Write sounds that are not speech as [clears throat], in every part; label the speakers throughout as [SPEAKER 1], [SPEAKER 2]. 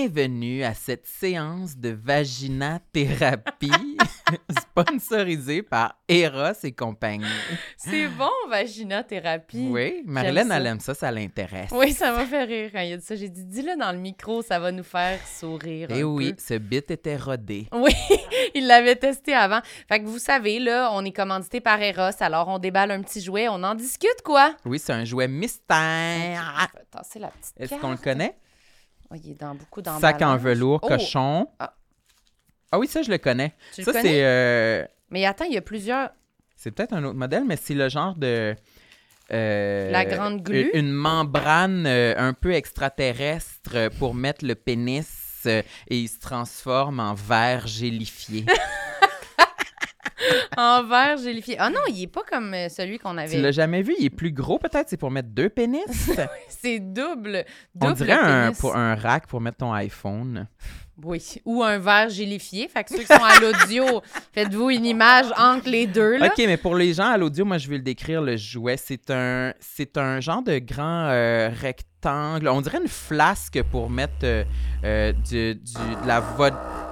[SPEAKER 1] Bienvenue à cette séance de vaginathérapie [laughs] sponsorisée par Eros et compagnie. [gasps]
[SPEAKER 2] C'est bon, vaginathérapie.
[SPEAKER 1] Oui, Marilyn,
[SPEAKER 2] ça.
[SPEAKER 1] elle aime ça, ça l'intéresse.
[SPEAKER 2] Oui, ça m'a fait rire quand il a dit ça. J'ai dit, dis-le dans le micro, ça va nous faire sourire.
[SPEAKER 1] Et
[SPEAKER 2] un
[SPEAKER 1] Eh oui,
[SPEAKER 2] peu.
[SPEAKER 1] ce bit était rodé.
[SPEAKER 2] Oui, [laughs] il l'avait testé avant. Fait que vous savez, là, on est commandité par Eros, alors on déballe un petit jouet, on en discute, quoi.
[SPEAKER 1] Oui, c'est un jouet
[SPEAKER 2] Ah,
[SPEAKER 1] mystère.
[SPEAKER 2] tasser la petite
[SPEAKER 1] Eh, Est-ce
[SPEAKER 2] carte.
[SPEAKER 1] qu'on le connaît?
[SPEAKER 2] Oh, il est dans beaucoup d'emballages.
[SPEAKER 1] Sac en velours,
[SPEAKER 2] Oh,
[SPEAKER 1] cochon.
[SPEAKER 2] Ah.
[SPEAKER 1] Ah oui, ça, je le connais.
[SPEAKER 2] Tu le
[SPEAKER 1] ça,
[SPEAKER 2] connais?
[SPEAKER 1] c'est. euh,
[SPEAKER 2] Mais attends, il y a plusieurs... [laughs]
[SPEAKER 1] C'est peut-être un autre modèle, mais c'est le genre de. euh,
[SPEAKER 2] La grande glue?
[SPEAKER 1] Une, une membrane euh, un peu extraterrestre euh, pour mettre le pénis euh, et il se transforme en verre
[SPEAKER 2] [laughs]
[SPEAKER 1] gélifié.
[SPEAKER 2] En verre gélifié. Ah non, il est pas comme euh, celui qu'on
[SPEAKER 1] tu
[SPEAKER 2] avait.
[SPEAKER 1] l'as jamais vu? Il est plus gros peut-être? C'est pour mettre deux
[SPEAKER 2] [laughs]
[SPEAKER 1] pénis?
[SPEAKER 2] C'est double. double
[SPEAKER 1] On dirait un,
[SPEAKER 2] pénis.
[SPEAKER 1] pour un rack pour mettre ton iPhone.
[SPEAKER 2] Oui, ou un verre gélifié. Fait que ceux qui sont à
[SPEAKER 1] [laughs]
[SPEAKER 2] l'audio, faites-vous une image entre les deux, là.
[SPEAKER 1] OK, mais pour les gens à l'audio, moi, je vais le décrire, le jouet. C'est un, c'est un genre de grand euh, rectangle. On dirait une flasque pour mettre euh, euh, du, du- de la vodka.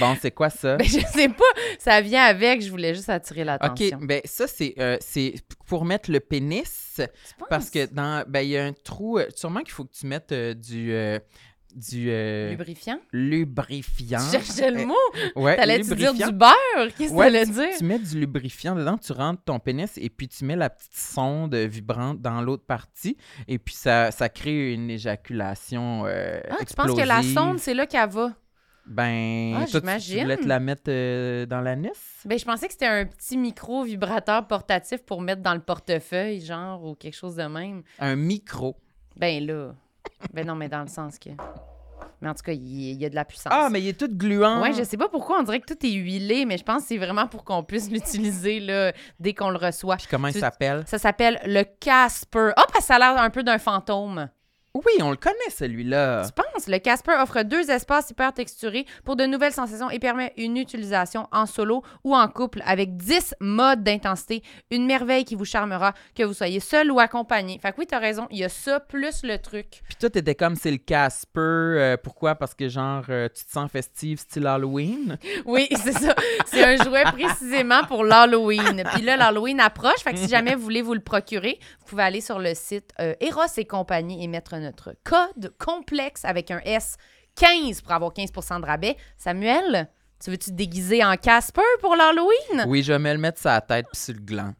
[SPEAKER 1] Bon, c'est quoi ça?
[SPEAKER 2] Ben, je sais pas, ça vient avec, je voulais juste attirer l'attention.
[SPEAKER 1] OK, ben ça, c'est, euh, c'est pour mettre le pénis.
[SPEAKER 2] Tu penses?
[SPEAKER 1] Parce que dans. Ben, il y a un trou. euh, Sûrement qu'il faut que tu mettes euh, du. euh, du euh,
[SPEAKER 2] Lubrifiant? [laughs]
[SPEAKER 1] lubrifiant.
[SPEAKER 2] Tu cherchais le
[SPEAKER 1] Euh,
[SPEAKER 2] mot?
[SPEAKER 1] Ouais,
[SPEAKER 2] T'allais-tu dire
[SPEAKER 1] lubrifiant.
[SPEAKER 2] du beurre? Qu'est-ce que
[SPEAKER 1] Ouais,
[SPEAKER 2] t'allais
[SPEAKER 1] tu,
[SPEAKER 2] dire?
[SPEAKER 1] tu mets du lubrifiant dedans, tu rentres ton pénis et puis tu mets la petite sonde vibrante dans l'autre partie et puis ça, ça crée une éjaculation euh,
[SPEAKER 2] Ah, tu penses que la
[SPEAKER 1] explosive.
[SPEAKER 2] sonde, c'est là qu'elle va?
[SPEAKER 1] Ben,
[SPEAKER 2] Ah,
[SPEAKER 1] toi, tu- tu voulais te
[SPEAKER 2] j'imagine.
[SPEAKER 1] la mettre euh, dans l'anus?
[SPEAKER 2] Ben, je pensais que c'était un petit micro-vibrateur portatif pour mettre dans le portefeuille, genre, ou quelque chose de même.
[SPEAKER 1] Un micro.
[SPEAKER 2] Ben là. Ben non, mais dans le sens que. Mais en tout cas, il y, il y a de la puissance.
[SPEAKER 1] Ah, mais il est tout gluant!
[SPEAKER 2] Ouais, je sais pas pourquoi on dirait que tout est huilé, mais je pense que c'est vraiment pour qu'on puisse [laughs] l'utiliser là, dès qu'on le reçoit.
[SPEAKER 1] Puis comment
[SPEAKER 2] Tu-
[SPEAKER 1] il s'appelle?
[SPEAKER 2] Ça s'appelle le Casper. Ah, parce que ça a l'air un peu d'un fantôme.
[SPEAKER 1] Oui, on le connaît, celui-là.
[SPEAKER 2] Tu penses? Le Casper offre deux espaces hyper texturés pour de nouvelles sensations et permet une utilisation en solo ou en couple avec 10 modes d'intensité. Une merveille qui vous charmera, que vous soyez seul ou accompagné. Fait que oui, t'as raison, il y a ça plus le truc.
[SPEAKER 1] Puis toi, t'étais comme, c'est le Casper. euh, pourquoi? Parce que, genre, euh, tu te sens festive, style Halloween.
[SPEAKER 2] Oui, [laughs] c'est ça. C'est un jouet précisément pour l'Halloween. Puis là, l'Halloween approche. Fait que si jamais vous voulez vous le procurer, vous pouvez aller sur le site euh, Eros et compagnie et mettre notre code complexe avec un S 15 pour avoir 15 de rabais. Samuel, tu veux-tu te déguiser en Casper pour l'Halloween?
[SPEAKER 1] Oui, je vais me le mettre sur la tête puis sur le gland.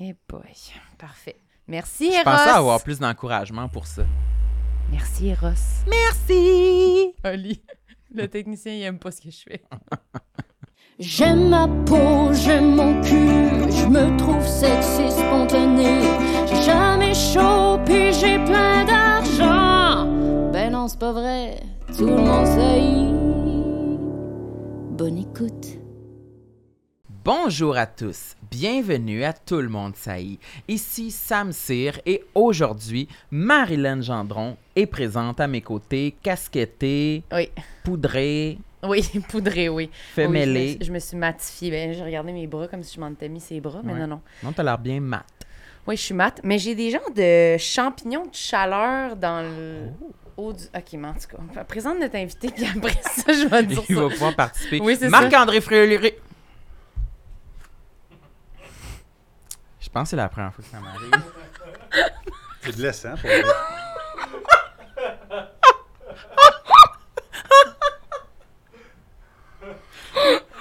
[SPEAKER 2] Eh boy, parfait. Merci,
[SPEAKER 1] Je
[SPEAKER 2] Eros.
[SPEAKER 1] pensais avoir plus d'encouragement pour ça.
[SPEAKER 2] Merci, Eros.
[SPEAKER 1] Merci!
[SPEAKER 2] Oli, le technicien, il aime pas ce que je fais.
[SPEAKER 3] J'aime ma peau, j'aime mon cul, je me trouve sexy spontané. J'ai jamais chaud, puis j'ai plein d'argent. Ben non, c'est pas vrai, tout le monde sait. Bonne écoute.
[SPEAKER 1] Bonjour à tous, bienvenue à Tout le monde saillit. Ici Sam Cyr et aujourd'hui, Marilyn Gendron est présente à mes côtés, casquettée,
[SPEAKER 2] Oui,
[SPEAKER 1] poudrée,
[SPEAKER 2] oui, [laughs] poudré, oui. Oui, je me
[SPEAKER 1] femellée.
[SPEAKER 2] suis- je, me suis matifiée. Ben, j'ai regardé mes bras comme si je m'en étais mis ses bras, mais
[SPEAKER 1] Ouais.
[SPEAKER 2] non, non.
[SPEAKER 1] Non, t'as l'air bien mat.
[SPEAKER 2] Oui, je suis mat, mais j'ai des genres de champignons de chaleur dans le
[SPEAKER 1] Oh.
[SPEAKER 2] haut du. Ok, mais en tout cas, on va- présente notre invité, puis après [laughs] ça, je vais te dire
[SPEAKER 1] Il
[SPEAKER 2] ça.
[SPEAKER 1] va pouvoir participer.
[SPEAKER 2] Oui, c'est ça.
[SPEAKER 1] Marc-André Fréoléré. Je pense que c'est la première fois que ça m'arrive.
[SPEAKER 4] C'est blessant pour moi.
[SPEAKER 1] [laughs]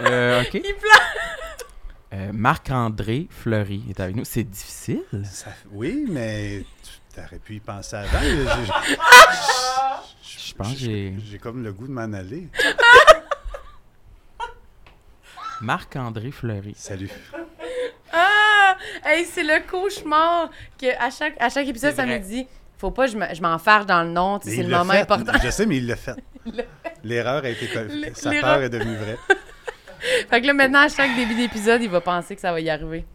[SPEAKER 1] Euh, OK.
[SPEAKER 2] Il pleure.
[SPEAKER 1] Euh, Marc-André Fleury est avec nous. C'est difficile.
[SPEAKER 4] Ça- oui, mais tu aurais pu y penser avant. J'ai-
[SPEAKER 1] Je pense que j'ai...
[SPEAKER 4] J'ai comme le goût de m'en aller.
[SPEAKER 1] Marc-André Fleury.
[SPEAKER 4] Salut.
[SPEAKER 2] Ah! Hey, c'est le cauchemar que à chaque, à chaque épisode,
[SPEAKER 1] C'est
[SPEAKER 2] ça
[SPEAKER 1] vrai.
[SPEAKER 2] me dit faut pas que je me- je m'enferme dans le nom, tu sais,
[SPEAKER 4] Mais
[SPEAKER 2] c'est
[SPEAKER 4] il
[SPEAKER 2] le
[SPEAKER 4] l'a
[SPEAKER 2] moment
[SPEAKER 4] fait.
[SPEAKER 2] important.
[SPEAKER 4] Je sais, mais il
[SPEAKER 1] [laughs]
[SPEAKER 4] l'a fait. L'erreur a été. co-
[SPEAKER 2] L-
[SPEAKER 4] Sa
[SPEAKER 2] l'erreur.
[SPEAKER 4] peur est devenue vraie.
[SPEAKER 2] Fait que là, maintenant, à chaque début d'épisode, il va penser que ça va y arriver.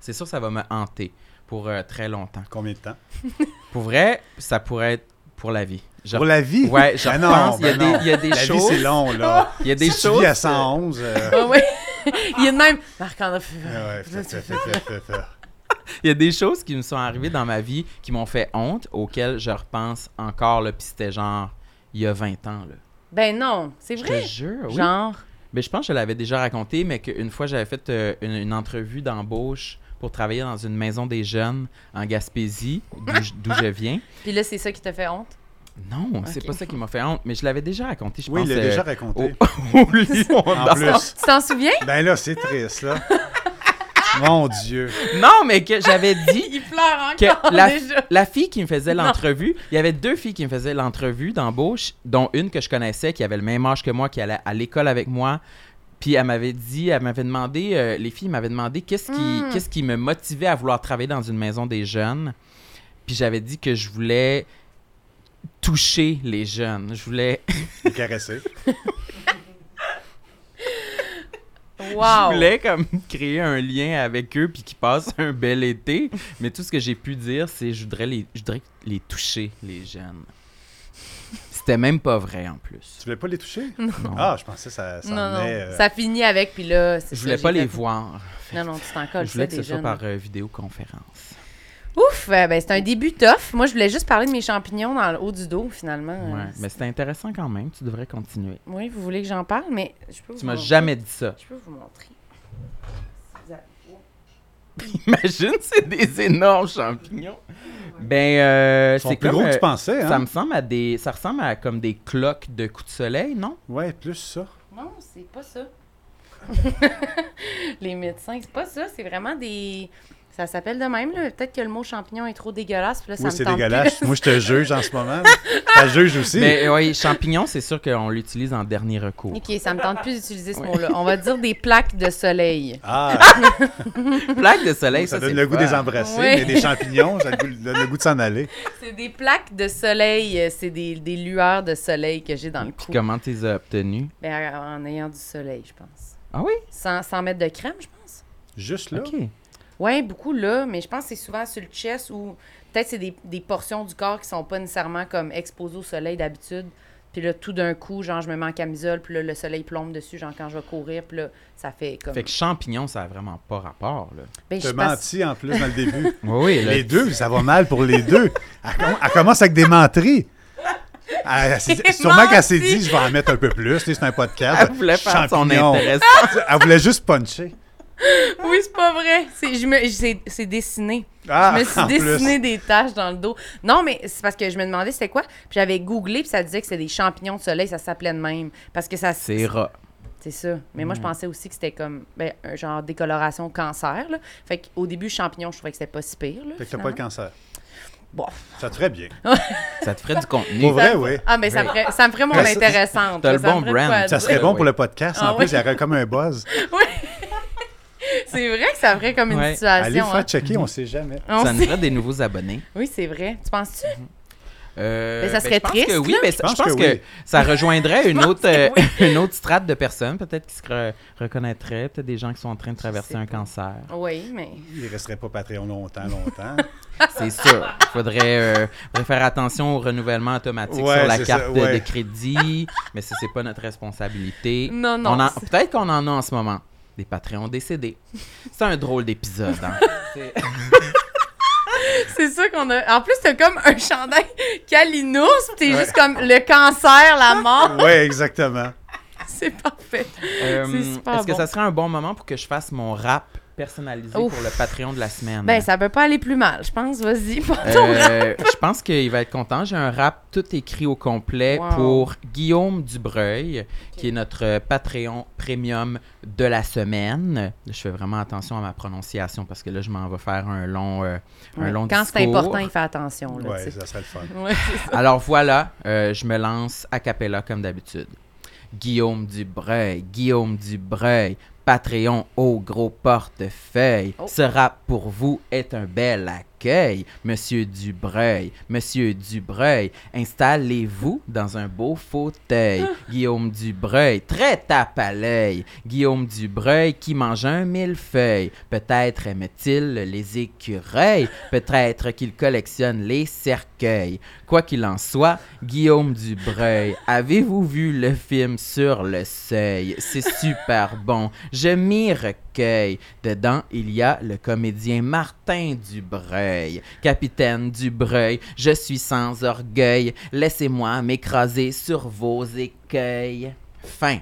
[SPEAKER 1] C'est sûr que ça va me hanter pour euh, très longtemps.
[SPEAKER 4] Combien de temps
[SPEAKER 1] Pour vrai, ça pourrait être pour la vie. Je-
[SPEAKER 4] Pour la vie.
[SPEAKER 1] Ouais, je
[SPEAKER 4] Ah
[SPEAKER 1] repense, il y a
[SPEAKER 4] ben
[SPEAKER 1] des-
[SPEAKER 4] non.
[SPEAKER 1] il y a des
[SPEAKER 4] la
[SPEAKER 1] choses-
[SPEAKER 4] vie, c'est long, là.
[SPEAKER 1] [laughs] Il y a des
[SPEAKER 4] si
[SPEAKER 1] choses.
[SPEAKER 4] Tu vis à 111.
[SPEAKER 1] [laughs]
[SPEAKER 4] euh,
[SPEAKER 2] Ah oui! [laughs] il est de même. Marc-André.
[SPEAKER 4] ouais, fait- fait- fait- fait- fait- fait.
[SPEAKER 1] Il y a des choses qui me sont arrivées dans ma vie qui m'ont fait honte, auxquelles je repense encore, là, puis c'était genre, il y a 20 ans. Là.
[SPEAKER 2] Ben non, c'est
[SPEAKER 1] Je te
[SPEAKER 2] vrai.
[SPEAKER 1] jure, oui.
[SPEAKER 2] Genre,
[SPEAKER 1] Mais je pense que je l'avais déjà raconté, mais qu'une fois, j'avais fait euh, une, une entrevue d'embauche pour travailler dans une maison des jeunes en Gaspésie, d'où je- d'où je viens.
[SPEAKER 2] puis là, c'est ça qui te fait honte.
[SPEAKER 1] Non, c'est
[SPEAKER 2] Ok.
[SPEAKER 1] pas ça qui m'a fait honte, mais je l'avais déjà raconté, je
[SPEAKER 4] Oui,
[SPEAKER 1] pense.
[SPEAKER 4] il l'a
[SPEAKER 1] euh,
[SPEAKER 4] déjà raconté.
[SPEAKER 1] au- [laughs] au Lyon,
[SPEAKER 4] En
[SPEAKER 1] dans-
[SPEAKER 4] plus.
[SPEAKER 2] Tu t'en souviens?
[SPEAKER 4] Ben là, c'est
[SPEAKER 1] [laughs]
[SPEAKER 4] triste, là. Mon Dieu.
[SPEAKER 1] Non, mais que j'avais dit
[SPEAKER 2] [laughs] Il pleure
[SPEAKER 1] que
[SPEAKER 2] [laughs] encore
[SPEAKER 1] la,
[SPEAKER 2] déjà.
[SPEAKER 1] la fille qui me faisait
[SPEAKER 2] Non.
[SPEAKER 1] l'entrevue, il y avait deux filles qui me faisaient l'entrevue d'embauche, dont une que je connaissais, qui avait le même âge que moi, qui allait à l'école avec moi. Puis elle m'avait dit, elle m'avait demandé, euh, les filles m'avaient demandé qu'est-ce qui,
[SPEAKER 2] Mm.
[SPEAKER 1] qu'est-ce qui me motivait à vouloir travailler dans une maison des jeunes. Puis j'avais dit que je voulais toucher les jeunes. Je voulais,
[SPEAKER 4] Il caressé.
[SPEAKER 2] Wow.
[SPEAKER 1] je voulais comme [laughs] créer un lien avec eux puis qu'ils passent [laughs] un bel été. Mais tout ce que j'ai pu dire, c'est je voudrais les, je voudrais les toucher, les jeunes. C'était même pas vrai en plus.
[SPEAKER 4] Tu voulais pas les toucher?
[SPEAKER 1] Non.
[SPEAKER 4] Ah, je pensais que ça, ça
[SPEAKER 2] non,
[SPEAKER 4] en
[SPEAKER 2] non.
[SPEAKER 4] venait, euh,
[SPEAKER 2] Ça finit avec, puis là, c'est
[SPEAKER 1] Je
[SPEAKER 2] ça,
[SPEAKER 1] voulais
[SPEAKER 2] j'ai
[SPEAKER 1] pas les
[SPEAKER 2] fait-
[SPEAKER 1] voir.
[SPEAKER 2] Non, non, tu t'en colles,
[SPEAKER 1] Je voulais que
[SPEAKER 2] ça,
[SPEAKER 1] ce
[SPEAKER 2] des
[SPEAKER 1] soit
[SPEAKER 2] jeunes.
[SPEAKER 1] par euh, vidéoconférence.
[SPEAKER 2] Ouf, euh, ben, c'est un début tough. Moi, je voulais juste parler de mes champignons dans le haut du dos, finalement. Euh,
[SPEAKER 1] Ouais. Mais c'était intéressant quand même. Tu devrais continuer.
[SPEAKER 2] Oui, vous voulez que j'en parle, mais je peux vous
[SPEAKER 1] Tu m'as
[SPEAKER 2] montrer.
[SPEAKER 1] jamais dit ça. [laughs]
[SPEAKER 2] Je peux vous montrer. Vous avez-
[SPEAKER 1] Imagine, c'est des énormes champignons. Ben, euh,
[SPEAKER 4] Ils sont
[SPEAKER 1] c'est
[SPEAKER 4] plus
[SPEAKER 1] comme,
[SPEAKER 4] gros que
[SPEAKER 1] euh,
[SPEAKER 4] tu pensais,
[SPEAKER 1] Ça
[SPEAKER 4] hein?
[SPEAKER 1] me semble à des, ça ressemble à comme des cloques de coups de soleil, non
[SPEAKER 4] Ouais, plus ça.
[SPEAKER 2] Non, c'est
[SPEAKER 1] [laughs]
[SPEAKER 2] pas ça. Les médecins, c'est pas ça. C'est vraiment des. Ça s'appelle de même, là. Peut-être que le mot champignon est trop dégueulasse, puis là, ça
[SPEAKER 4] oui,
[SPEAKER 2] me
[SPEAKER 4] c'est
[SPEAKER 2] tente
[SPEAKER 4] dégueulasse.
[SPEAKER 2] plus.
[SPEAKER 4] Moi, je te juge en ce moment. Je te juge aussi.
[SPEAKER 1] Mais oui, champignons, c'est sûr qu'on l'utilise en dernier recours.
[SPEAKER 2] [laughs] [laughs] OK, ça me tente plus d'utiliser ce mot-là. On va dire des plaques de soleil.
[SPEAKER 4] Ah,
[SPEAKER 1] Plaque de soleil,
[SPEAKER 4] ça,
[SPEAKER 1] ça,
[SPEAKER 4] donne
[SPEAKER 1] c'est
[SPEAKER 4] le goût
[SPEAKER 1] fun.
[SPEAKER 4] des embrasser,
[SPEAKER 2] Ouais.
[SPEAKER 4] mais des champignons, ça donne le goût de s'en aller.
[SPEAKER 2] C'est des plaques de soleil. euh, C'est des, des lueurs de soleil que j'ai dans le
[SPEAKER 1] Puis
[SPEAKER 2] cou.
[SPEAKER 1] comment tu les as obtenus
[SPEAKER 2] Ben, en ayant du soleil, je pense.
[SPEAKER 1] Ah oui
[SPEAKER 2] Sans, sans mettre de crème, je pense.
[SPEAKER 4] Juste là.
[SPEAKER 1] Ok.
[SPEAKER 2] Oui, beaucoup là, mais je pense que c'est souvent sur le chest ou peut-être c'est des, des portions du corps qui sont pas nécessairement comme exposées au soleil d'habitude. Puis là, tout d'un coup, genre, je me mets en camisole, puis là, le soleil plombe dessus, genre, quand je vais courir, puis là, ça fait comme...
[SPEAKER 1] Fait que champignons, ça a vraiment pas rapport là.
[SPEAKER 2] Ben,
[SPEAKER 4] Je
[SPEAKER 2] je
[SPEAKER 4] te
[SPEAKER 2] passe-
[SPEAKER 4] mentis en plus dans
[SPEAKER 1] [laughs]
[SPEAKER 4] le début.
[SPEAKER 1] Oui, oui. là,
[SPEAKER 4] les deux, ça va mal pour les deux. Elle, com- elle commence avec des menteries. Elle- elle s'est dit-
[SPEAKER 2] Des
[SPEAKER 4] sûrement qu'elle s'est
[SPEAKER 2] menteries.
[SPEAKER 4] dit, je vais en mettre un peu plus. tu sais, C'est un podcast.
[SPEAKER 1] Elle voulait faire son
[SPEAKER 4] Champignons. [laughs]
[SPEAKER 1] intéressant.
[SPEAKER 4] Elle voulait juste puncher.
[SPEAKER 2] Oui, c'est pas vrai! C'est je me- c'est- c'est dessiné.
[SPEAKER 4] Ah,
[SPEAKER 2] je me suis
[SPEAKER 4] en plus.
[SPEAKER 2] dessiné des taches dans le dos. Non, mais c'est parce que je me demandais c'était quoi, puis j'avais googlé, puis ça disait que c'était des champignons de soleil, ça s'appelait de même. Parce que ça...
[SPEAKER 1] C'est Hmm. rare.
[SPEAKER 2] C'est ça. Mais moi, je pensais aussi que c'était comme ben, un genre décoloration cancer. Là. Fait qu'au début, champignon, je trouvais que c'était pas si pire. Là,
[SPEAKER 4] Fait que t'as pas le
[SPEAKER 2] finalement.
[SPEAKER 4] cancer.
[SPEAKER 2] Bon.
[SPEAKER 4] Ça te ferait bien.
[SPEAKER 1] Ça te ferait du contenu.
[SPEAKER 4] Pour vrai, oui.
[SPEAKER 2] Ah, mais ça me ferait, ça me ferait mon
[SPEAKER 4] Ça-
[SPEAKER 2] intéressante.
[SPEAKER 1] t'as
[SPEAKER 2] là.
[SPEAKER 1] le
[SPEAKER 2] Ça me
[SPEAKER 1] bon
[SPEAKER 2] ferait
[SPEAKER 1] brand.
[SPEAKER 2] quoi à
[SPEAKER 4] Ça
[SPEAKER 2] dire.
[SPEAKER 4] serait bon pour
[SPEAKER 1] oui.
[SPEAKER 4] le podcast.
[SPEAKER 2] Ah
[SPEAKER 4] en plus,
[SPEAKER 2] oui.
[SPEAKER 4] il y aurait comme un buzz.
[SPEAKER 2] C'est vrai que ça ferait comme une
[SPEAKER 1] Ouais.
[SPEAKER 4] Allez,
[SPEAKER 2] situation.
[SPEAKER 4] faut
[SPEAKER 2] hein.
[SPEAKER 4] checker, on sait jamais.
[SPEAKER 2] On
[SPEAKER 1] Ça nous
[SPEAKER 2] sait-
[SPEAKER 1] ferait des nouveaux abonnés.
[SPEAKER 2] Oui, c'est vrai. Tu penses-tu?
[SPEAKER 1] Euh,
[SPEAKER 2] Mais ça
[SPEAKER 1] ben,
[SPEAKER 2] serait
[SPEAKER 1] je pense
[SPEAKER 2] triste,
[SPEAKER 1] Que oui,
[SPEAKER 2] là.
[SPEAKER 1] mais ça- je pense, que,
[SPEAKER 4] oui.
[SPEAKER 1] ça
[SPEAKER 2] [laughs]
[SPEAKER 1] rejoindrait une
[SPEAKER 2] pense
[SPEAKER 1] autre,
[SPEAKER 2] que
[SPEAKER 1] euh, une autre strate de personnes, peut-être qui se re- reconnaîtraient, peut-être des gens qui sont en train de traverser
[SPEAKER 2] sais
[SPEAKER 1] un
[SPEAKER 2] pas.
[SPEAKER 1] cancer.
[SPEAKER 2] Oui, mais.
[SPEAKER 4] Il resterait pas Patreon
[SPEAKER 2] [laughs]
[SPEAKER 4] longtemps, longtemps.
[SPEAKER 1] C'est sûr. Il faudrait, euh, faudrait faire attention au renouvellement automatique
[SPEAKER 4] Ouais,
[SPEAKER 1] sur la
[SPEAKER 4] c'est
[SPEAKER 1] carte
[SPEAKER 4] ça,
[SPEAKER 1] de-
[SPEAKER 4] ouais.
[SPEAKER 1] de crédit, mais ça, c'est pas notre responsabilité.
[SPEAKER 2] Non, non,
[SPEAKER 1] On en-
[SPEAKER 2] c'est-
[SPEAKER 1] Peut-être qu'on en a en ce moment. Des Patreons décédés. C'est un drôle d'épisode.
[SPEAKER 2] [laughs]
[SPEAKER 1] hein. C'est-
[SPEAKER 2] C'est ça qu'on a. En plus, t'as comme un chandail [laughs] calinours, pis t'es
[SPEAKER 4] Ouais.
[SPEAKER 2] juste comme le cancer, la
[SPEAKER 1] [laughs]
[SPEAKER 2] mort.
[SPEAKER 4] oui, exactement.
[SPEAKER 2] C'est parfait.
[SPEAKER 1] Euh,
[SPEAKER 2] C'est super
[SPEAKER 1] Est-ce que
[SPEAKER 2] bon.
[SPEAKER 1] ça serait un bon moment pour que je fasse mon rap personnalisé
[SPEAKER 2] Ouf.
[SPEAKER 1] pour le Patreon de la semaine?
[SPEAKER 2] Ben, ça peut pas aller plus mal, je pense. Vas-y, [laughs] pas ton
[SPEAKER 1] Euh, je pense qu'il va être content. J'ai un rap tout écrit au complet
[SPEAKER 2] Wow.
[SPEAKER 1] pour Guillaume Dubreuil, qui est notre euh, Patreon premium de la semaine. Je fais vraiment attention à ma prononciation parce que là, je m'en vais faire un long, euh, un
[SPEAKER 2] Ouais.
[SPEAKER 1] long
[SPEAKER 2] Quand
[SPEAKER 1] discours.
[SPEAKER 2] c'est important, il fait attention. Là,
[SPEAKER 4] Oui,
[SPEAKER 2] tu sais.
[SPEAKER 4] ça serait le fun.
[SPEAKER 2] Ouais.
[SPEAKER 1] [laughs] Alors voilà, euh, je me lance a cappella comme d'habitude. Guillaume Dubreuil, Guillaume Dubreuil, Patreon au gros portefeuille.
[SPEAKER 2] Oh.
[SPEAKER 1] Ce rap pour vous est un bel accueil. Monsieur Dubreuil, Monsieur Dubreuil, installez-vous dans un beau fauteuil. Guillaume Dubreuil, très tape à l'œil. Guillaume Dubreuil qui mange un millefeuille. Peut-être aime-t-il les écureuils. Peut-être qu'il collectionne les cercueils. Quoi qu'il en soit, Guillaume Dubreuil, avez-vous vu le film sur le seuil? C'est super bon. Je m'y reconnais. Lacueil. Dedans, il y a le comédien Martin Dubreuil. Capitaine Dubreuil, je suis sans orgueil. Laissez-moi m'écraser sur vos écueils. Fin.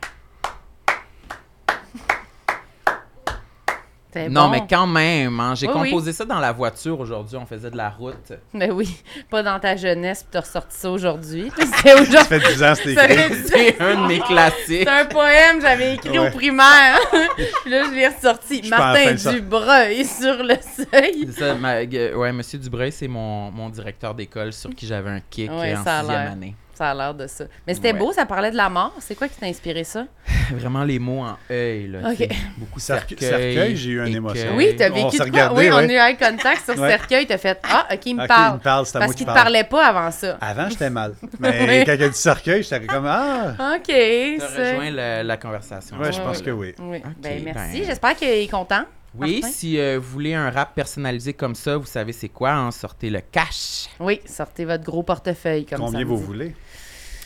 [SPEAKER 2] C'était
[SPEAKER 1] Non,
[SPEAKER 2] bon. [laughs]
[SPEAKER 1] mais quand même, hein, j'ai
[SPEAKER 2] Oui, oui.
[SPEAKER 1] composé ça dans la voiture aujourd'hui. On faisait de la
[SPEAKER 2] [laughs]
[SPEAKER 1] route.
[SPEAKER 2] Ben oui, pas dans ta jeunesse, puis t'as ressorti
[SPEAKER 1] [laughs]
[SPEAKER 2] ça aujourd'hui. C'était aujourd'hui.
[SPEAKER 4] Ça fait 10 ans, c'était
[SPEAKER 2] Ça
[SPEAKER 4] écrit.
[SPEAKER 2] fait du-
[SPEAKER 1] C'est un de mes classiques.
[SPEAKER 2] C'est un poème que j'avais écrit
[SPEAKER 4] Ouais.
[SPEAKER 2] au primaire. [laughs] Puis là, je l'ai ressorti.
[SPEAKER 4] suis pas à la
[SPEAKER 2] Martin
[SPEAKER 4] fin de ça.
[SPEAKER 2] Dubreuil sur le [laughs] seuil.
[SPEAKER 1] C'est ça, ma- gue- ouais, Monsieur Dubreuil, c'est mon, mon directeur d'école sur qui j'avais un kick
[SPEAKER 2] Ouais,
[SPEAKER 1] euh, en
[SPEAKER 2] ça a
[SPEAKER 1] sixième
[SPEAKER 2] l'air.
[SPEAKER 1] année. [laughs]
[SPEAKER 2] Ça a l'air de ça. Mais c'était
[SPEAKER 1] Ouais.
[SPEAKER 2] beau, ça parlait de la mort. C'est quoi qui t'a inspiré ça?
[SPEAKER 1] Vraiment les mots en œil, là.
[SPEAKER 2] Ok.
[SPEAKER 1] tu sais. Beaucoup de
[SPEAKER 4] Cercueil,
[SPEAKER 1] cercueil.
[SPEAKER 4] cercueil, j'ai eu une
[SPEAKER 1] écueil.
[SPEAKER 4] émotion.
[SPEAKER 2] Oui, t'as
[SPEAKER 4] on
[SPEAKER 2] vécu
[SPEAKER 4] s'est
[SPEAKER 2] de quoi?
[SPEAKER 4] regardé,
[SPEAKER 2] Oui, on a
[SPEAKER 4] ouais.
[SPEAKER 2] eu eye contact sur
[SPEAKER 4] Ouais.
[SPEAKER 2] Cercueil. T'as fait « Ah, OK, il me
[SPEAKER 4] Ok,
[SPEAKER 2] parle.
[SPEAKER 4] il me parle, c'est à moi
[SPEAKER 2] Parce
[SPEAKER 4] qui
[SPEAKER 2] qu'il te
[SPEAKER 4] parle.
[SPEAKER 2] parlait pas avant ça.
[SPEAKER 4] Avant,
[SPEAKER 2] [laughs]
[SPEAKER 4] j'étais mal.
[SPEAKER 2] Oui.
[SPEAKER 4] Mais quand il y a du cercueil, j'étais comme Ah!
[SPEAKER 2] OK.
[SPEAKER 1] T'as
[SPEAKER 2] [laughs] c'est-
[SPEAKER 1] rejoint la, la conversation.
[SPEAKER 4] Ouais, je
[SPEAKER 2] Ah Ouais,
[SPEAKER 4] pense
[SPEAKER 2] ouais.
[SPEAKER 4] que oui.
[SPEAKER 2] Oui.
[SPEAKER 1] Ok,
[SPEAKER 2] ben, merci.
[SPEAKER 1] ben-
[SPEAKER 2] J'espère qu'il est content.
[SPEAKER 1] Oui,
[SPEAKER 2] Martin?
[SPEAKER 1] si euh, vous voulez un rap personnalisé comme ça, vous savez c'est quoi, hein, sortez le cash.
[SPEAKER 2] Oui, sortez votre gros portefeuille comme ça.
[SPEAKER 4] Combien vous voulez?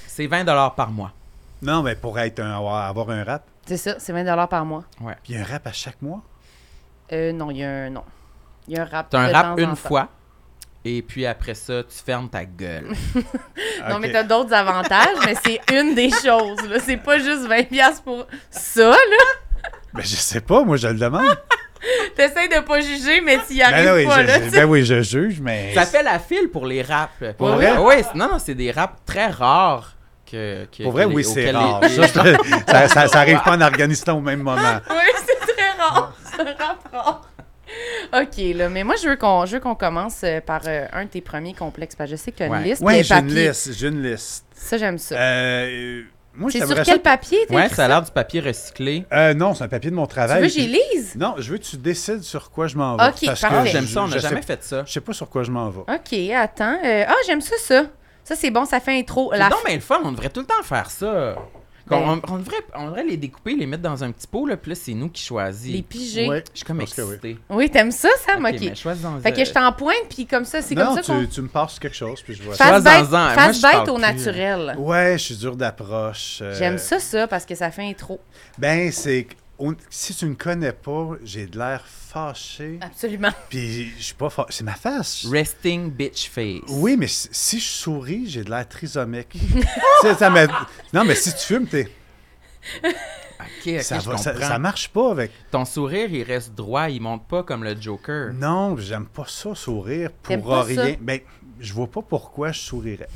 [SPEAKER 1] C'est 20 dollars par mois.
[SPEAKER 4] Non, mais pour être un, avoir, avoir un rap.
[SPEAKER 2] C'est ça, c'est 20 par mois.
[SPEAKER 4] Puis un rap à chaque mois?
[SPEAKER 2] Euh, non, il y a un non. Il y a un rap.
[SPEAKER 1] T'as un
[SPEAKER 2] de
[SPEAKER 1] rap
[SPEAKER 2] temps en
[SPEAKER 1] une
[SPEAKER 2] temps.
[SPEAKER 1] fois. Et puis après ça, tu fermes ta gueule.
[SPEAKER 2] Non, mais
[SPEAKER 4] Ok.
[SPEAKER 2] t'as d'autres avantages, mais
[SPEAKER 4] [laughs]
[SPEAKER 2] c'est une des choses. là. C'est pas juste 20$ piastres pour ça, là.
[SPEAKER 4] Ben, je sais pas, moi, je le demande.
[SPEAKER 2] T'essayes de pas juger, mais t'y arrives
[SPEAKER 4] ben, oui,
[SPEAKER 2] Ah, pas,
[SPEAKER 4] je,
[SPEAKER 2] là.
[SPEAKER 4] je-
[SPEAKER 2] tu sais.
[SPEAKER 4] ben oui, je juge, mais.
[SPEAKER 1] ça fait la file pour les raps.
[SPEAKER 4] Pour
[SPEAKER 1] Ouais,
[SPEAKER 4] vrai?
[SPEAKER 1] ouais, c'est- non, non, c'est des raps très rares que. que-
[SPEAKER 4] Pour vrai,
[SPEAKER 1] que les-
[SPEAKER 4] oui, c'est
[SPEAKER 1] auxquels les-
[SPEAKER 4] rare.
[SPEAKER 1] les- [laughs]
[SPEAKER 4] Ça, je- ça, ça- ça arrive pas en Afghanistan au même moment.
[SPEAKER 2] [laughs] Oui, c'est très rare. C'est un rap rare. OK, là, mais moi, je veux qu'on je veux qu'on commence euh, par euh, un de tes premiers complexes, parce que je sais que t'as
[SPEAKER 1] Ouais.
[SPEAKER 2] une liste.
[SPEAKER 4] Oui,
[SPEAKER 2] de
[SPEAKER 4] j'ai une
[SPEAKER 2] papier.
[SPEAKER 4] liste. J'ai une liste.
[SPEAKER 2] Ça, j'aime ça.
[SPEAKER 4] Euh, moi, je
[SPEAKER 2] c'est sur
[SPEAKER 4] t'aimerais
[SPEAKER 2] quel
[SPEAKER 4] ça.
[SPEAKER 2] papier, t'as
[SPEAKER 1] Ouais,
[SPEAKER 2] écrit
[SPEAKER 1] ça a
[SPEAKER 2] ça?
[SPEAKER 1] l'air du papier recyclé.
[SPEAKER 4] Euh, non, c'est un papier de mon
[SPEAKER 2] Tu veux
[SPEAKER 4] travail.
[SPEAKER 2] que j'y lise?
[SPEAKER 4] Non, je veux que tu décides sur quoi je m'en vais.
[SPEAKER 2] Ok,
[SPEAKER 4] parce
[SPEAKER 2] parfait. Ah,
[SPEAKER 4] que
[SPEAKER 1] Ah, J'aime
[SPEAKER 4] je-
[SPEAKER 1] ça, on n'a
[SPEAKER 4] je sais-
[SPEAKER 1] jamais fait ça.
[SPEAKER 4] Je sais pas sur quoi je m'en vais.
[SPEAKER 2] OK, attends. Euh, Ah, j'aime ça, ça. Ça, c'est bon, ça fait intro. La
[SPEAKER 1] Non, mais le fun, on devrait tout le temps faire ça. Qu'on-
[SPEAKER 2] Ben.
[SPEAKER 1] on, on devrait, on devrait les découper, les mettre dans un petit pot, là, puis là, c'est nous qui choisis.
[SPEAKER 2] Les pigés.
[SPEAKER 4] Ouais.
[SPEAKER 1] Je suis comme
[SPEAKER 4] Parce que oui.
[SPEAKER 1] excité.
[SPEAKER 2] Oui, t'aimes ça, Sam?
[SPEAKER 1] Ok,
[SPEAKER 2] OK.
[SPEAKER 1] mais choisis-en.
[SPEAKER 2] Fait que je t'en pointe, puis comme ça, c'est
[SPEAKER 4] Non,
[SPEAKER 2] comme ça qu'on...
[SPEAKER 4] tu, tu me passes quelque chose, puis je vois ça.
[SPEAKER 1] Fais-
[SPEAKER 2] Face bête,
[SPEAKER 1] Choisis-en. Moi,
[SPEAKER 2] face
[SPEAKER 1] je
[SPEAKER 2] bête
[SPEAKER 1] parle
[SPEAKER 2] au
[SPEAKER 1] plus.
[SPEAKER 2] naturel.
[SPEAKER 4] Ouais, je suis dur d'approche. euh,
[SPEAKER 2] J'aime ça, ça, parce que ça fait intro.
[SPEAKER 4] Ben, c'est que on- si tu me connais pas, j'ai de l'air fâché.
[SPEAKER 2] Ah. Absolument.
[SPEAKER 4] Puis je suis pas fâché. C'est ma face.
[SPEAKER 1] Resting bitch face.
[SPEAKER 4] Oui, mais si, si je souris, j'ai de l'air trisomique. [laughs] Tu sais, ça m'a- non, mais si tu fumes, t'es-
[SPEAKER 1] Ok, ok,
[SPEAKER 4] ça,
[SPEAKER 1] je
[SPEAKER 4] va- ça,
[SPEAKER 1] comprends.
[SPEAKER 4] ça marche pas avec.
[SPEAKER 1] Ton sourire, il reste droit, il monte pas comme le Joker.
[SPEAKER 4] Non, j'aime pas ça, sourire,
[SPEAKER 2] T'aimes
[SPEAKER 4] pour
[SPEAKER 2] pas ça?
[SPEAKER 4] rien. Ben, je vois pas pourquoi je sourirais.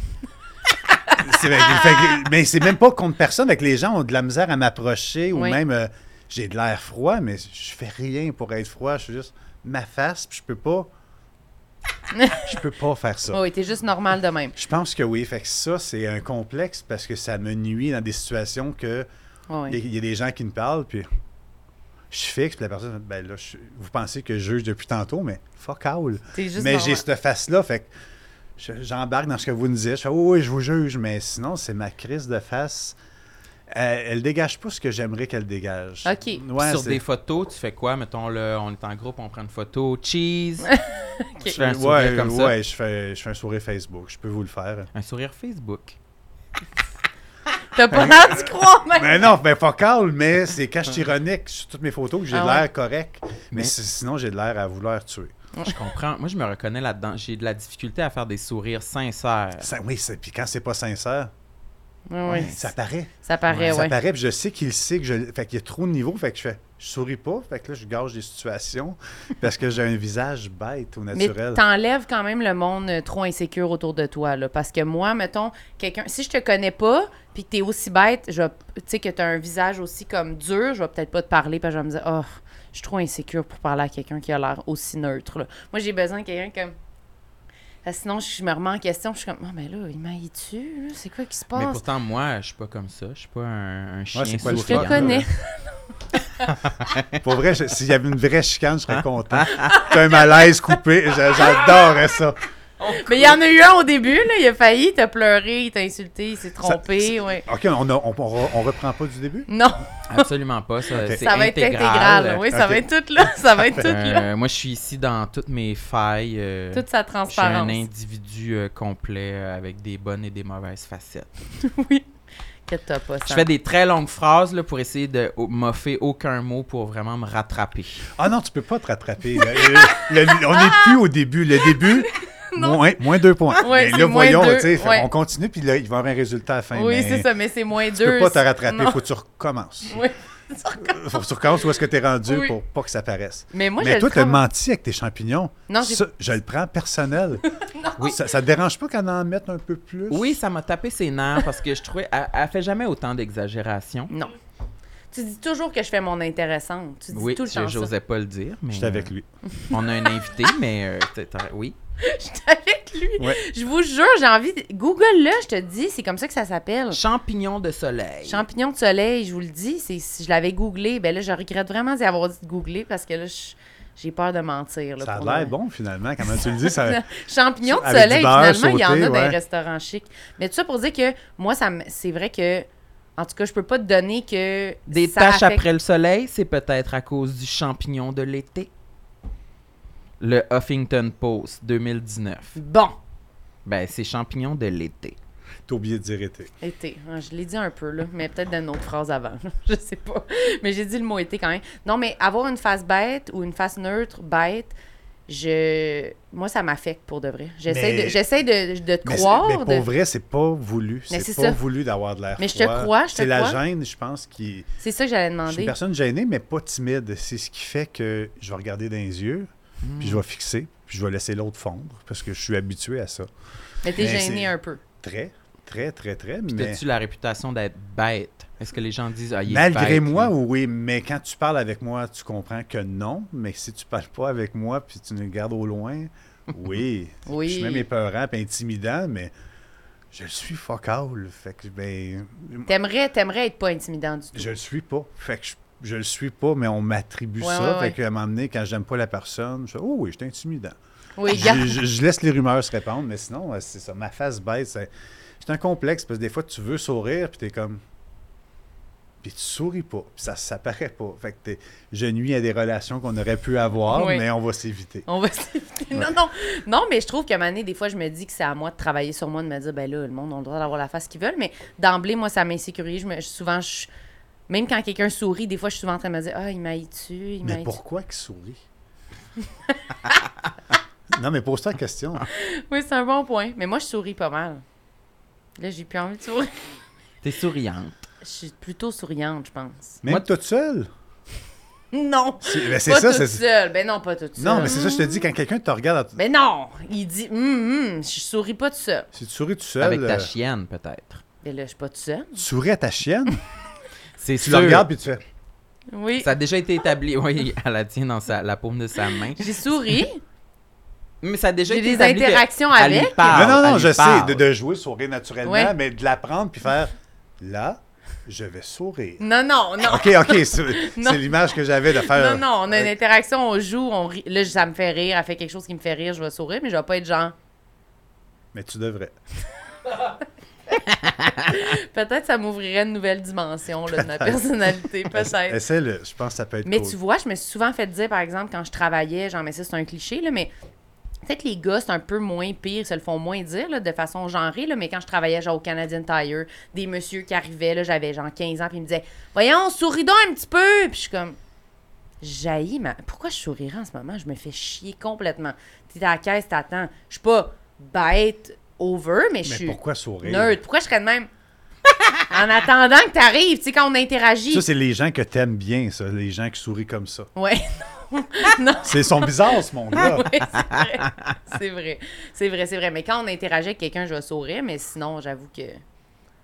[SPEAKER 4] [laughs] C'est vrai, fait que- mais c'est même pas contre personne. Avec les gens ont de la misère à m'approcher ou
[SPEAKER 2] Oui.
[SPEAKER 4] même euh, j'ai de l'air froid, mais je fais rien pour être froid. Je suis juste ma face, puis je
[SPEAKER 2] [laughs]
[SPEAKER 4] peux pas. je peux pas faire ça.
[SPEAKER 2] Oui, t'es juste normal de même.
[SPEAKER 4] Je pense que oui. Fait que ça, c'est un complexe parce que ça me nuit dans des situations que
[SPEAKER 2] Oui,
[SPEAKER 4] il y a- il y, a des gens qui me parlent, puis je fixe, puis la personne, ben là, je- vous pensez que je juge depuis tantôt, mais fuck all.
[SPEAKER 2] T'es juste
[SPEAKER 4] Mais j'ai
[SPEAKER 2] normal.
[SPEAKER 4] cette face-là, fait que je- j'embarque dans ce que vous nous dites. Je fais, oui, oui, je vous juge, mais sinon, c'est ma crise de face. Elle, elle dégage pas ce que j'aimerais qu'elle dégage.
[SPEAKER 2] OK.
[SPEAKER 4] Ouais,
[SPEAKER 1] Puis sur
[SPEAKER 4] c'est-
[SPEAKER 1] des photos, tu fais quoi? Mettons, le, on est en groupe, on prend une photo.
[SPEAKER 2] [laughs]
[SPEAKER 1] Cheese! Tu fais un sourire
[SPEAKER 4] ouais,
[SPEAKER 1] comme ça.
[SPEAKER 4] ouais, je fais, je fais un sourire Facebook. Je peux vous le faire.
[SPEAKER 1] Un sourire Facebook.
[SPEAKER 2] T'as pas l'air d'y croire, mais...
[SPEAKER 4] Mais non, ben fuck all, mais c'est cache ironique sur toutes mes photos que j'ai
[SPEAKER 2] Ah
[SPEAKER 4] de
[SPEAKER 2] ouais.
[SPEAKER 4] l'air correct. Mais,
[SPEAKER 1] Mais-
[SPEAKER 4] si- sinon, j'ai de l'air à vouloir tuer.
[SPEAKER 1] Je comprends. Moi, je me reconnais là-dedans. J'ai de la difficulté à faire des sourires sincères.
[SPEAKER 4] Ça- oui, c'est- puis quand c'est pas sincère,
[SPEAKER 2] Oui, oui.
[SPEAKER 4] ça paraît.
[SPEAKER 2] Ça paraît,
[SPEAKER 4] Ça
[SPEAKER 2] ouais.
[SPEAKER 4] paraît, puis je sais qu'il sait que je. Fait qu'il y a trop de niveaux, fait que je fais. Je souris pas, fait que là, je gage des situations parce que j'ai un visage bête au
[SPEAKER 2] Mais
[SPEAKER 4] naturel.
[SPEAKER 2] t'enlèves quand même le monde euh, trop insécure autour de toi, là. Parce que moi, mettons, quelqu'un... Si je te connais pas, puis que t'es aussi bête, je vais- tu sais, que t'as un visage aussi comme dur, je vais peut-être pas te parler, puis je vais me dire, oh, je suis trop insécure pour parler à quelqu'un qui a l'air aussi neutre, là. Moi, j'ai besoin de quelqu'un comme... Parce que Sinon, je me remets en question, puis je suis comme, ah, mais là, il m'a tu C'est quoi qui se
[SPEAKER 1] Mais
[SPEAKER 2] passe?
[SPEAKER 1] pourtant, moi, je suis pas comme ça. Je suis pas un, un chien
[SPEAKER 4] c'est quoi le
[SPEAKER 2] Je te
[SPEAKER 1] souriant.
[SPEAKER 4] fuck, là?
[SPEAKER 2] connais.
[SPEAKER 4] Pour vrai, je- s'il y avait une vraie chicane, je
[SPEAKER 2] [laughs]
[SPEAKER 4] serais content. T'as un malaise coupé, je- j'adorerais ça.
[SPEAKER 2] Mais il y en a eu un au début, là. Il a failli, il t'a pleuré, il t'a insulté, il s'est
[SPEAKER 4] Ça-
[SPEAKER 2] trompé,
[SPEAKER 4] c'est-
[SPEAKER 2] ouais.
[SPEAKER 4] Ok, on, a- on, on re- on reprend pas du début?
[SPEAKER 2] Non,
[SPEAKER 1] [laughs] Absolument pas. Ça,
[SPEAKER 4] Ok.
[SPEAKER 1] c'est
[SPEAKER 2] ça va être intégral. Oui, ça
[SPEAKER 4] Ok.
[SPEAKER 2] va être tout là. [laughs] Ça va être tout là.
[SPEAKER 1] Euh, moi, je suis ici dans toutes mes failles. euh,
[SPEAKER 2] Toute sa
[SPEAKER 1] [laughs] je suis un
[SPEAKER 2] transparence.
[SPEAKER 1] individu euh, complet euh, avec des bonnes et des mauvaises facettes.
[SPEAKER 2] Oui. Inquiète-toi pas,
[SPEAKER 1] Je
[SPEAKER 2] ça.
[SPEAKER 1] fais des très longues phrases là, pour essayer de au- moffer aucun mot pour vraiment me rattraper.
[SPEAKER 4] Ah non, tu peux pas te rattraper. là. Le- le- on n'est plus au début.
[SPEAKER 2] [laughs]
[SPEAKER 4] Le début, moins, moins deux points.
[SPEAKER 2] Ouais,
[SPEAKER 4] mais
[SPEAKER 2] c'est
[SPEAKER 4] là,
[SPEAKER 2] moins
[SPEAKER 4] voyons,
[SPEAKER 2] deux,
[SPEAKER 4] tu sais, fait,
[SPEAKER 2] ouais.
[SPEAKER 4] on continue, puis là, il va y avoir un résultat à la fin.
[SPEAKER 2] Oui,
[SPEAKER 4] mais
[SPEAKER 2] c'est ça, mais c'est moins
[SPEAKER 4] Tu
[SPEAKER 2] deux.
[SPEAKER 4] peux pas te rattraper,
[SPEAKER 2] Non.
[SPEAKER 4] faut que tu recommences.
[SPEAKER 2] Oui. [laughs]
[SPEAKER 4] Faut que tu recommences où est-ce que tu es rendu
[SPEAKER 2] Oui.
[SPEAKER 4] pour pas que ça paraisse.
[SPEAKER 2] Mais moi,
[SPEAKER 4] mais
[SPEAKER 2] je
[SPEAKER 4] toi,
[SPEAKER 2] le
[SPEAKER 4] tu as
[SPEAKER 2] prends-
[SPEAKER 4] menti avec tes champignons.
[SPEAKER 2] Non, j'ai-
[SPEAKER 4] Ça, je le prends
[SPEAKER 2] [laughs]
[SPEAKER 4] personnel.
[SPEAKER 1] Oui.
[SPEAKER 4] Ça, ça te dérange pas qu'elle en mette un peu plus?
[SPEAKER 1] Oui, ça m'a tapé ses nerfs parce que je trouvais. Elle, elle fait jamais autant d'exagération.
[SPEAKER 2] Non. Tu dis toujours que je fais mon intéressante. Tu dis
[SPEAKER 1] Oui,
[SPEAKER 2] tout le
[SPEAKER 1] je
[SPEAKER 2] temps ça.
[SPEAKER 1] j'osais pas le dire, mais.
[SPEAKER 4] J'étais avec
[SPEAKER 1] euh,
[SPEAKER 4] lui.
[SPEAKER 1] On a un invité, mais. euh, t'es- t'as-
[SPEAKER 2] [laughs]
[SPEAKER 1] oui.
[SPEAKER 2] J'étais avec lui.
[SPEAKER 4] Ouais.
[SPEAKER 2] [laughs] Je vous jure, j'ai envie. de- Google-le, je te dis, c'est comme ça que ça s'appelle.
[SPEAKER 1] Champignon de soleil.
[SPEAKER 2] Champignon de soleil, je vous le dis, c'est si je l'avais googlé, ben là je regrette vraiment d'y avoir dit de googler parce que là je- j'ai peur de mentir. là,
[SPEAKER 4] Ça a
[SPEAKER 2] pour
[SPEAKER 4] l'air
[SPEAKER 2] le-
[SPEAKER 4] bon, finalement. Comment tu le dis,
[SPEAKER 2] [laughs]
[SPEAKER 4] ça...
[SPEAKER 2] Champignons de
[SPEAKER 4] Avec du
[SPEAKER 2] soleil,
[SPEAKER 4] beurre
[SPEAKER 2] finalement, il y en a
[SPEAKER 4] sauté,
[SPEAKER 2] dans les
[SPEAKER 4] ouais.
[SPEAKER 2] restaurants chics. Mais tout ça pour dire que moi, ça me- c'est vrai que, en tout cas, je peux pas te donner que.
[SPEAKER 1] Des
[SPEAKER 2] ça
[SPEAKER 1] taches
[SPEAKER 2] affecte-
[SPEAKER 1] après le soleil, c'est peut-être à cause du champignon de l'été. Le Huffington Post 2019.
[SPEAKER 2] Bon,
[SPEAKER 1] Ben, c'est champignon de l'été.
[SPEAKER 4] T'as oublié de dire été.
[SPEAKER 2] été. Ah, Je l'ai dit un peu, là, mais peut-être d'une autre phrase avant. [laughs] je sais pas. Mais j'ai dit le mot été quand même. Non, mais avoir une face bête ou une face neutre, bête, je. Moi, ça m'affecte pour de vrai. J'essaie
[SPEAKER 4] Mais-
[SPEAKER 2] de, j'essaie de, de te
[SPEAKER 4] Mais, c'est-
[SPEAKER 2] croire.
[SPEAKER 4] mais pour
[SPEAKER 2] de-
[SPEAKER 4] vrai, c'est pas voulu.
[SPEAKER 2] Mais
[SPEAKER 4] C'est
[SPEAKER 2] c'est
[SPEAKER 4] pas
[SPEAKER 2] ça.
[SPEAKER 4] voulu d'avoir de l'air
[SPEAKER 2] Mais je te
[SPEAKER 4] froid.
[SPEAKER 2] crois, je te
[SPEAKER 4] C'est la
[SPEAKER 2] crois.
[SPEAKER 4] gêne, je pense, qui...
[SPEAKER 2] C'est ça que j'allais
[SPEAKER 4] Je suis
[SPEAKER 2] demander.
[SPEAKER 4] une personne gênée, mais pas timide. C'est ce qui fait que je vais regarder dans les yeux, puis
[SPEAKER 2] Hmm.
[SPEAKER 4] je vais fixer, puis je vais laisser l'autre fondre, parce que je suis habitué à ça.
[SPEAKER 2] Mais t'es
[SPEAKER 4] Mais
[SPEAKER 2] gêné
[SPEAKER 4] c'est-
[SPEAKER 2] un peu.
[SPEAKER 4] Très, très, très, très,
[SPEAKER 1] Puis
[SPEAKER 4] mais...
[SPEAKER 1] T'as-tu la réputation d'être bête? Est-ce que les gens disent ah, il est
[SPEAKER 4] Malgré
[SPEAKER 1] bête,
[SPEAKER 4] moi,
[SPEAKER 1] lui?
[SPEAKER 4] oui, mais quand tu parles avec moi, tu comprends que non, mais si tu parles pas avec moi, puis tu nous regardes au
[SPEAKER 1] [laughs]
[SPEAKER 4] loin, oui.
[SPEAKER 2] Oui.
[SPEAKER 4] Je suis même épeurant, puis intimidant, mais je le suis fuck all. Fait que, ben,
[SPEAKER 2] T'aimerais, t'aimerais être pas intimidant du tout.
[SPEAKER 4] je le suis pas. Fait que je, je le suis pas, mais on m'attribue
[SPEAKER 2] Ouais,
[SPEAKER 4] ça.
[SPEAKER 2] ouais, ouais.
[SPEAKER 4] Fait qu'à un moment donné, quand j'aime pas la personne, je fais, oh oui, je suis intimidant.
[SPEAKER 2] Oui, regarde.
[SPEAKER 4] Je, je- je laisse les rumeurs se répandre, mais sinon, euh, c'est ça. Ma face baisse. C'est c'est un complexe parce que des fois, tu veux sourire, puis t'es comme. Puis tu souris pas, puis ça, ça paraît pas. Fait que t'es- je nuis à des relations qu'on aurait pu avoir,
[SPEAKER 2] Oui.
[SPEAKER 4] mais on va s'éviter.
[SPEAKER 2] On va s'éviter. Non, non. Non, mais je trouve qu'à un moment donné, des fois, je me dis que c'est à moi de travailler sur moi, de me dire, ben là, le monde a le droit d'avoir la face qu'ils veulent. Mais d'emblée, moi, ça m'insécurise. Je me- je- souvent, je- même quand quelqu'un sourit, des fois, je suis souvent en train de me dire, ah, il m'a tu il m'a
[SPEAKER 4] Mais pourquoi qu'il sourit? [laughs] non, mais pose-toi la question.
[SPEAKER 2] Oui, c'est un bon point. Mais moi, je souris pas mal. Là, j'ai plus envie de sourire.
[SPEAKER 1] T'es souriante.
[SPEAKER 2] Je suis plutôt souriante, je pense.
[SPEAKER 4] Même
[SPEAKER 1] Moi,
[SPEAKER 4] toute seule.
[SPEAKER 2] Non!
[SPEAKER 4] C'est ben, c'est
[SPEAKER 2] Pas
[SPEAKER 4] ça.
[SPEAKER 2] toute
[SPEAKER 4] c'est-
[SPEAKER 2] seule. Ben non, pas toute seule.
[SPEAKER 4] Non, mais c'est ça, je te dis, quand quelqu'un te regarde, en-
[SPEAKER 2] Ben non! Il dit, hum, hum, je souris pas tout seul.
[SPEAKER 4] si tu souris tout seul,
[SPEAKER 1] Avec ta
[SPEAKER 4] euh,
[SPEAKER 1] chienne, peut-être.
[SPEAKER 2] Ben là, je suis pas tout seul.
[SPEAKER 4] tu souris à
[SPEAKER 2] [laughs]
[SPEAKER 4] ta chienne,
[SPEAKER 1] C'est
[SPEAKER 4] tu
[SPEAKER 1] sûr.
[SPEAKER 4] la regardes, puis tu fais.
[SPEAKER 2] Oui.
[SPEAKER 1] Ça a déjà été établi. [laughs] Oui, elle la tient dans sa- la paume de sa main.
[SPEAKER 2] J'ai souri.
[SPEAKER 1] Mais ça a déjà
[SPEAKER 2] J'ai
[SPEAKER 1] été
[SPEAKER 2] des
[SPEAKER 1] établi que-
[SPEAKER 2] interactions
[SPEAKER 1] elle lui
[SPEAKER 2] avec.
[SPEAKER 1] parle,
[SPEAKER 4] non, non,
[SPEAKER 1] elle
[SPEAKER 4] non,
[SPEAKER 1] lui
[SPEAKER 4] je sais,
[SPEAKER 1] parle.
[SPEAKER 4] de, de jouer, sourire naturellement,
[SPEAKER 2] Ouais.
[SPEAKER 4] mais de la prendre puis faire là, je vais sourire.
[SPEAKER 2] Non, non, non.
[SPEAKER 4] OK, OK, c'est
[SPEAKER 2] [laughs] Non.
[SPEAKER 4] c'est l'image que j'avais de faire.
[SPEAKER 2] Non, non, on a une
[SPEAKER 4] Euh,
[SPEAKER 2] interaction, on joue, on rit. Là, ça me fait rire, elle fait quelque chose qui me fait rire, je vais sourire, mais je vais pas être genre.
[SPEAKER 4] Mais tu devrais.
[SPEAKER 2] Peut-être ça m'ouvrirait une nouvelle dimension là, de ma
[SPEAKER 4] [laughs]
[SPEAKER 2] personnalité, peut-être.
[SPEAKER 4] Essaie-le, je pense que ça peut être
[SPEAKER 2] Mais
[SPEAKER 4] cool.
[SPEAKER 2] tu vois, je me suis souvent fait dire, par exemple, quand je travaillais, genre, mais ça, c'est un cliché, là, mais peut-être les gars, c'est un peu moins pire, ils se le font moins dire, là, de façon genrée, là, mais quand je travaillais, genre, au Canadian Tire, des messieurs qui arrivaient, là, j'avais genre 15 ans, puis ils me disaient, voyons, souris donc un petit peu, puis je suis comme, jaillis, mais pourquoi je sourirais en ce moment? Je me fais chier complètement. T'es à la caisse, t'attends. Je suis pas bête over, mais je
[SPEAKER 4] Mais
[SPEAKER 2] suis
[SPEAKER 4] pourquoi sourire?
[SPEAKER 2] neutre. Pourquoi je serais de même? [laughs] en attendant que t'arrives, tu sais, quand on interagit.
[SPEAKER 4] Ça, c'est les gens que t'aimes bien, ça, les gens qui sourient comme ça.
[SPEAKER 2] ouais. [laughs]
[SPEAKER 4] C'est son bizarre, ce monde-là.
[SPEAKER 2] Ah, Ouais, c'est vrai. C'est vrai. C'est vrai, c'est vrai. Mais quand on interagit avec quelqu'un, je vais sourire, mais sinon, j'avoue que.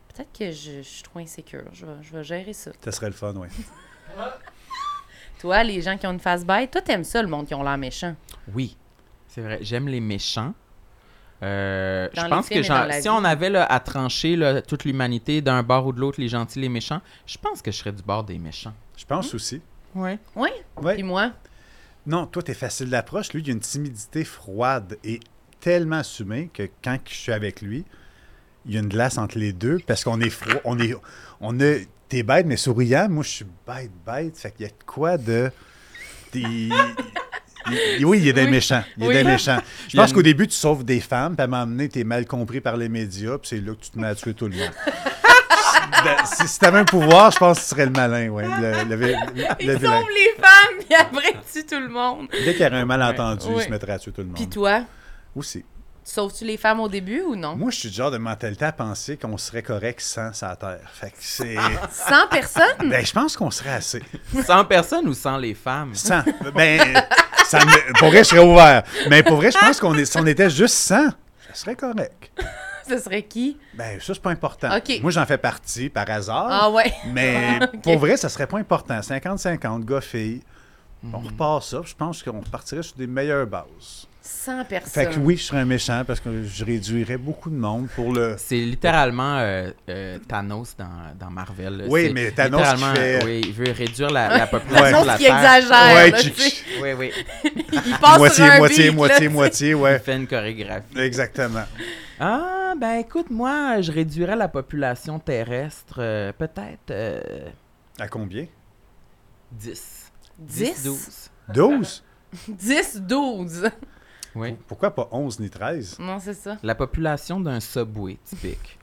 [SPEAKER 2] Peut-être que je, je suis trop insécure. Je vais, je vais gérer ça.
[SPEAKER 4] Ça serait le fun, oui.
[SPEAKER 2] Toi, les gens qui ont une face bête, toi, t'aimes ça, le monde qui ont l'air méchant.
[SPEAKER 1] Oui, c'est vrai. J'aime les méchants. Euh,
[SPEAKER 2] Dans
[SPEAKER 1] je
[SPEAKER 2] les
[SPEAKER 1] pense
[SPEAKER 2] films
[SPEAKER 1] que
[SPEAKER 2] et
[SPEAKER 1] genre,
[SPEAKER 2] dans la
[SPEAKER 1] si
[SPEAKER 2] vie.
[SPEAKER 1] on avait là, à trancher là, toute l'humanité d'un bord ou de l'autre, les gentils, les méchants, je pense que je serais du bord des méchants.
[SPEAKER 4] Je pense aussi.
[SPEAKER 1] Ouais.
[SPEAKER 2] Oui.
[SPEAKER 4] Ouais.
[SPEAKER 2] Puis moi,
[SPEAKER 4] Non, toi, t'es facile d'approche. Lui, il a une timidité froide et tellement assumée que quand je suis avec lui, il y a une glace entre les deux parce qu'on est froid. On est. On a. T'es bête, mais souriant. Moi, je suis bête, bête. Fait qu'il y a de quoi de. t'es- il- il- Oui, il est d'un
[SPEAKER 2] Oui.
[SPEAKER 4] méchant. Il est
[SPEAKER 2] Oui.
[SPEAKER 4] d'un méchant.
[SPEAKER 1] [laughs]
[SPEAKER 4] Je
[SPEAKER 1] Il y a
[SPEAKER 4] pense
[SPEAKER 1] une-
[SPEAKER 4] qu'au début, tu
[SPEAKER 1] [laughs]
[SPEAKER 4] sauves des femmes, puis à un moment donné, t'es mal compris par les médias, puis c'est là que tu te mets à tuer tout le monde. Ben, si, si t'avais un pouvoir, je pense que tu serais le malin, ouais. Le, le, vi-
[SPEAKER 2] Ils
[SPEAKER 4] le vilain.
[SPEAKER 2] sauvent les femmes, puis après, ils tuent tout le monde.
[SPEAKER 4] Dès qu'il y aurait un malentendu,
[SPEAKER 2] Ouais.
[SPEAKER 4] il se mettrait à tuer tout le monde.
[SPEAKER 2] Puis toi,
[SPEAKER 4] Aussi.
[SPEAKER 2] sauves-tu les femmes au début ou
[SPEAKER 4] [laughs]
[SPEAKER 2] non?
[SPEAKER 4] Moi, je suis du genre de mentalité à penser qu'on serait correct sans sa terre. Fait que
[SPEAKER 2] [laughs]
[SPEAKER 4] c'est.
[SPEAKER 2] 100 personnes?
[SPEAKER 4] ben, je pense qu'on serait assez.
[SPEAKER 1] [laughs] Sans personne ou sans les femmes?
[SPEAKER 2] [laughs]
[SPEAKER 4] Sans. Ben, ça me- pour vrai, je serais ouvert. Mais pour vrai, je pense qu'on est... si on était juste 100, ça serait correct.
[SPEAKER 2] Ce serait qui?
[SPEAKER 4] Ben, ça, c'est pas important.
[SPEAKER 2] OK.
[SPEAKER 4] Moi, j'en fais partie par hasard.
[SPEAKER 2] Ah ouais.
[SPEAKER 4] Mais
[SPEAKER 2] [laughs] Ok.
[SPEAKER 4] pour vrai, ça serait pas important. 50-50, gars-fille. On
[SPEAKER 2] Hmm.
[SPEAKER 4] repart ça. puis Je pense qu'on repartirait sur des meilleures bases.
[SPEAKER 2] 100 personnes.
[SPEAKER 4] Fait que oui, je serais un méchant parce que je réduirais beaucoup de monde pour le.
[SPEAKER 1] C'est littéralement euh, euh, Thanos dans, dans Marvel. là.
[SPEAKER 4] Oui,
[SPEAKER 1] C'est
[SPEAKER 4] mais Thanos qui
[SPEAKER 1] littéralement,
[SPEAKER 4] fait-
[SPEAKER 1] Oui, il veut réduire la, la population
[SPEAKER 2] Thanos
[SPEAKER 1] de la
[SPEAKER 2] qui
[SPEAKER 1] Terre.
[SPEAKER 2] exagère. là,
[SPEAKER 4] qui-
[SPEAKER 2] tu sais.
[SPEAKER 1] Oui, oui.
[SPEAKER 2] [laughs] Il passe
[SPEAKER 4] moitié,
[SPEAKER 2] sur un
[SPEAKER 4] moitié,
[SPEAKER 2] beat,
[SPEAKER 4] moitié,
[SPEAKER 2] là,
[SPEAKER 4] moitié,
[SPEAKER 1] Il
[SPEAKER 4] ouais.
[SPEAKER 1] fait une chorégraphie.
[SPEAKER 4] Exactement.
[SPEAKER 1] Ah, ben écoute, moi, je réduirais la population terrestre euh, peut-être euh,
[SPEAKER 4] À combien
[SPEAKER 1] 10.
[SPEAKER 2] 10?
[SPEAKER 1] 12.
[SPEAKER 4] 12
[SPEAKER 2] 10, 12.
[SPEAKER 1] Oui.
[SPEAKER 4] Pourquoi pas 11 ni 13
[SPEAKER 2] Non, c'est ça.
[SPEAKER 1] Oh. La population d'un subway
[SPEAKER 2] [laughs]
[SPEAKER 1] typique.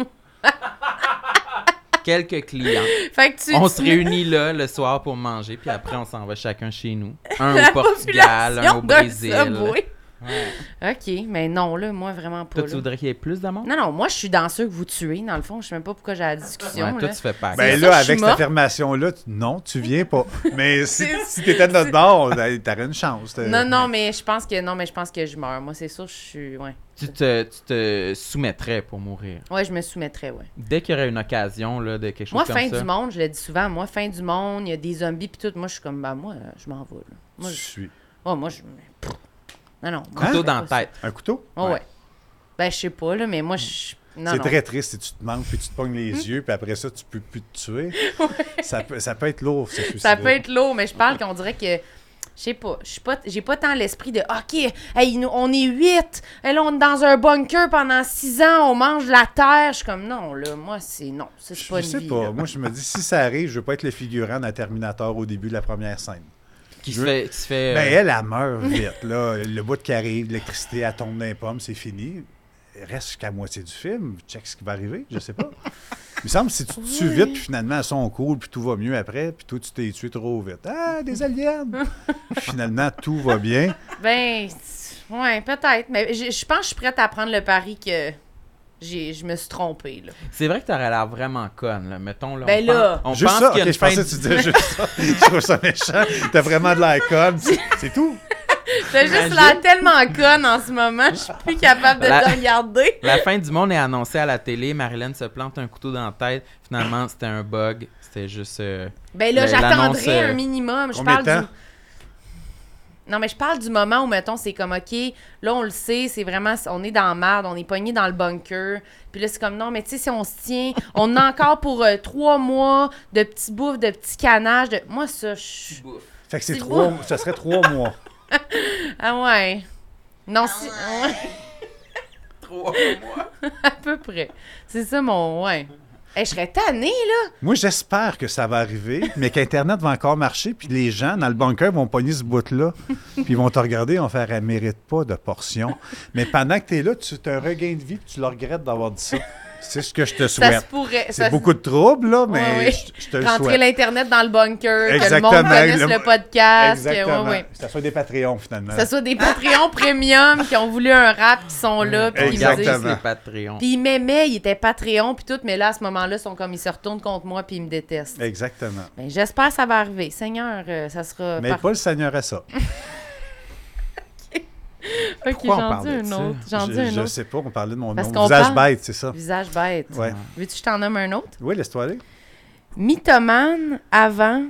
[SPEAKER 1] Quelques clients.
[SPEAKER 2] Fait que tu.
[SPEAKER 1] On se
[SPEAKER 2] tu-
[SPEAKER 1] réunit là le soir pour manger, puis après on s'en va chacun chez nous. Un
[SPEAKER 2] la
[SPEAKER 1] au Portugal, un
[SPEAKER 2] population
[SPEAKER 1] au
[SPEAKER 2] d'un
[SPEAKER 1] Brésil.
[SPEAKER 2] Subway.
[SPEAKER 1] Ouais.
[SPEAKER 2] OK, mais non, là, moi, vraiment pas.
[SPEAKER 1] Toi, tu
[SPEAKER 2] là.
[SPEAKER 1] voudrais qu'il y ait plus d'amour?
[SPEAKER 2] Non, non, moi, je suis dans ceux que vous tuez, dans le fond. Je sais même pas pourquoi j'ai la discussion.
[SPEAKER 1] Ouais,
[SPEAKER 2] là.
[SPEAKER 1] toi, tu fais pas.
[SPEAKER 2] C'est ça, je
[SPEAKER 4] Ben là,
[SPEAKER 2] suis
[SPEAKER 4] avec cette
[SPEAKER 2] morte.
[SPEAKER 4] affirmation-là, tu- non, tu
[SPEAKER 2] [laughs]
[SPEAKER 4] viens pas. Mais si,
[SPEAKER 2] C'est-
[SPEAKER 4] si t'étais de notre bord, on- t'aurais une chance. t'as-
[SPEAKER 2] Non, non, mais je pense que non, mais je pense que je meurs. Moi, c'est sûr, je suis. Ouais.
[SPEAKER 1] tu, te, tu te soumettrais pour mourir.
[SPEAKER 2] Ouais, je me soumettrais, ouais.
[SPEAKER 1] Dès qu'il y aurait une occasion là, de quelque chose
[SPEAKER 2] Moi,
[SPEAKER 1] comme
[SPEAKER 2] fin
[SPEAKER 1] ça.
[SPEAKER 2] du monde, je le dis souvent, moi, fin du monde, il y a des zombies puis tout. Moi, je suis comme, bah, moi, euh, je m'en vais, là.
[SPEAKER 4] Tu
[SPEAKER 2] Moi, je...
[SPEAKER 4] suis.
[SPEAKER 2] Oh, moi, je. Pff. Non, non. moi, je
[SPEAKER 1] Couteau dans
[SPEAKER 2] fais pas
[SPEAKER 1] la
[SPEAKER 2] ça.
[SPEAKER 1] tête.
[SPEAKER 4] Un couteau
[SPEAKER 2] Oh, ouais. Ben, je sais pas, là, mais moi, je. Non,
[SPEAKER 4] C'est
[SPEAKER 2] non. Hmm.
[SPEAKER 4] très triste si tu te manques, puis tu te pognes les yeux, puis après ça, tu peux plus te
[SPEAKER 2] [laughs]
[SPEAKER 4] tuer. ça, peut, ça peut être lourd, ce
[SPEAKER 2] Ça
[SPEAKER 4] suicide.
[SPEAKER 2] peut être lourd, mais je parle qu'on dirait que. Je sais pas, je suis pas- j'ai pas tant l'esprit de OK, hey, nous- on est huit, hey, là, on est dans un bunker pendant six ans, on mange la terre. Je suis comme non, là, moi, c'est non, ça, c'est
[SPEAKER 4] Je
[SPEAKER 2] pas
[SPEAKER 4] je
[SPEAKER 2] une
[SPEAKER 4] sais
[SPEAKER 2] vie.
[SPEAKER 4] pas.
[SPEAKER 2] là.
[SPEAKER 4] Moi, je me dis, si ça arrive, je veux pas être le figurant d'un Terminator au début de la première scène.
[SPEAKER 1] Qui
[SPEAKER 4] Je-
[SPEAKER 1] se fait. Qui se fait
[SPEAKER 4] Ben,
[SPEAKER 1] euh,
[SPEAKER 4] elle, elle meurt vite. Là. Le bout qui arrive, l'électricité, elle tombe dans les pommes, c'est fini. Reste jusqu'à moitié du film, check ce qui va arriver, je sais pas. Il me semble que si tu te tues vite, puis finalement, elles sont cool, puis tout va mieux après, puis toi, tu t'es tué trop vite. Ah, des aliens! Puis finalement, tout va bien.
[SPEAKER 2] Ben, c'est- ouais, peut-être, mais je je pense que je suis prête à prendre le pari que j'ai- je me suis trompée, là.
[SPEAKER 1] C'est vrai que t'aurais l'air vraiment conne. Là. Mettons, là,
[SPEAKER 2] Ben
[SPEAKER 1] on
[SPEAKER 2] là.
[SPEAKER 1] pense, on
[SPEAKER 4] juste
[SPEAKER 1] pense
[SPEAKER 4] ça,
[SPEAKER 1] qu'il y a
[SPEAKER 4] ok,
[SPEAKER 1] une
[SPEAKER 4] je
[SPEAKER 1] fin
[SPEAKER 4] pensais que tu disais juste ça. je trouve ça méchant. T'as vraiment de l'icône, c'est tout.
[SPEAKER 2] T'as juste
[SPEAKER 1] Imagine.
[SPEAKER 2] l'air tellement conne en ce moment, je suis plus capable de
[SPEAKER 1] La-
[SPEAKER 2] te regarder.
[SPEAKER 4] Euh,
[SPEAKER 1] La fin du monde est annoncée à la télé. Marilyn se plante un couteau dans la tête. Finalement, c'était un bug. C'était juste. euh,
[SPEAKER 2] Ben là,
[SPEAKER 1] Ben, l'annonce,
[SPEAKER 2] j'attendrai
[SPEAKER 1] euh,
[SPEAKER 2] un minimum. Je
[SPEAKER 4] Combien
[SPEAKER 2] parle
[SPEAKER 4] de temps?
[SPEAKER 2] du. Non, mais je parle du moment où, mettons, c'est comme, OK, là, on le sait, c'est vraiment, on est dans la merde, on est pogné dans le bunker. Puis là, c'est comme, non, mais tu sais, si on se tient, on a encore pour euh, trois mois de petits bouffes, de petits canages. De... Moi, ça, je.
[SPEAKER 4] Fait que c'est
[SPEAKER 2] C'est
[SPEAKER 4] trois, ça serait trois mois.
[SPEAKER 2] Ah ouais. Non, si. [laughs] ouais,
[SPEAKER 1] Trois mois.
[SPEAKER 2] à peu près. C'est ça mon. Ouais. Hey, je serais tannée, là.
[SPEAKER 4] Moi, j'espère que ça va arriver, mais qu'Internet va encore marcher, puis les gens dans le bunker vont pogner ce bout-là, puis ils vont te regarder, ils vont faire « Elle mérite pas de portion ». Mais pendant que tu es là, tu as un regain de vie, puis tu le regrettes d'avoir dit ça. C'est ce que je te
[SPEAKER 2] Ça
[SPEAKER 4] souhaite.
[SPEAKER 2] se pourrait. euh, ça
[SPEAKER 4] C'est
[SPEAKER 2] se-
[SPEAKER 4] beaucoup de troubles, là, mais
[SPEAKER 2] Ouais, ouais.
[SPEAKER 4] je- je te le
[SPEAKER 2] Rentrer
[SPEAKER 4] souhaite.
[SPEAKER 2] l'Internet dans le bunker, que le
[SPEAKER 4] Exactement,
[SPEAKER 2] monde connaisse
[SPEAKER 4] le-
[SPEAKER 2] le, podcast. que- ouais,
[SPEAKER 4] Exactement.
[SPEAKER 2] ouais.
[SPEAKER 4] Que ça soit des Patreons, finalement.
[SPEAKER 2] Que ce soit des Patreons [laughs] premium qui ont voulu un rap, qui sont là, puis qui me
[SPEAKER 4] Exactement.
[SPEAKER 2] disent...
[SPEAKER 1] Exactement. Les Patreons.
[SPEAKER 2] Puis ils m'aimaient, ils étaient Patreon, puis tout, mais là, à ce moment-là, ils sont comme, ils se retournent contre moi, puis ils me détestent.
[SPEAKER 4] Exactement.
[SPEAKER 2] Ben, j'espère que ça va arriver. Seigneur, euh, ça sera...
[SPEAKER 4] Mais
[SPEAKER 2] par-
[SPEAKER 4] pas le Seigneur à ça.
[SPEAKER 2] Ok,
[SPEAKER 1] pourquoi on
[SPEAKER 2] j'en
[SPEAKER 1] parle
[SPEAKER 2] dis
[SPEAKER 1] de
[SPEAKER 2] un
[SPEAKER 1] ça?
[SPEAKER 2] autre. [laughs] J'en dis
[SPEAKER 4] Je,
[SPEAKER 2] un
[SPEAKER 4] je
[SPEAKER 2] autre.
[SPEAKER 4] sais pas, on parlait de mon
[SPEAKER 2] Parce
[SPEAKER 4] nom.
[SPEAKER 2] qu'on
[SPEAKER 4] Visage
[SPEAKER 2] parle-
[SPEAKER 4] bête, c'est ça.
[SPEAKER 2] Visage bête.
[SPEAKER 4] Ouais.
[SPEAKER 2] Veux-tu que je t'en nomme un autre?
[SPEAKER 4] Oui, laisse-toi aller.
[SPEAKER 2] Mythomane avant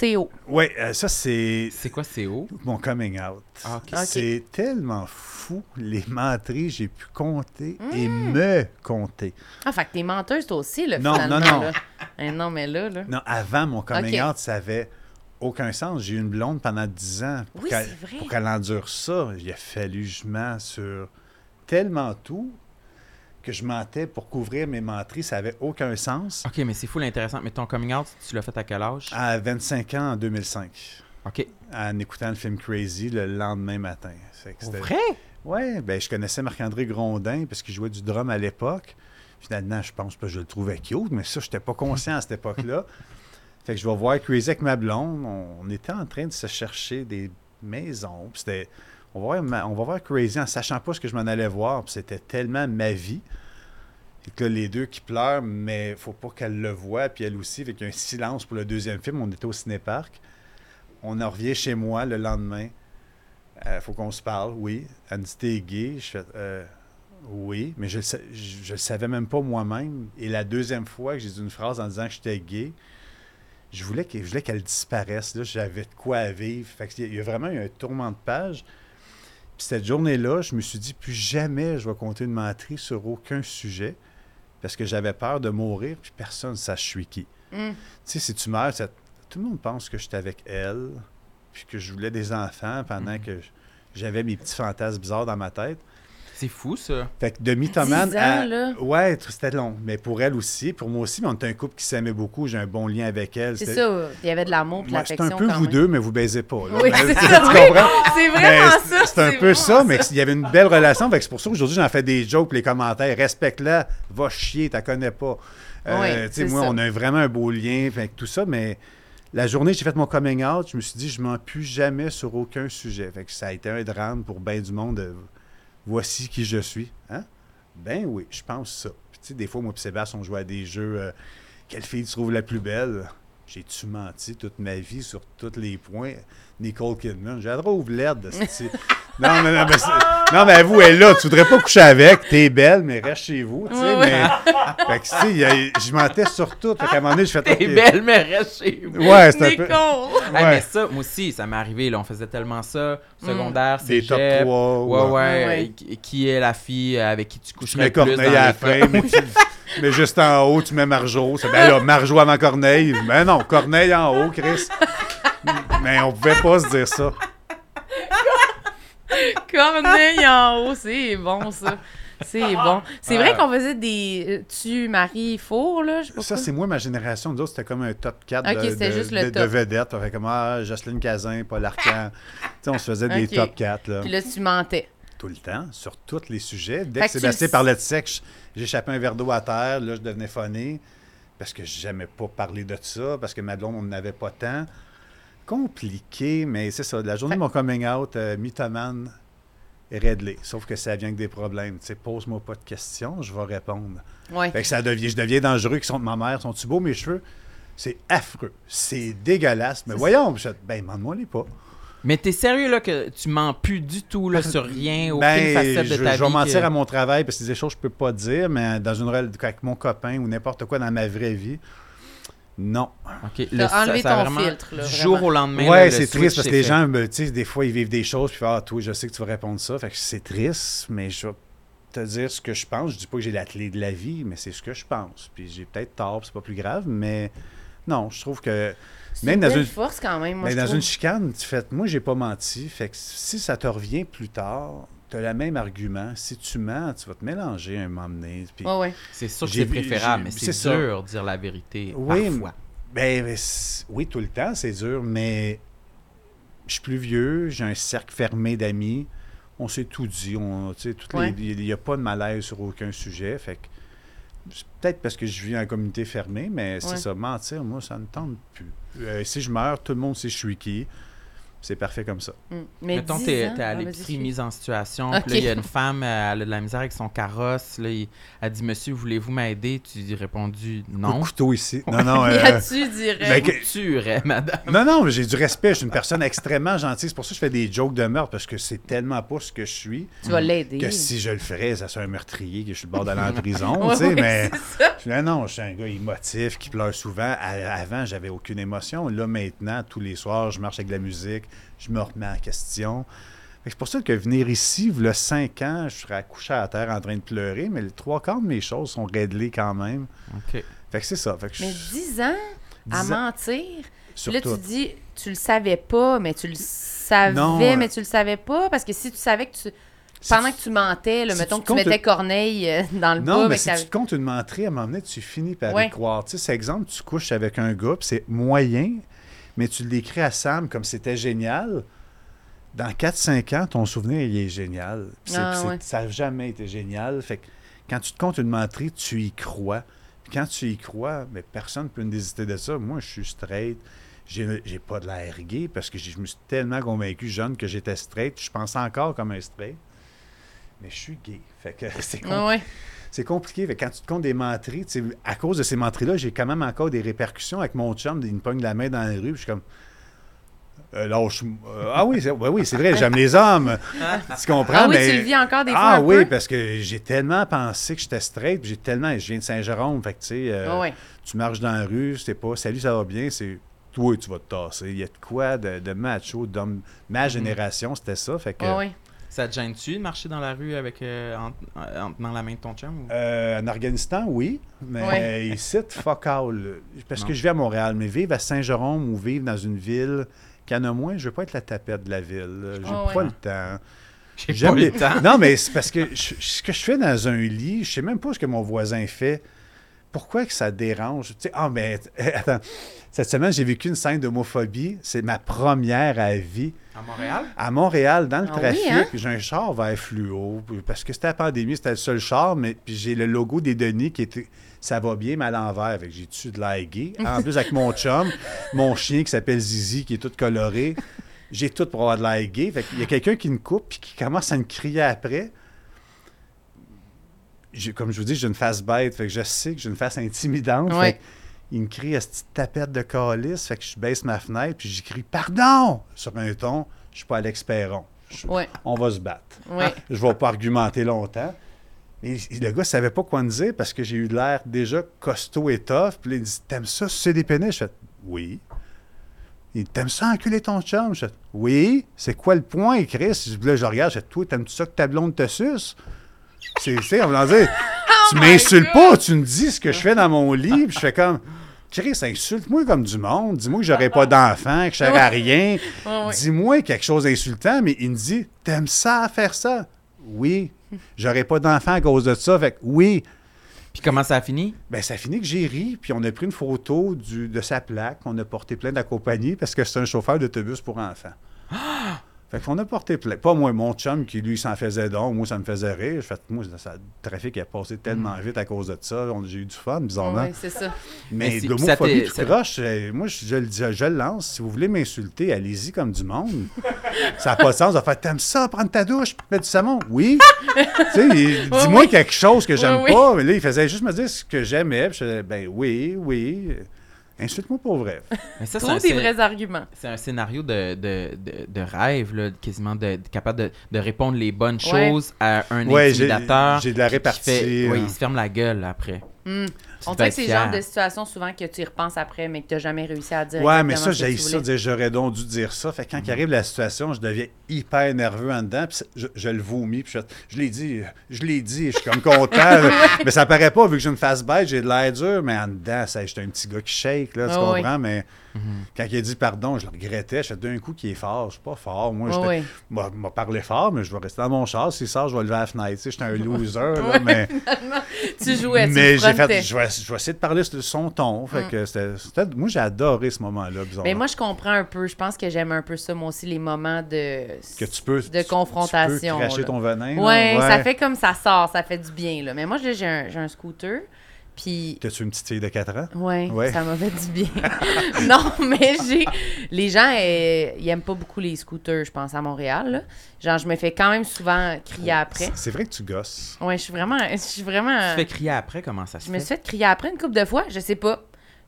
[SPEAKER 2] CO.
[SPEAKER 4] Oui, euh, ça, c'est
[SPEAKER 1] C'est quoi, c'est haut?
[SPEAKER 4] mon coming out.
[SPEAKER 1] Ah, ok.
[SPEAKER 2] Ok.
[SPEAKER 4] C'est tellement fou les menteries, j'ai pu compter
[SPEAKER 2] Hmm.
[SPEAKER 4] et me compter.
[SPEAKER 2] Ah, fait que t'es menteuse, toi aussi, là,
[SPEAKER 4] Non,
[SPEAKER 2] finalement.
[SPEAKER 4] non, non.
[SPEAKER 2] là. Eh non, mais là, là.
[SPEAKER 4] Non, avant mon coming
[SPEAKER 2] Ok.
[SPEAKER 4] out, ça avait aucun sens. J'ai eu une blonde pendant 10 ans. Pour
[SPEAKER 2] Oui,
[SPEAKER 4] qu'elle-
[SPEAKER 2] c'est vrai.
[SPEAKER 4] Pour qu'elle endure ça, il a fallu que je mente sur tellement tout que je mentais pour couvrir mes menteries, ça avait aucun sens.
[SPEAKER 1] Ok, mais c'est fou l'intéressant. Mais ton coming out, tu l'as fait à quel âge?
[SPEAKER 4] À 25 ans, en 2005,
[SPEAKER 1] Ok.
[SPEAKER 4] en écoutant le film Crazy le lendemain matin. Fait que c'était-
[SPEAKER 1] Vrai?
[SPEAKER 4] Ouais, ben je connaissais Marc-André Grondin parce qu'il jouait du drum à l'époque. Finalement, je pense que je le trouvais cute, mais ça, je n'étais pas conscient à cette époque-là. fait que je vais voir Crazy avec ma blonde. On, on était en train de se chercher des maisons. Puis c'était, on, va voir, ma- on va voir Crazy en sachant pas ce que je m'en allais voir. Puis c'était tellement ma vie. Fait que là, les deux qui pleurent, mais faut pas qu'elle le voie, puis elle aussi. Fait qu'il y a un silence pour le deuxième film. On était au cinéparc. On en revient chez moi le lendemain. Euh, faut qu'on se parle, oui. Elle me dit T'es gay Je fais Euh, Oui, mais je, le sa- je, je le savais même pas moi-même. Et la deuxième fois que j'ai dit une phrase en disant que j'étais gay, je voulais qu'elle je voulais qu'elle disparaisse. là. J'avais de quoi à vivre. Fait qu'il y a- il y a vraiment eu un tourment de page. Puis cette journée-là, je me suis dit plus jamais je vais compter une menterie sur aucun sujet parce que j'avais peur de mourir puis personne ne sache je suis qui.
[SPEAKER 2] Mm.
[SPEAKER 4] Tu sais, si tu meurs, ça- tout le monde pense que j'étais avec elle puis que je voulais des enfants pendant que j'avais mes petits fantasmes bizarres dans ma tête.
[SPEAKER 1] C'est fou,
[SPEAKER 4] [laughs]
[SPEAKER 1] ça.
[SPEAKER 4] Fait que de mythomane
[SPEAKER 2] 10 ans,
[SPEAKER 4] à-
[SPEAKER 2] là.
[SPEAKER 4] Ouais, t- c'était long. Mais pour elle aussi, pour moi aussi, mais on était un couple qui s'aimait beaucoup. J'ai un bon lien avec elle.
[SPEAKER 2] C'est
[SPEAKER 4] C'était-
[SPEAKER 2] ça, il y avait de l'amour puis de
[SPEAKER 4] Moi, C'était
[SPEAKER 2] l'affection
[SPEAKER 4] un peu
[SPEAKER 2] quand
[SPEAKER 4] vous
[SPEAKER 2] même.
[SPEAKER 4] deux, mais vous baisez pas. là.
[SPEAKER 2] Oui,
[SPEAKER 4] Mais-
[SPEAKER 2] c'est
[SPEAKER 4] [laughs] tu
[SPEAKER 2] ça, oui.
[SPEAKER 4] comprends?
[SPEAKER 2] C'est
[SPEAKER 4] Ben,
[SPEAKER 2] vraiment
[SPEAKER 4] c'est-
[SPEAKER 2] ça.
[SPEAKER 4] C'est un peu
[SPEAKER 2] vraiment
[SPEAKER 4] ça, mais il y avait une belle relation. Fait que c'est pour ça qu'aujourd'hui, j'en fais des jokes, les commentaires. Respecte-la, va chier, t'as connais pas. Euh,
[SPEAKER 2] Oui,
[SPEAKER 4] tu sais,
[SPEAKER 2] c'est
[SPEAKER 4] moi,
[SPEAKER 2] ça.
[SPEAKER 4] on a vraiment un beau lien avec tout ça, mais la journée que j'ai fait mon coming out, je me suis dit, je m'en plus jamais sur aucun sujet. Fait que ça a été un drame pour ben du monde. de, voici qui je suis. Hein? Ben oui, je pense ça. Puis, tu sais, des fois, moi et Sébastien, on jouait à des jeux. euh, quelle fille tu trouves la plus belle? J'ai-tu menti toute ma vie sur tous les points? Nicole Kidman, je la trouve laide.
[SPEAKER 1] [laughs]
[SPEAKER 4] esti. non, mais, non, mais c'est- non, mais avoue, elle est là. Tu voudrais pas coucher avec. T'es belle, mais reste chez vous. Tu sais,
[SPEAKER 2] Oui,
[SPEAKER 1] [laughs]
[SPEAKER 2] oui.
[SPEAKER 4] mais- Fait que, tu sais, il y a- je mentais sur tout. Fait qu'à un moment donné, je fais.
[SPEAKER 1] T'es
[SPEAKER 4] OK.
[SPEAKER 1] belle, mais reste chez vous.
[SPEAKER 4] Ouais, c'est un peu.
[SPEAKER 2] Nicole!
[SPEAKER 1] Ah,
[SPEAKER 4] ouais.
[SPEAKER 1] mais ça, moi aussi, ça m'est arrivé. Là, on faisait tellement ça. Secondaire, c'est
[SPEAKER 4] Des top 3.
[SPEAKER 1] Ouais, ouais.
[SPEAKER 2] Mm. Ouais.
[SPEAKER 1] euh, qui- Qui est la fille avec qui tu couches
[SPEAKER 4] Tu
[SPEAKER 1] le
[SPEAKER 4] mets
[SPEAKER 1] plus dans
[SPEAKER 4] Corneille à la
[SPEAKER 1] les
[SPEAKER 4] fin,
[SPEAKER 1] cas? [laughs]
[SPEAKER 4] mais, tu- mais juste en haut, tu mets Marjo. C'est ben là, Marjo avant Corneille. Mais non, Corneille en haut, Chris. Mais on pouvait pas se dire ça.
[SPEAKER 2] Corneille en haut, c'est bon ça. C'est bon. C'est vrai
[SPEAKER 4] Ah.
[SPEAKER 2] qu'on faisait des euh, tu Marie Four là, je sais pas
[SPEAKER 4] Ça,
[SPEAKER 2] quoi.
[SPEAKER 4] c'est moi, ma génération. Nous autres, c'était comme un top 4
[SPEAKER 2] Ok,
[SPEAKER 4] de,
[SPEAKER 2] c'était
[SPEAKER 4] de-
[SPEAKER 2] juste le
[SPEAKER 4] de- de
[SPEAKER 2] top.
[SPEAKER 4] vedettes. On fait comme ah, Jocelyne Cazin, Paul
[SPEAKER 2] [laughs]
[SPEAKER 4] Arcand. tu sais, on se faisait
[SPEAKER 2] Ok.
[SPEAKER 4] des top 4 là,
[SPEAKER 2] Puis là tu mentais.
[SPEAKER 4] tout le temps, sur tous les sujets. Dès
[SPEAKER 2] Fait
[SPEAKER 4] que
[SPEAKER 2] que tu
[SPEAKER 4] Sébastien
[SPEAKER 2] le-
[SPEAKER 4] parlait de sexe, j'échappais un verre d'eau à terre. Là, je devenais phoné parce que j'aimais pas parler de ça, parce que ma blonde, on n'avait pas tant. Compliqué, mais c'est ça. La journée de mon coming out, euh, mythomane, réglé. Sauf que ça vient que des problèmes. Tu sais, pose-moi pas de questions, je vais répondre.
[SPEAKER 2] Ouais.
[SPEAKER 4] Fait que ça devient, je deviens dangereux qui sont de ma mère. Sont-tu beaux, mes cheveux? C'est affreux. C'est dégueulasse. Mais voyons, je, ben, demande-moi les pas.
[SPEAKER 1] Mais t'es sérieux, là, que tu mens plus du tout, là, sur rien, aucune
[SPEAKER 4] Ben,
[SPEAKER 1] facette
[SPEAKER 4] je,
[SPEAKER 1] de ta vie.
[SPEAKER 4] je vais mentir
[SPEAKER 1] que-
[SPEAKER 4] à mon travail parce que c'est des choses que je peux pas dire, mais dans une rel- avec mon copain ou n'importe quoi dans ma vraie vie, non.
[SPEAKER 1] Ok,
[SPEAKER 2] T'as
[SPEAKER 1] ça-
[SPEAKER 2] enlevé
[SPEAKER 1] ça
[SPEAKER 2] ton
[SPEAKER 1] a vraiment-
[SPEAKER 2] filtre, là,
[SPEAKER 1] Du
[SPEAKER 2] vraiment.
[SPEAKER 1] jour au lendemain. là,
[SPEAKER 4] ouais,
[SPEAKER 1] le
[SPEAKER 4] c'est
[SPEAKER 1] switch
[SPEAKER 4] triste parce
[SPEAKER 1] s'est
[SPEAKER 4] que les
[SPEAKER 1] fait.
[SPEAKER 4] gens, me- tu sais, des fois, ils vivent des choses, puis ils font, ah, toi, je sais que tu vas répondre ça. Fait que c'est triste, mais je vais te dire ce que je pense. Je dis pas que j'ai la clé de la vie, mais c'est ce que je pense. Puis j'ai peut-être tort, puis c'est pas plus grave, mais non, je trouve que
[SPEAKER 2] C'est
[SPEAKER 4] même dans
[SPEAKER 2] belle
[SPEAKER 4] une
[SPEAKER 2] force quand même moi
[SPEAKER 4] Mais
[SPEAKER 2] je
[SPEAKER 4] Ben, dans
[SPEAKER 2] trouve.
[SPEAKER 4] une chicane, tu fais, moi, j'ai pas menti. Fait que si ça te revient plus tard, t'as le même argument. Si tu mens, tu vas te mélanger un moment donné. Puis,
[SPEAKER 2] Ouais ouais.
[SPEAKER 1] C'est sûr que
[SPEAKER 4] J'ai
[SPEAKER 1] c'est
[SPEAKER 4] vu-
[SPEAKER 1] préférable,
[SPEAKER 4] j'ai-
[SPEAKER 1] mais
[SPEAKER 4] c'est
[SPEAKER 1] c'est
[SPEAKER 4] ça.
[SPEAKER 1] dur de dire la vérité.
[SPEAKER 4] Oui,
[SPEAKER 1] parfois.
[SPEAKER 4] ben, ben, c'est- oui, tout le temps, c'est dur, mais je suis plus vieux, j'ai un cercle fermé d'amis. On s'est tout dit. On, tu sais, toutes les-
[SPEAKER 2] Ouais.
[SPEAKER 4] Il n'y a pas de malaise sur aucun sujet. Fait que c'est peut-être parce que je vis en communauté fermée, mais
[SPEAKER 2] Ouais.
[SPEAKER 4] c'est ça. Mentir, moi, ça ne tente plus. Euh, si je meurs, tout le monde sait je suis qui. C'est parfait comme ça.
[SPEAKER 2] Mm. Mais
[SPEAKER 1] Mettons,
[SPEAKER 2] 10
[SPEAKER 1] t'es
[SPEAKER 2] ans,
[SPEAKER 1] t'es à
[SPEAKER 2] ah, vas-y,
[SPEAKER 1] l'épicerie
[SPEAKER 2] suis- [laughs]
[SPEAKER 1] mise en situation.
[SPEAKER 2] Ok.
[SPEAKER 1] Puis là, il y a une femme, euh, elle a de la misère avec son carrosse. Là, il- elle dit Monsieur, voulez-vous m'aider Tu lui as répondu
[SPEAKER 4] Coup
[SPEAKER 1] non.
[SPEAKER 4] de couteau ici.
[SPEAKER 2] [laughs]
[SPEAKER 4] Non, non.
[SPEAKER 2] Y
[SPEAKER 4] euh,
[SPEAKER 2] a-tu dirais
[SPEAKER 4] ben,
[SPEAKER 1] Ou Tu irais, eh, madame.
[SPEAKER 4] non, non, mais j'ai du respect. Je suis une personne extrêmement gentille. C'est pour ça que je fais des jokes de meurtre, parce que c'est tellement pas ce que je suis
[SPEAKER 2] tu vas l'aider.
[SPEAKER 4] que si je le ferais, ça serait un meurtrier, que je suis le bord
[SPEAKER 2] [laughs]
[SPEAKER 4] d'aller en prison.
[SPEAKER 2] Ouais,
[SPEAKER 4] tu sais,
[SPEAKER 2] ouais,
[SPEAKER 4] mais
[SPEAKER 2] c'est ça.
[SPEAKER 4] je- non, non, je suis un gars émotif qui pleure souvent. À- avant, j'avais aucune émotion. Là, maintenant, tous les soirs, je marche avec de la musique, je me remets en question. Fait que C'est pour ça que venir ici, le 5 ans, je serais accouché à terre en train de pleurer, mais les trois quarts de mes choses sont réglées quand même.
[SPEAKER 1] Ok.
[SPEAKER 4] Fait que c'est ça. Fait que
[SPEAKER 2] Mais
[SPEAKER 4] je-
[SPEAKER 2] 10 ans à
[SPEAKER 4] 10 ans.
[SPEAKER 2] mentir.
[SPEAKER 4] sur
[SPEAKER 2] là,
[SPEAKER 4] tout.
[SPEAKER 2] tu dis, tu le savais pas, mais tu le savais,
[SPEAKER 4] Non, euh,
[SPEAKER 2] mais tu le savais pas. Parce que si tu savais que tu.
[SPEAKER 4] Si
[SPEAKER 2] Pendant
[SPEAKER 4] tu-
[SPEAKER 2] que tu mentais, là,
[SPEAKER 4] si
[SPEAKER 2] mettons
[SPEAKER 4] tu
[SPEAKER 2] que tu
[SPEAKER 4] comptes-
[SPEAKER 2] mettais Corneille euh, dans le
[SPEAKER 4] Non,
[SPEAKER 2] bas,
[SPEAKER 4] mais
[SPEAKER 2] que
[SPEAKER 4] si
[SPEAKER 2] t'avais-
[SPEAKER 4] tu te comptes une menterie, à un moment donné, tu finis par
[SPEAKER 2] Ouais.
[SPEAKER 4] y croire. Tu sais, c'est exemple, tu couches avec un gars, puis c'est moyen, mais tu l'écris à Sam comme c'était génial. Dans 4-5 ans, ton souvenir, il est génial. Puis c'est-
[SPEAKER 2] Ah,
[SPEAKER 4] puis c'est-
[SPEAKER 2] ouais.
[SPEAKER 4] Ça n'a jamais été génial. Fait que Quand tu te comptes une menterie, tu y crois. Puis quand tu y crois, mais personne ne peut me désister de ça. Moi, je suis straight. J'ai j'ai pas de l'air gay parce que j'ai- je me suis tellement convaincu jeune que j'étais straight. Je pensais encore comme un straight. Mais je suis gay. Fait que [laughs] c'est compliqué.
[SPEAKER 2] Ah Ouais, ouais.
[SPEAKER 4] C'est compliqué. Fait que quand tu te comptes des menteries, tu sais, à cause de ces menteries-là, j'ai quand même encore des répercussions avec mon chum. Il me pogne la main dans la rue. puis Je suis comme. Euh, lâche- euh, ah oui, c'est ben oui, c'est vrai, j'aime les hommes. tu comprends?
[SPEAKER 2] Ah oui,
[SPEAKER 4] mais-
[SPEAKER 2] tu le vis encore des fois.
[SPEAKER 4] Ah
[SPEAKER 2] un
[SPEAKER 4] oui,
[SPEAKER 2] peu.
[SPEAKER 4] parce que j'ai tellement pensé que j'étais straight. puis J'ai tellement. Je viens de Saint-Jérôme. Fait que tu sais, euh,
[SPEAKER 2] Ah Ouais, ouais.
[SPEAKER 4] tu marches dans la rue, c'est pas salut, ça va bien, c'est toi, tu vas te tasser. Il y a de quoi de, de macho, d'homme. Ma génération, c'était ça. Fait que.
[SPEAKER 2] Mm-hmm. Ah Ouais, ouais.
[SPEAKER 1] Ça te gêne-tu de marcher dans la rue avec euh, en, en tenant la main de ton chum? ou- [laughs]
[SPEAKER 4] Euh, en Afghanistan, oui, mais
[SPEAKER 2] Ouais.
[SPEAKER 4] ici, fuck all. Parce
[SPEAKER 1] Non.
[SPEAKER 4] que je vis à Montréal, mais vivre à Saint-Jérôme ou vivre dans une ville qu'il y en a moins, je veux pas être la tapette de la ville. J'ai
[SPEAKER 2] Oh, Ouais,
[SPEAKER 4] pas
[SPEAKER 2] ouais.
[SPEAKER 4] le temps.
[SPEAKER 1] J'ai
[SPEAKER 4] J'aime
[SPEAKER 1] pas
[SPEAKER 4] les-
[SPEAKER 1] le temps.
[SPEAKER 4] Non, mais c'est parce que je- ce que je fais dans un lit, je sais même pas ce que mon voisin fait. Pourquoi que ça dérange? Tu sais, ah, mais [laughs] attends, cette semaine, j'ai vécu une scène d'homophobie. C'est ma première à vie.
[SPEAKER 1] À Montréal?
[SPEAKER 4] À Montréal, dans le
[SPEAKER 2] Ah oui,
[SPEAKER 4] trafic,
[SPEAKER 2] hein?
[SPEAKER 4] j'ai un char vert fluo. Parce que c'était la pandémie, c'était le seul char, mais puis j'ai le logo des Denis qui était Ça va bien, mais à l'envers. Fait que J'ai dessus de l'air gay. En plus, avec mon
[SPEAKER 2] [laughs]
[SPEAKER 4] chum, mon chien qui s'appelle Zizi, qui est tout coloré. J'ai tout pour avoir de l'air gay. Fait qu'il y a quelqu'un qui me coupe puis qui commence à me crier après. J'ai- comme je vous dis, j'ai une face bête. Fait que je sais que j'ai une face intimidante.
[SPEAKER 2] Ouais.
[SPEAKER 4] Fait que il me crie à cette petite tapette de calice. Fait que je baisse ma fenêtre puis j'écris Pardon sur un ton. Je suis pas Alex Perron. Je-
[SPEAKER 2] Ouais.
[SPEAKER 4] On va se battre.
[SPEAKER 2] Ouais.
[SPEAKER 4] Je vais pas argumenter longtemps. Et il- le gars savait pas quoi me dire parce que j'ai eu l'air déjà costaud et tough. Puis là, il dit T'aimes ça, c'est des pénis Je fais Oui. Il dit, T'aimes ça enculer ton chum? Je fais Oui. C'est quoi le point, Chris? Là, je le regarde, je fais Toi, t'aimes-tu ça que ta blonde te suce? C'est, c'est, on va dire, tu m'insultes pas, tu me dis ce que je fais dans mon lit, puis je fais comme, Chris, insulte-moi comme du monde, dis-moi que
[SPEAKER 2] [laughs]
[SPEAKER 4] j'aurais pas d'enfant, que je serais à rien,
[SPEAKER 2] Ouais, ouais.
[SPEAKER 4] dis-moi quelque chose d'insultant, mais il me dit, t'aimes ça faire ça? Oui, j'aurais pas d'enfant à cause de ça, fait que oui.
[SPEAKER 1] Puis comment ça a fini?
[SPEAKER 4] Ben, ça finit que j'ai ri, puis on a pris une photo du, de sa plaque, on a porté plein de la compagnie parce que c'est un chauffeur d'autobus pour
[SPEAKER 2] [gasps]
[SPEAKER 4] enfants. Fait qu'on a porté plein. Pas moi, mon chum qui, lui, s'en faisait donc, moi, ça me faisait rire. Fait que moi, ça- le trafic a passé tellement vite à cause de ça, on- j'ai eu du fun, bizarrement.
[SPEAKER 2] Mm. Ouais, c'est ça.
[SPEAKER 1] Mais
[SPEAKER 4] Mais
[SPEAKER 1] c'est-
[SPEAKER 4] de
[SPEAKER 1] puis ça t'est-
[SPEAKER 4] l'homophobie tout
[SPEAKER 1] ça-
[SPEAKER 4] croche, euh, moi, je, je le dis- je le lance. Si vous voulez m'insulter, allez-y comme du monde. [laughs] ça n'a pas de sens de faire « T'aimes ça, prendre ta douche, puis mettre du savon? » Oui. tu sais, il-
[SPEAKER 2] Oui,
[SPEAKER 4] dis-moi
[SPEAKER 2] oui.
[SPEAKER 4] quelque chose que j'aime
[SPEAKER 2] Oui, oui.
[SPEAKER 4] pas. Mais là, il faisait juste me dire ce que j'aimais. Puis je faisais « Ben oui, oui. Insulte-moi pour vrai.
[SPEAKER 1] Mais ça, c'est un
[SPEAKER 2] Trouve des
[SPEAKER 1] scén-
[SPEAKER 2] vrais arguments.
[SPEAKER 1] C'est un scénario de, de, de, de rêve, là, quasiment de, de- capable de, de répondre les bonnes
[SPEAKER 2] Ouais.
[SPEAKER 1] choses à un
[SPEAKER 4] Ouais, j'ai-
[SPEAKER 1] intimidateur.
[SPEAKER 4] j'ai de la
[SPEAKER 1] qui- qui
[SPEAKER 4] répartie,
[SPEAKER 1] fait- oui,
[SPEAKER 4] hein.
[SPEAKER 1] il se ferme la gueule après.
[SPEAKER 2] Hmm.
[SPEAKER 1] Tu
[SPEAKER 2] On
[SPEAKER 1] vas
[SPEAKER 2] dirait
[SPEAKER 1] être
[SPEAKER 2] que c'est le
[SPEAKER 1] fier.
[SPEAKER 2] genre de situation souvent que tu y repenses après, mais que tu n'as jamais réussi à » dire.
[SPEAKER 4] Ouais, mais
[SPEAKER 2] exactement
[SPEAKER 4] ça,
[SPEAKER 2] ce que
[SPEAKER 4] j'ai
[SPEAKER 2] tu
[SPEAKER 4] ça,
[SPEAKER 2] voulais. Mm-hmm.
[SPEAKER 4] dire « J'aurais donc dû dire ça. » Fait que quand il arrive la situation, je deviens hyper nerveux en dedans. Puis c'est- je, je le vomis. Puis je, fais, je l'ai dit. Je l'ai dit. Je suis comme content.
[SPEAKER 2] [laughs]
[SPEAKER 4] là. mais ça paraît pas. Vu que j'ai une face bête, j'ai de l'air dur. Mais en dedans, ça, j'étais un petit gars qui shake. Là, tu
[SPEAKER 2] Ah oui. Mm-hmm.
[SPEAKER 4] comprends? Mais quand il a dit pardon, je le regrettais. Je fais d'un coup qu'il est fort. Je suis pas fort. Moi,
[SPEAKER 2] Ah
[SPEAKER 4] j'étais-
[SPEAKER 2] oui.
[SPEAKER 4] m'a m'a parlé fort, mais je vais rester dans mon char. S'il sort, je vais lever la fenêtre. Tu sais, J'étais un loser. là,
[SPEAKER 2] [laughs]
[SPEAKER 4] mais
[SPEAKER 2] Tu jouais, tu
[SPEAKER 4] mais
[SPEAKER 2] le
[SPEAKER 4] j'ai
[SPEAKER 2] frontais.
[SPEAKER 4] fait, je vais, je vais essayer de parler sur son ton. Fait que c'était- c'était- moi, j'ai adoré ce moment-là, bizarrement.
[SPEAKER 2] Mm. Mais moi, je comprends un peu. Je pense que j'aime un peu ça, moi aussi, les moments de,
[SPEAKER 4] que tu peux,
[SPEAKER 2] de confrontation.
[SPEAKER 4] Tu peux cracher
[SPEAKER 2] là.
[SPEAKER 4] ton venin. là,
[SPEAKER 2] ouais,
[SPEAKER 4] ouais.
[SPEAKER 2] ça fait comme ça sort, ça fait du bien. Là. Mais moi, là, j'ai un, j'ai un scooter, puis
[SPEAKER 4] T'as-tu une petite fille de 4 ans?
[SPEAKER 2] Ouais,
[SPEAKER 4] Ouais.
[SPEAKER 2] ça m'a fait du bien. [laughs] non, mais j'ai. Les gens, euh, ils aiment pas beaucoup les scooters, je pense, à Montréal. là. Genre, je me fais quand même souvent crier après.
[SPEAKER 4] C'est vrai que tu gosses.
[SPEAKER 2] Ouais, je suis vraiment. Je suis vraiment.
[SPEAKER 1] Tu te fais crier après, comment ça se
[SPEAKER 2] euh, Je me
[SPEAKER 1] fait?
[SPEAKER 2] suis fait crier après une couple de fois, je sais pas.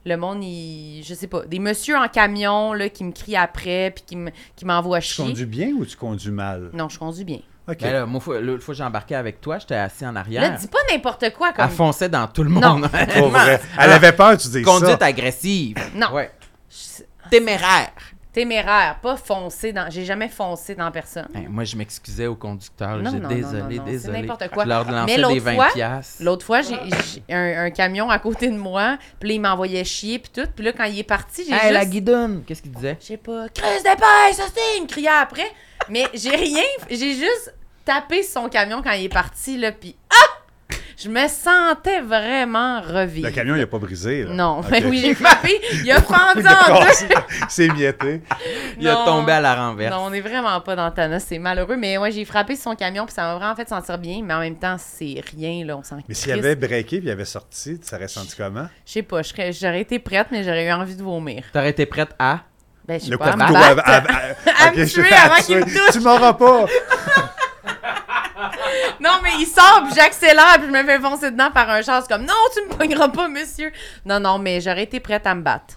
[SPEAKER 2] Le monde, il... je sais pas. Des messieurs en camion là, qui me crient après puis qui me- qui m'envoient
[SPEAKER 4] Tu
[SPEAKER 2] chier.
[SPEAKER 4] conduis bien ou tu conduis mal?
[SPEAKER 2] Non, je conduis bien.
[SPEAKER 4] OK.
[SPEAKER 1] Ben là, moi, fois- l'autre fois que j'ai embarqué avec toi, j'étais assis en
[SPEAKER 2] Là,
[SPEAKER 1] arrière.
[SPEAKER 2] dis pas n'importe quoi comme.
[SPEAKER 1] Elle fonçait dans tout le monde.
[SPEAKER 2] Non.
[SPEAKER 1] [laughs]
[SPEAKER 4] Pas vrai. Elle avait peur, tu dis
[SPEAKER 1] Conduite
[SPEAKER 4] ça.
[SPEAKER 1] agressive.
[SPEAKER 2] Non.
[SPEAKER 1] Ouais.
[SPEAKER 2] Je-
[SPEAKER 1] Téméraire.
[SPEAKER 2] Téméraire, pas foncé dans. J'ai jamais foncé dans personne.
[SPEAKER 1] Hey, Ben, moi, je m'excusais au conducteur.
[SPEAKER 2] Non,
[SPEAKER 1] J'ai
[SPEAKER 2] non, non, non,
[SPEAKER 1] désolé,
[SPEAKER 2] non, c'est
[SPEAKER 1] désolé.
[SPEAKER 2] n'importe quoi.
[SPEAKER 1] Je leur
[SPEAKER 2] Mais
[SPEAKER 1] lançais
[SPEAKER 2] l'autre
[SPEAKER 1] des 20
[SPEAKER 2] fois-
[SPEAKER 1] piastres.
[SPEAKER 2] L'autre fois, j'ai j'ai un, un camion à côté de moi, puis là, il m'envoyait chier, puis tout. Puis là, quand il est parti, j'ai
[SPEAKER 1] Hey,
[SPEAKER 2] juste...
[SPEAKER 1] la guidonne. Qu'est-ce qu'il disait?
[SPEAKER 2] Je sais pas, crise de paix, ça c'est! Il me criait après. Mais j'ai rien, j'ai juste tapé sur son camion quand il est parti, là, puis ah! Je me sentais vraiment revivre.
[SPEAKER 4] Le camion, il n'a pas brisé. là.
[SPEAKER 2] Non,
[SPEAKER 4] Ok.
[SPEAKER 2] mais oui,
[SPEAKER 4] [laughs]
[SPEAKER 2] j'ai frappé. Il a
[SPEAKER 4] Il
[SPEAKER 2] fendu
[SPEAKER 4] l'a
[SPEAKER 2] en deux.
[SPEAKER 4] cassé. [laughs] C'est mietté.
[SPEAKER 1] Il a
[SPEAKER 2] Non.
[SPEAKER 1] tombé à la renverse.
[SPEAKER 2] Non, on n'est vraiment pas dans Thanos, c'est malheureux. Mais ouais, j'ai frappé son camion, puis ça m'a vraiment fait sentir bien. Mais en même temps, c'est rien, là, on s'en
[SPEAKER 4] Mais s'il
[SPEAKER 2] crisse.
[SPEAKER 4] avait breaké puis il avait sorti, ça aurait senti comment?
[SPEAKER 2] Je sais pas, je serais- j'aurais été prête, mais j'aurais eu envie de vomir.
[SPEAKER 1] T'aurais été prête à.
[SPEAKER 2] Ben, je sais
[SPEAKER 4] Le
[SPEAKER 2] pas, à
[SPEAKER 4] coup de
[SPEAKER 2] me
[SPEAKER 4] couteau
[SPEAKER 2] battre.
[SPEAKER 4] av- av-
[SPEAKER 2] [laughs] À me
[SPEAKER 4] Ok, je-
[SPEAKER 2] tuer
[SPEAKER 4] à
[SPEAKER 2] avant
[SPEAKER 4] te
[SPEAKER 2] qu'il me
[SPEAKER 4] tuer.
[SPEAKER 2] touche.
[SPEAKER 4] Tu m'auras pas!
[SPEAKER 2] Non, mais il sort, puis j'accélère, puis je me fais foncer dedans par un char. C'est comme, non, tu me pogneras pas, monsieur. Non, non, mais j'aurais été prête à me battre.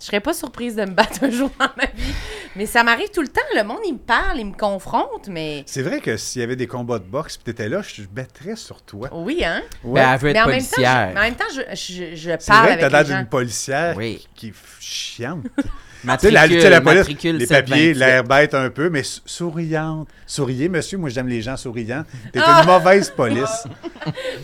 [SPEAKER 2] Je serais pas surprise de me battre un jour dans ma vie. Mais ça m'arrive tout le temps. Le monde, il me parle, il me confronte, mais
[SPEAKER 4] C'est vrai que s'il y avait des combats de boxe puis t'étais là, je je battrais sur toi.
[SPEAKER 2] oui, hein?
[SPEAKER 4] Ouais.
[SPEAKER 1] Ben, elle veut être
[SPEAKER 2] mais, en même temps, je,
[SPEAKER 1] policière.
[SPEAKER 2] mais en même temps, je, je, je
[SPEAKER 4] C'est
[SPEAKER 2] parle
[SPEAKER 4] vrai que
[SPEAKER 2] avec
[SPEAKER 4] t'as l'air
[SPEAKER 2] les gens.
[SPEAKER 4] d'une policière
[SPEAKER 1] Oui.
[SPEAKER 4] qui est chiante. Tu sais,
[SPEAKER 1] Matricule,
[SPEAKER 4] la, tu sais, la police,
[SPEAKER 1] matricule
[SPEAKER 4] les papiers,
[SPEAKER 1] 728.
[SPEAKER 4] l'air bête un peu, mais sou- souriante. Souriez, monsieur, moi j'aime les gens souriants. T'es
[SPEAKER 2] Ah!
[SPEAKER 4] une mauvaise police.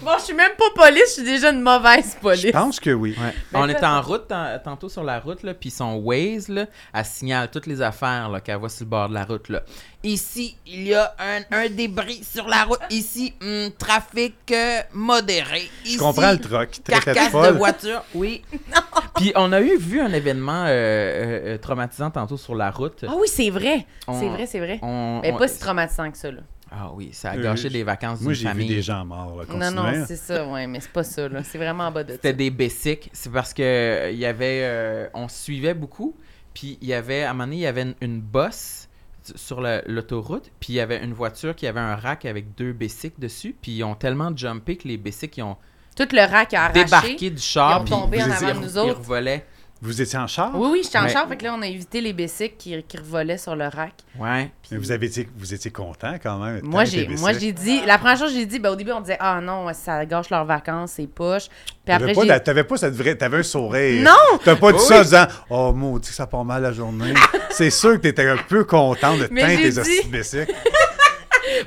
[SPEAKER 2] Bon, je suis même pas police, je suis déjà une mauvaise [laughs]
[SPEAKER 4] Je
[SPEAKER 2] police.
[SPEAKER 4] pense que oui.
[SPEAKER 1] Ouais.
[SPEAKER 2] Ben,
[SPEAKER 1] on était en
[SPEAKER 2] peut-être.
[SPEAKER 1] route tant- tantôt sur la route, là, puis son Waze, là, elle signale toutes les affaires là, qu'elle voit sur le bord de la route. Là. Ici, il y a un, un débris sur la route. Ici, hum, trafic euh, modéré. Ici,
[SPEAKER 4] Je comprends le troc. Traite
[SPEAKER 1] carcasse de
[SPEAKER 4] folle.
[SPEAKER 1] voiture.
[SPEAKER 2] [laughs]
[SPEAKER 1] Oui. Puis on a eu vu un événement euh, euh, euh, traumatisant tantôt sur la route.
[SPEAKER 2] Ah oui, c'est vrai.
[SPEAKER 1] On-
[SPEAKER 2] C'est vrai, c'est vrai.
[SPEAKER 1] On-
[SPEAKER 2] Mais
[SPEAKER 1] on-
[SPEAKER 2] pas si traumatisant que ça, là.
[SPEAKER 1] Ah oui, ça a
[SPEAKER 4] Euh,
[SPEAKER 1] gâché
[SPEAKER 4] je-
[SPEAKER 1] les vacances
[SPEAKER 4] Moi
[SPEAKER 1] d'une
[SPEAKER 4] j'ai vu
[SPEAKER 1] famille.
[SPEAKER 4] des gens morts.
[SPEAKER 2] Non,
[SPEAKER 4] Là,
[SPEAKER 2] non,
[SPEAKER 4] continuez.
[SPEAKER 2] c'est ça, ouais, mais c'est pas ça, là. C'est vraiment en bas de ça.
[SPEAKER 1] C'était des basics. C'est parce que euh, il y avait, euh, on suivait beaucoup. Puis il y avait, à un moment donné, il y avait une, une bosse d- sur la- l'autoroute. Puis il y avait une voiture qui avait un rack avec deux basics dessus. Puis ils ont tellement jumpé que les basics ils ont
[SPEAKER 2] Tout le rack a arraché.
[SPEAKER 1] débarqué du
[SPEAKER 2] Ils ont
[SPEAKER 1] char. puis
[SPEAKER 2] tombé
[SPEAKER 1] vous
[SPEAKER 4] en
[SPEAKER 1] les-
[SPEAKER 4] avant de
[SPEAKER 1] ils-
[SPEAKER 2] nous autres.
[SPEAKER 1] Ils revolaient.
[SPEAKER 4] Vous étiez en char?
[SPEAKER 2] Oui, oui, j'étais en
[SPEAKER 1] Ouais.
[SPEAKER 2] char, fait que là, on a évité les bessics qui, qui revolaient sur le rack.
[SPEAKER 1] Ouais.
[SPEAKER 4] Mais vous, avez été- vous étiez content quand même.
[SPEAKER 2] Moi,
[SPEAKER 4] Tant que
[SPEAKER 2] j'ai,
[SPEAKER 4] t'es
[SPEAKER 2] moi,
[SPEAKER 4] baissé.
[SPEAKER 2] j'ai dit, la première chose, j'ai dit, ben, au début, on disait, ah non, ça gâche leurs vacances, c'est poche. Puis
[SPEAKER 4] T'avais
[SPEAKER 2] après,
[SPEAKER 4] pas,
[SPEAKER 2] j'ai.
[SPEAKER 4] la- t'avais pas cette vraie. T'avais un sourire.
[SPEAKER 2] Non!
[SPEAKER 4] T'as pas dit
[SPEAKER 1] Oui.
[SPEAKER 4] ça en disant Oh maudit, que ça part mal la journée. c'est sûr que t'étais un peu content de
[SPEAKER 2] [laughs] Mais
[SPEAKER 4] teindre
[SPEAKER 2] j'ai
[SPEAKER 4] tes
[SPEAKER 2] dit-
[SPEAKER 4] hosties de bicycle.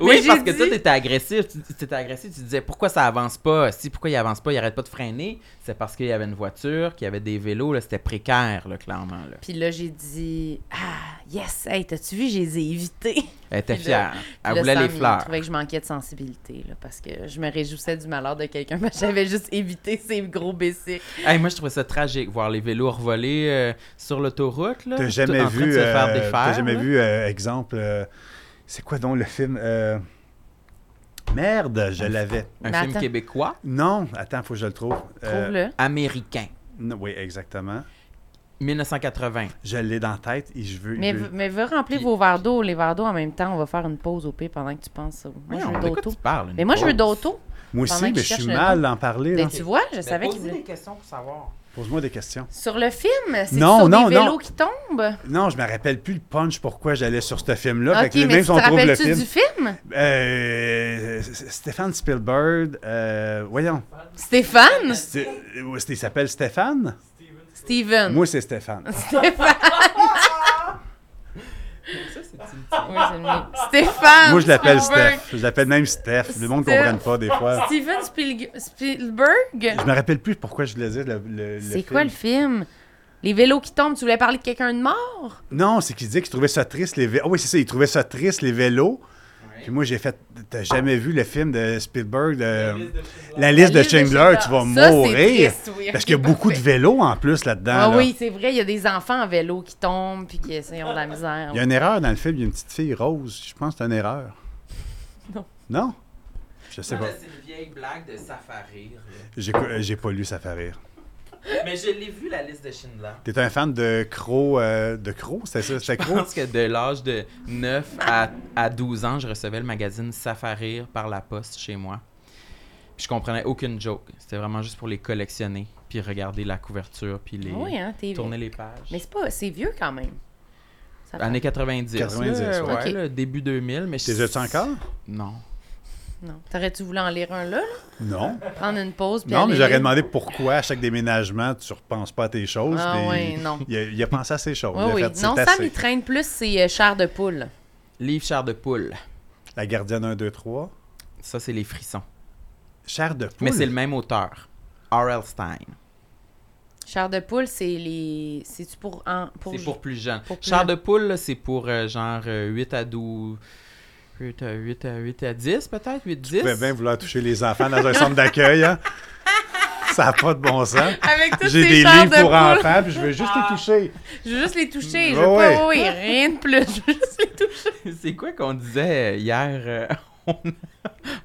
[SPEAKER 1] Oui,
[SPEAKER 2] j'ai
[SPEAKER 1] parce que
[SPEAKER 2] dit-
[SPEAKER 1] toi, t'étais agressif. Tu t'étais agressif. Tu disais pourquoi ça avance pas. Si pourquoi il avance pas, il arrête pas de freiner. C'est parce qu'il y avait une voiture, qu'il y avait des vélos. là, C'était précaire, là, clairement. Là.
[SPEAKER 2] Puis là, j'ai dit, ah, yes, hey, t'as-tu vu, j'ai évité.
[SPEAKER 1] Elle était
[SPEAKER 2] Puis le-
[SPEAKER 1] fière. Elle
[SPEAKER 2] Le
[SPEAKER 1] voulait
[SPEAKER 2] Sam,
[SPEAKER 1] les
[SPEAKER 2] il
[SPEAKER 1] fleurs.
[SPEAKER 2] trouvait que je manquais de sensibilité, là, parce que je me réjouissais du malheur de quelqu'un, [laughs] parce que j'avais juste évité ces gros bessics.
[SPEAKER 1] Hey, moi, je trouvais ça tragique, voir les vélos revoler euh, sur l'autoroute. là,
[SPEAKER 4] T'as
[SPEAKER 1] tout-
[SPEAKER 4] jamais
[SPEAKER 1] en train de
[SPEAKER 4] vu.
[SPEAKER 1] se faire
[SPEAKER 4] euh,
[SPEAKER 1] défaire,
[SPEAKER 4] T'as jamais
[SPEAKER 1] là.
[SPEAKER 4] vu, euh, exemple. euh, c'est quoi donc le film euh, Merde,
[SPEAKER 2] Hum.
[SPEAKER 4] je l'avais.
[SPEAKER 1] Un
[SPEAKER 2] Mais
[SPEAKER 1] film
[SPEAKER 2] attends.
[SPEAKER 1] québécois
[SPEAKER 4] Non, attends, faut que je le trouve. Euh,
[SPEAKER 2] Trouve-le.
[SPEAKER 1] américain,
[SPEAKER 4] non, oui, exactement.
[SPEAKER 1] 1980.
[SPEAKER 4] Je l'ai dans la tête et je veux.
[SPEAKER 2] Mais,
[SPEAKER 4] je-
[SPEAKER 2] v- mais va remplir
[SPEAKER 1] Puis-
[SPEAKER 2] vos verres d'eau, les verres d'eau en même temps. On va faire une pause au pire pendant que tu penses. ça. Moi,
[SPEAKER 1] Oui,
[SPEAKER 2] je
[SPEAKER 1] on-
[SPEAKER 4] ben
[SPEAKER 2] veux
[SPEAKER 1] de quoi
[SPEAKER 2] d'auto.
[SPEAKER 1] tu parles, une
[SPEAKER 2] Mais moi, je veux
[SPEAKER 1] pause?
[SPEAKER 2] d'auto.
[SPEAKER 4] Moi
[SPEAKER 2] pendant
[SPEAKER 4] aussi,
[SPEAKER 2] que
[SPEAKER 4] mais
[SPEAKER 2] je
[SPEAKER 4] je
[SPEAKER 2] cherche
[SPEAKER 4] suis
[SPEAKER 2] le
[SPEAKER 4] mal
[SPEAKER 2] nom.
[SPEAKER 4] d'en parler.
[SPEAKER 2] Ben,
[SPEAKER 4] là.
[SPEAKER 2] tu vois, je savais
[SPEAKER 1] Ben,
[SPEAKER 2] qu'il
[SPEAKER 1] posez
[SPEAKER 2] voulait.
[SPEAKER 1] des questions pour savoir.
[SPEAKER 4] Pose-moi des questions.
[SPEAKER 2] Sur le film, c'est
[SPEAKER 4] Non,
[SPEAKER 2] sur
[SPEAKER 4] non,
[SPEAKER 2] des vélos
[SPEAKER 4] non.
[SPEAKER 2] qui tombent.
[SPEAKER 4] Non, je me rappelle plus le punch pourquoi j'allais sur ce film-là. Fait
[SPEAKER 2] Ok,
[SPEAKER 4] que
[SPEAKER 2] mais tu
[SPEAKER 4] même si on
[SPEAKER 2] te
[SPEAKER 4] trouve le
[SPEAKER 2] rappelles-tu
[SPEAKER 4] film.
[SPEAKER 2] du film?
[SPEAKER 4] Euh, Stéphane Spielberg, euh, voyons.
[SPEAKER 2] Stéphane?
[SPEAKER 4] Sté- euh, Il s'appelle Stéphane?
[SPEAKER 2] Steven.
[SPEAKER 4] Moi, c'est Stéphane.
[SPEAKER 1] Ça, c'est
[SPEAKER 2] Oui, c'est le mien. Stéphane.
[SPEAKER 4] [laughs] Moi, je l'appelle
[SPEAKER 2] Spielberg.
[SPEAKER 4] Steph. Je l'appelle même Steph. Le monde ne
[SPEAKER 2] Steph.
[SPEAKER 4] comprenne pas des fois.
[SPEAKER 2] Steven Spielg- Spielberg?
[SPEAKER 4] Je me rappelle plus pourquoi je voulais dire le, le- le
[SPEAKER 2] C'est
[SPEAKER 4] film.
[SPEAKER 2] quoi le film? Les vélos qui tombent, tu voulais parler de quelqu'un de mort?
[SPEAKER 4] Non, c'est qu'il disait qu'il trouvait ça triste, les vélos. Ah oui, c'est ça, il trouvait ça triste, les vélos. Puis moi, j'ai fait... T'as jamais vu le film de Spielberg, de... La liste de
[SPEAKER 2] La liste de
[SPEAKER 4] Schindler,
[SPEAKER 2] Schindler.
[SPEAKER 4] tu vas
[SPEAKER 2] Ça, c'est
[SPEAKER 4] mourir.
[SPEAKER 2] triste, oui,
[SPEAKER 4] Parce
[SPEAKER 2] ok,
[SPEAKER 4] qu'il y a beaucoup de
[SPEAKER 2] parfait.
[SPEAKER 4] vélos en plus là-dedans.
[SPEAKER 2] Ah
[SPEAKER 4] là.
[SPEAKER 2] oui, c'est vrai, il y a des enfants en vélo qui tombent puis qui essayent de la misère.
[SPEAKER 4] Il y a une erreur dans le film, il y a une petite fille rose. Je pense que c'est une erreur.
[SPEAKER 2] [laughs] Non.
[SPEAKER 4] Non? Je sais pas.
[SPEAKER 1] une vieille blague de Safarir.
[SPEAKER 4] J'ai euh, j'ai pas lu, ça fait rire.
[SPEAKER 1] Mais je l'ai vu, la liste de Schindler.
[SPEAKER 4] T'es un fan de Crow, euh, de Crow, c'était ça, c'était
[SPEAKER 1] [laughs] Je
[SPEAKER 4] Crow?
[SPEAKER 1] pense que de l'âge de 9 à, à 12 ans, je recevais le magazine Safarir par la poste chez moi. Puis je comprenais aucune joke. C'était vraiment juste pour les collectionner, puis regarder la couverture, puis les
[SPEAKER 2] Oui, hein, t'es
[SPEAKER 1] tourner les pages.
[SPEAKER 2] Mais c'est pas, c'est vieux quand même. Ça fait-
[SPEAKER 1] Années 90.
[SPEAKER 4] 90,
[SPEAKER 1] là,
[SPEAKER 4] ouais.
[SPEAKER 1] ouais,
[SPEAKER 2] Ok.
[SPEAKER 1] là, début 2000. Mais je-
[SPEAKER 4] T'es as-tu encore?
[SPEAKER 1] Non.
[SPEAKER 2] Non. T'aurais-tu voulu en lire un là, là? [laughs]
[SPEAKER 4] Non.
[SPEAKER 2] prendre une pause puis
[SPEAKER 4] Non,
[SPEAKER 2] aller
[SPEAKER 4] mais j'aurais
[SPEAKER 2] lire?
[SPEAKER 4] demandé pourquoi à chaque déménagement, tu repenses pas à tes choses.
[SPEAKER 2] Ah
[SPEAKER 4] puis
[SPEAKER 2] ouais,
[SPEAKER 4] il-
[SPEAKER 2] non.
[SPEAKER 4] Il a, il a pensé à ses choses.
[SPEAKER 2] Oui,
[SPEAKER 4] il a
[SPEAKER 2] oui.
[SPEAKER 4] fait, c'est
[SPEAKER 2] Non, Sam,
[SPEAKER 4] assez.
[SPEAKER 2] il traîne plus ses euh, chars de poule.
[SPEAKER 1] Livre chair de poule.
[SPEAKER 4] La gardienne 1, 2, 3.
[SPEAKER 1] Ça, c'est les frissons.
[SPEAKER 4] Chair de poule.
[SPEAKER 1] Mais c'est le même auteur. R.L. Stein.
[SPEAKER 2] Chars de poule, c'est les. C'est-tu pour. en- pour...
[SPEAKER 1] C'est pour plus jeune.
[SPEAKER 2] pour plus
[SPEAKER 1] Chair
[SPEAKER 2] jeune.
[SPEAKER 1] de poule, là, c'est pour euh, genre euh, 8 à 12. 8 à 8 à 8 à 10, peut-être? 8 10?
[SPEAKER 4] Tu pouvais bien vouloir toucher les enfants dans un centre d'accueil, hein? Ça n'a pas de bon sens.
[SPEAKER 2] Avec tous
[SPEAKER 4] J'ai
[SPEAKER 2] ces
[SPEAKER 4] des
[SPEAKER 2] chars
[SPEAKER 4] livres
[SPEAKER 2] de
[SPEAKER 4] pour
[SPEAKER 2] poule. Ah.
[SPEAKER 4] enfants, puis je veux juste les toucher.
[SPEAKER 2] Je veux juste les toucher. Je
[SPEAKER 4] Ah
[SPEAKER 2] veux
[SPEAKER 4] ouais.
[SPEAKER 2] pas, oui, rien de plus. [laughs] Je veux juste les toucher.
[SPEAKER 1] [laughs] C'est quoi qu'on disait hier? euh, [laughs] on,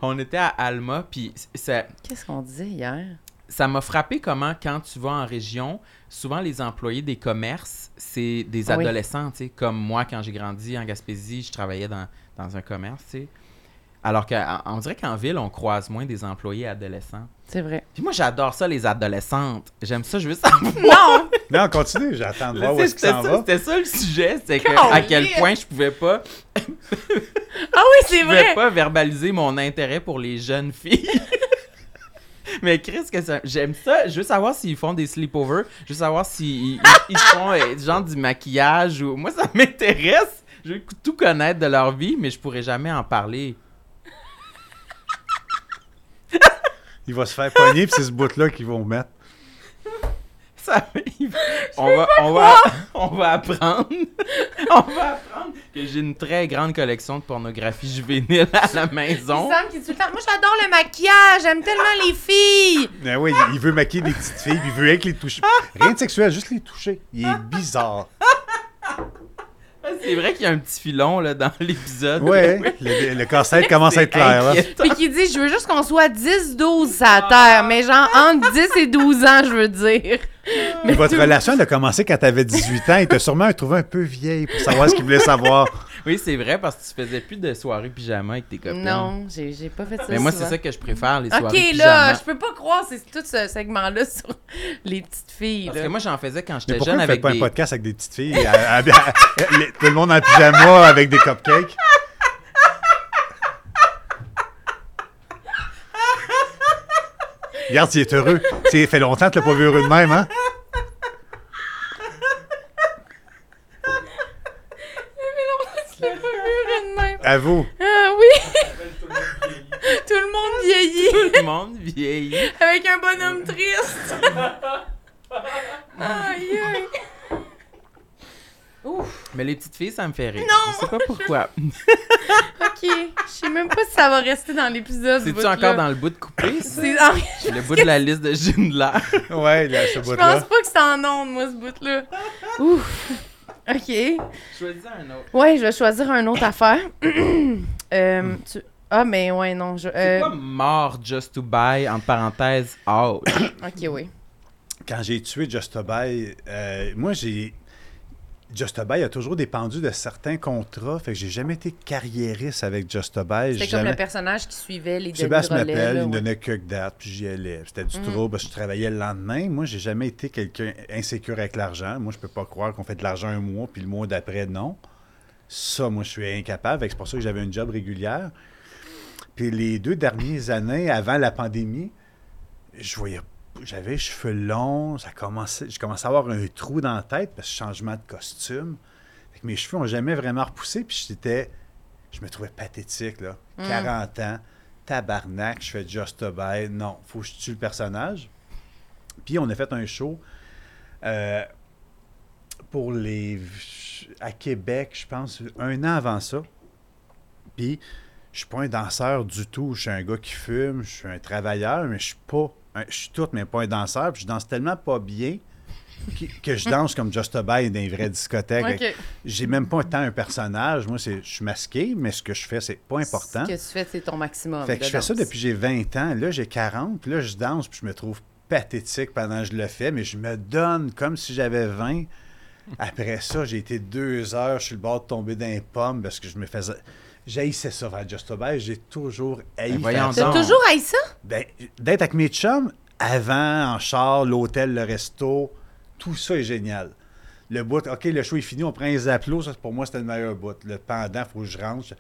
[SPEAKER 1] on était à Alma, puis ça
[SPEAKER 2] Qu'est-ce qu'on disait hier?
[SPEAKER 1] ça m'a frappé comment, quand tu vas en région, souvent les employés des commerces, c'est des
[SPEAKER 2] Ah Oui.
[SPEAKER 1] adolescents, tu sais. Comme moi, quand j'ai grandi en Gaspésie, je travaillais dans, dans un commerce, tu sais. Alors qu'on dirait qu'en ville, on croise moins des employés adolescents.
[SPEAKER 2] C'est vrai.
[SPEAKER 1] Puis moi, j'adore ça, les adolescentes. J'aime ça, je veux savoir.
[SPEAKER 2] Non!
[SPEAKER 4] Non, continue, j'attends de voir où est-ce qu'il
[SPEAKER 1] C'était
[SPEAKER 4] s'en
[SPEAKER 1] ça,
[SPEAKER 4] va.
[SPEAKER 1] c'était ça le sujet, c'est que
[SPEAKER 2] Colin!
[SPEAKER 1] à quel point je pouvais pas
[SPEAKER 2] Ah oui, c'est
[SPEAKER 1] je pouvais
[SPEAKER 2] vrai!
[SPEAKER 1] pas verbaliser mon intérêt pour les jeunes filles. [laughs] Mais Chris, que ça... j'aime ça. Je veux savoir s'ils font des sleepovers. Je veux savoir s'ils ils, ils se font euh, genre du maquillage ou. Moi, ça [laughs] m'intéresse. Je veux tout connaître de leur vie, mais je pourrais jamais en parler.
[SPEAKER 4] Il va se faire pogner, puis c'est ce bout-là qu'ils vont mettre.
[SPEAKER 1] Ça, on, va, on, va, [laughs] on va apprendre. [laughs] on va apprendre que j'ai une très grande collection de pornographie juvénile à la maison.
[SPEAKER 2] Il semble qu'il est tout le temps. Moi, j'adore le maquillage. J'aime tellement
[SPEAKER 1] [laughs]
[SPEAKER 2] les filles.
[SPEAKER 4] Mais oui, il veut maquiller des petites filles, puis il veut rien que les toucher. Rien de sexuel, juste les toucher. Il est
[SPEAKER 2] [laughs]
[SPEAKER 4] bizarre.
[SPEAKER 1] C'est vrai qu'il y a un petit filon là, dans [laughs] l'épisode.
[SPEAKER 4] Ouais,
[SPEAKER 1] [laughs]
[SPEAKER 4] le, le casse-tête commence à
[SPEAKER 1] C'est
[SPEAKER 4] être clair. là.
[SPEAKER 1] inquiétant.
[SPEAKER 2] Puis qui dit, je veux juste qu'on soit 10-12 à terre. Mais genre, entre 10 et 12 ans, je veux dire.
[SPEAKER 4] Mais votre relation, elle a commencé quand t'avais 18 ans. Il t'a sûrement trouvé un peu vieille pour savoir ce qu'il
[SPEAKER 1] [laughs]
[SPEAKER 4] voulait savoir.
[SPEAKER 1] Oui, c'est vrai, parce que tu faisais plus de soirées pyjama avec tes copines.
[SPEAKER 2] Non, j'ai j'ai pas fait ça
[SPEAKER 1] Mais moi, c'est
[SPEAKER 2] souvent.
[SPEAKER 1] ça que je préfère, les
[SPEAKER 2] Ok,
[SPEAKER 1] soirées pyjama.
[SPEAKER 2] là, je peux pas croire c'est tout ce segment-là sur les petites filles.
[SPEAKER 1] Parce
[SPEAKER 2] là.
[SPEAKER 1] que moi, j'en faisais quand
[SPEAKER 4] Mais
[SPEAKER 1] j'étais
[SPEAKER 4] pourquoi
[SPEAKER 1] jeune
[SPEAKER 4] vous faites
[SPEAKER 1] avec
[SPEAKER 4] pas
[SPEAKER 1] des...
[SPEAKER 4] un podcast avec des petites filles? à- à- à- les- tout le monde en pyjama avec des cupcakes? Regarde, il est heureux. Tu sais, il fait longtemps que tu l'as pas vu heureux de même, hein?
[SPEAKER 2] Je l'ai pas vu, une même.
[SPEAKER 4] À vous.
[SPEAKER 2] Ah oui! Tout le monde vieillit
[SPEAKER 1] [laughs] Tout le monde vieillit.
[SPEAKER 2] avec un
[SPEAKER 1] [laughs]
[SPEAKER 2] bonhomme triste. Aïe, aïe.
[SPEAKER 1] Mais les petites filles, ça me fait rire. Non! Je sais pas
[SPEAKER 2] [laughs]
[SPEAKER 1] pourquoi.
[SPEAKER 2] Ok, je sais même pas si ça va rester dans l'épisode.
[SPEAKER 1] C'est-tu encore dans le bout de
[SPEAKER 2] [laughs]
[SPEAKER 1] coupé, ça?
[SPEAKER 2] C'est... Ah,
[SPEAKER 1] Le bout de la liste de
[SPEAKER 2] [laughs]
[SPEAKER 1] Schindler.
[SPEAKER 4] Ouais, là, ce
[SPEAKER 2] je pense pas
[SPEAKER 4] bout-là.
[SPEAKER 2] que c'est en onde, moi, ce bout-là. Ouf! Ok.
[SPEAKER 1] Choisis un autre.
[SPEAKER 2] Ouais, je vais choisir un autre affaire. [clears throat] Euh,
[SPEAKER 4] Hmm.
[SPEAKER 2] tu- Ah, mais ouais, non. Je...
[SPEAKER 1] C'est
[SPEAKER 2] euh,
[SPEAKER 1] quoi mort just to buy, entre parenthèses,
[SPEAKER 4] [coughs]
[SPEAKER 1] out?
[SPEAKER 2] Ok, oui.
[SPEAKER 4] Quand j'ai tué Just a Buy, euh, moi, j'ai. Just a Buy a toujours dépendu de certains contrats. Fait que j'ai jamais été carriériste avec Just a Buy.
[SPEAKER 2] C'était
[SPEAKER 4] J'ai
[SPEAKER 2] comme
[SPEAKER 4] jamais-
[SPEAKER 2] le personnage qui suivait les Denis
[SPEAKER 4] Sébastien
[SPEAKER 2] Drolet,
[SPEAKER 4] m'appelle,
[SPEAKER 2] là,
[SPEAKER 4] il me
[SPEAKER 2] ouais. Mm.
[SPEAKER 4] donnait quelques dates, puis j'y allais. Puis C'était du trouble, parce que je travaillais le lendemain. Moi, j'ai jamais été quelqu'un insécure avec l'argent. Moi, je peux pas croire qu'on fait de l'argent un mois, puis le mois d'après, non. Ça, moi, je suis incapable. Fait que C'est pour ça que j'avais une job régulière. Puis les deux dernières années, avant la pandémie, je voyais j'avais les cheveux longs, ça commençait, je commençais à avoir un trou dans la tête parce que changement de costume. Fait que mes cheveux n'ont jamais vraiment repoussé, puis j'étais, je me trouvais pathétique, là.
[SPEAKER 2] Mm.
[SPEAKER 4] 40 ans, tabarnak, je fais Just a Buy. Non, faut que je tue le personnage. Puis on a fait un show euh, pour les... à Québec, je pense, un an avant ça. Puis je suis pas un danseur du tout. Je suis un gars qui fume, je suis un travailleur, mais je suis pas. un- je suis tout, mais pas un danseur. Puis je danse tellement pas bien que, que je danse comme Just a Buy dans les vraies discothèques.
[SPEAKER 2] Ok.
[SPEAKER 4] J'ai même pas tant un personnage. Moi, c'est, je suis masqué, mais ce que je fais, c'est pas important.
[SPEAKER 2] Ce que tu fais, c'est ton maximum.
[SPEAKER 4] Fait que
[SPEAKER 2] de
[SPEAKER 4] je fais ça
[SPEAKER 2] danse.
[SPEAKER 4] depuis que j'ai 20 ans. Là, j'ai 40. Puis là, je danse, puis je me trouve pathétique pendant que je le fais, mais je me donne comme si j'avais 20. Après ça, j'ai été deux heures sur le bord de tomber dans les pommes parce que je me faisais. J'haïssais ça vers Just a Buy. J'ai toujours haï.
[SPEAKER 1] Ben, voyons
[SPEAKER 4] faire ça.
[SPEAKER 2] T'as
[SPEAKER 1] Non.
[SPEAKER 2] toujours haï ça?
[SPEAKER 4] Ben, d'être avec mes chums, avant, en char, l'hôtel, le resto, tout ça est génial. Le bout, OK, le show est fini, on prend les applaudissements. Ça, pour moi, c'était le meilleur bout. Le pendant, faut que je rentre. Je-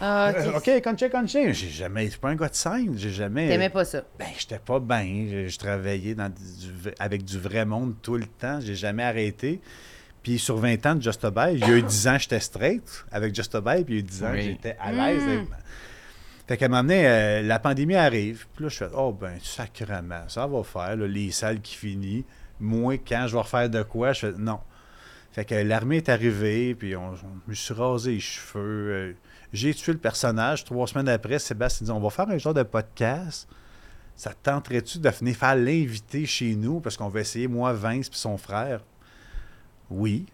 [SPEAKER 2] Ah,
[SPEAKER 4] Euh,
[SPEAKER 2] ok.
[SPEAKER 4] OK, conché, conché. J'ai jamais. Je suis pas un gars de scène. J'ai jamais. euh,
[SPEAKER 2] T'aimais pas ça.
[SPEAKER 4] Ben, j'étais pas bien. Je, je travaillais dans du- du- avec du vrai monde tout le temps. J'ai jamais arrêté. Puis sur 20 ans de Just a Buy, il y a eu 10 ans, j'étais straight avec Just a Buy, puis il y a eu 10 ans,
[SPEAKER 1] Oui.
[SPEAKER 4] j'étais à l'aise. avec ma- Fait qu'à un moment donné, euh, la pandémie arrive. Puis là, je fais Oh, ben, sacrement, ça va faire, là, les salles qui finissent. Moi, quand je vais refaire de quoi, je fais Non. Fait que l'armée est arrivée, puis on, je me suis rasé les cheveux. euh, J'ai tué le personnage. Trois semaines après, Sébastien dit On va faire un genre de podcast. Ça te tenterait-tu de venir faire l'inviter chez nous parce qu'on va essayer, moi, Vince, puis son frère Oui,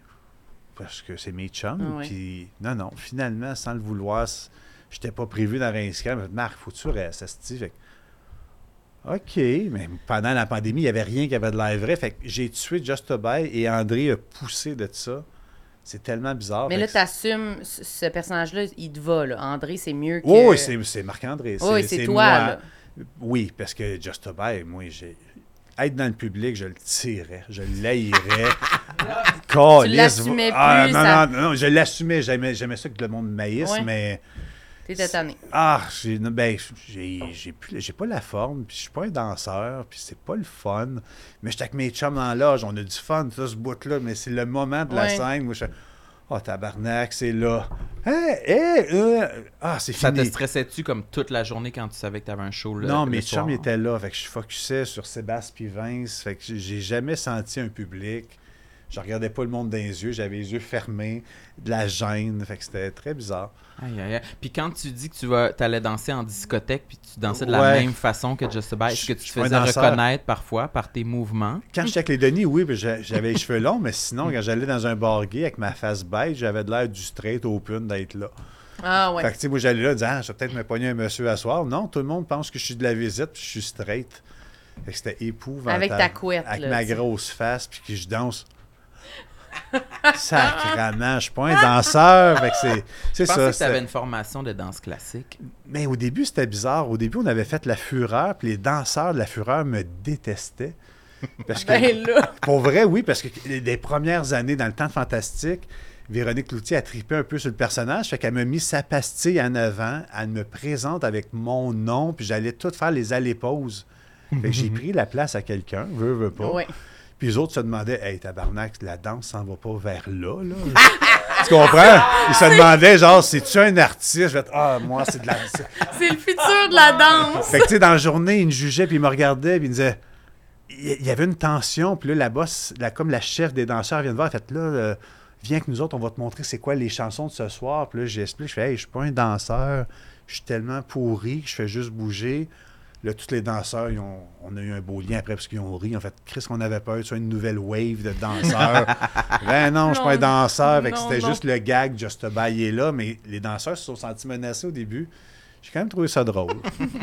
[SPEAKER 4] parce que c'est mes chums.
[SPEAKER 2] Ah ouais.
[SPEAKER 4] Puis non, non, finalement, sans le vouloir, c- j'étais pas prévu dans réinscrire. Mais Marc, faut que tu restes, esti. Fait que, OK, mais pendant la pandémie, il n'y avait rien qui avait de l'air vrai. Fait que j'ai tué Just a Buy et André a poussé de ça. C'est tellement bizarre.
[SPEAKER 2] Mais
[SPEAKER 4] Ah, Fait
[SPEAKER 2] là,
[SPEAKER 4] que-
[SPEAKER 2] t'assumes ce ce personnage-là, il te va, là. André, c'est mieux que.
[SPEAKER 4] Oh, oui, c'est, c'est Marc-André.
[SPEAKER 2] Oui, c'est toi,
[SPEAKER 4] moi.
[SPEAKER 2] là.
[SPEAKER 4] Oui, parce que Just a Buy, moi, j'ai... être dans le public, je le tirais, je
[SPEAKER 2] [laughs]
[SPEAKER 4] l'haïrais. Calisse,
[SPEAKER 2] l'assumais
[SPEAKER 4] ah,
[SPEAKER 2] plus,
[SPEAKER 4] non,
[SPEAKER 2] ça-
[SPEAKER 4] non, non, je l'assumais. J'aimais, j'aimais ça que le monde maïs,
[SPEAKER 2] Ouais.
[SPEAKER 4] mais.
[SPEAKER 2] T'es tanné.
[SPEAKER 4] Ah, j'ai, non, ben, j'ai, j'ai, plus- j'ai pas la forme, puis je suis pas un danseur, puis c'est pas le fun. Mais j'étais avec mes chums dans l'âge, on a du fun, ça, ce bout-là, mais c'est le moment de la
[SPEAKER 2] Ouais.
[SPEAKER 4] scène où je Oh, tabarnak, c'est là. Hey, hey, euh, Ah, c'est
[SPEAKER 1] Ça te
[SPEAKER 4] fini.
[SPEAKER 1] stressait-tu comme toute la journée quand tu savais que t'avais un show le
[SPEAKER 4] non,
[SPEAKER 1] le
[SPEAKER 4] mes
[SPEAKER 1] soir?
[SPEAKER 4] chums étaient là, fait que je focusais sur Sébastien puis Vince, fait que j'ai- j'ai jamais senti un public. Je regardais pas le monde dans les yeux, j'avais les yeux fermés, de la gêne, fait que c'était très bizarre.
[SPEAKER 1] Aïe, aïe, aïe. Puis quand tu dis que tu vas, allais danser en discothèque puis tu dansais de la
[SPEAKER 4] Ouais.
[SPEAKER 1] même façon que Just About, est-ce
[SPEAKER 4] Je-
[SPEAKER 1] que tu
[SPEAKER 4] je
[SPEAKER 1] te
[SPEAKER 4] suis un
[SPEAKER 1] faisais
[SPEAKER 4] danseur.
[SPEAKER 1] reconnaître parfois par tes mouvements?
[SPEAKER 4] Quand j'étais avec les Denis, oui, puis j'a- j'avais les cheveux longs, mais sinon, quand j'allais dans un bar gay avec ma face bête, j'avais de l'air du straight open d'être là.
[SPEAKER 2] Ah, ouais.
[SPEAKER 4] Fait que, tu sais, moi, j'allais là, disant, ah, je vais peut-être me pogner un monsieur à soir. Non, tout le monde pense que je suis de la visite, puis je suis straight. Fait que c'était épouvantable.
[SPEAKER 2] Avec ta couette,
[SPEAKER 4] Avec
[SPEAKER 2] là,
[SPEAKER 4] ma
[SPEAKER 2] tu sais.
[SPEAKER 4] grosse face, puis que
[SPEAKER 2] [laughs]
[SPEAKER 4] je danse. Sacrement, je suis pas un danseur. Fait que c'est- c'est
[SPEAKER 1] Je pensais
[SPEAKER 4] ça.
[SPEAKER 1] que t'avais
[SPEAKER 4] c'est-
[SPEAKER 1] une formation de danse classique.
[SPEAKER 4] Mais au début, c'était bizarre. Au début, on avait fait la fureur, puis les danseurs de la fureur me détestaient. Parce que
[SPEAKER 2] Ben là.
[SPEAKER 4] pour vrai, oui, parce que les, les premières années, dans le temps de Fantastique, Véronique Loutier a tripé un peu sur le personnage, fait qu'elle m'a mis sa pastille en avant, elle me présente avec mon nom, puis j'allais tout faire les allées-pauses. Fait que j'ai pris la place à quelqu'un, veux, veux pas.
[SPEAKER 2] Ouais.
[SPEAKER 4] Puis les autres se demandaient, hey, tabarnak, la danse s'en va pas vers là, là. tu comprends? Ils se demandaient, genre, c'est-tu un artiste? Je vais être, ah, moi, c'est de la. c'est-
[SPEAKER 2] C'est le futur de la danse.
[SPEAKER 4] fait que, tu sais, dans la journée, il me jugeait, puis il me regardait, puis il me disait. Il il y avait une tension, puis là, la boss, la, comme la chef des danseurs vient de voir, elle fait là, euh, viens que nous autres, on va te montrer c'est quoi les chansons de ce soir. Puis là, j'explique, je fais, hey, je suis pas un danseur, je suis tellement pourri que je fais juste bouger. Là, tous les danseurs, ils ont- on a eu un beau lien après parce qu'ils ont ri. En fait, Chris, qu'on avait peur, tu vois, une nouvelle wave de
[SPEAKER 2] [laughs]
[SPEAKER 4] danseurs. ben non, je suis pas un
[SPEAKER 2] Non,
[SPEAKER 4] danseur. Fait que
[SPEAKER 2] non,
[SPEAKER 4] c'était
[SPEAKER 2] non.
[SPEAKER 4] juste le gag, Just a Buy est là, mais les danseurs se sont sentis menacés au début. J'ai quand même trouvé ça drôle.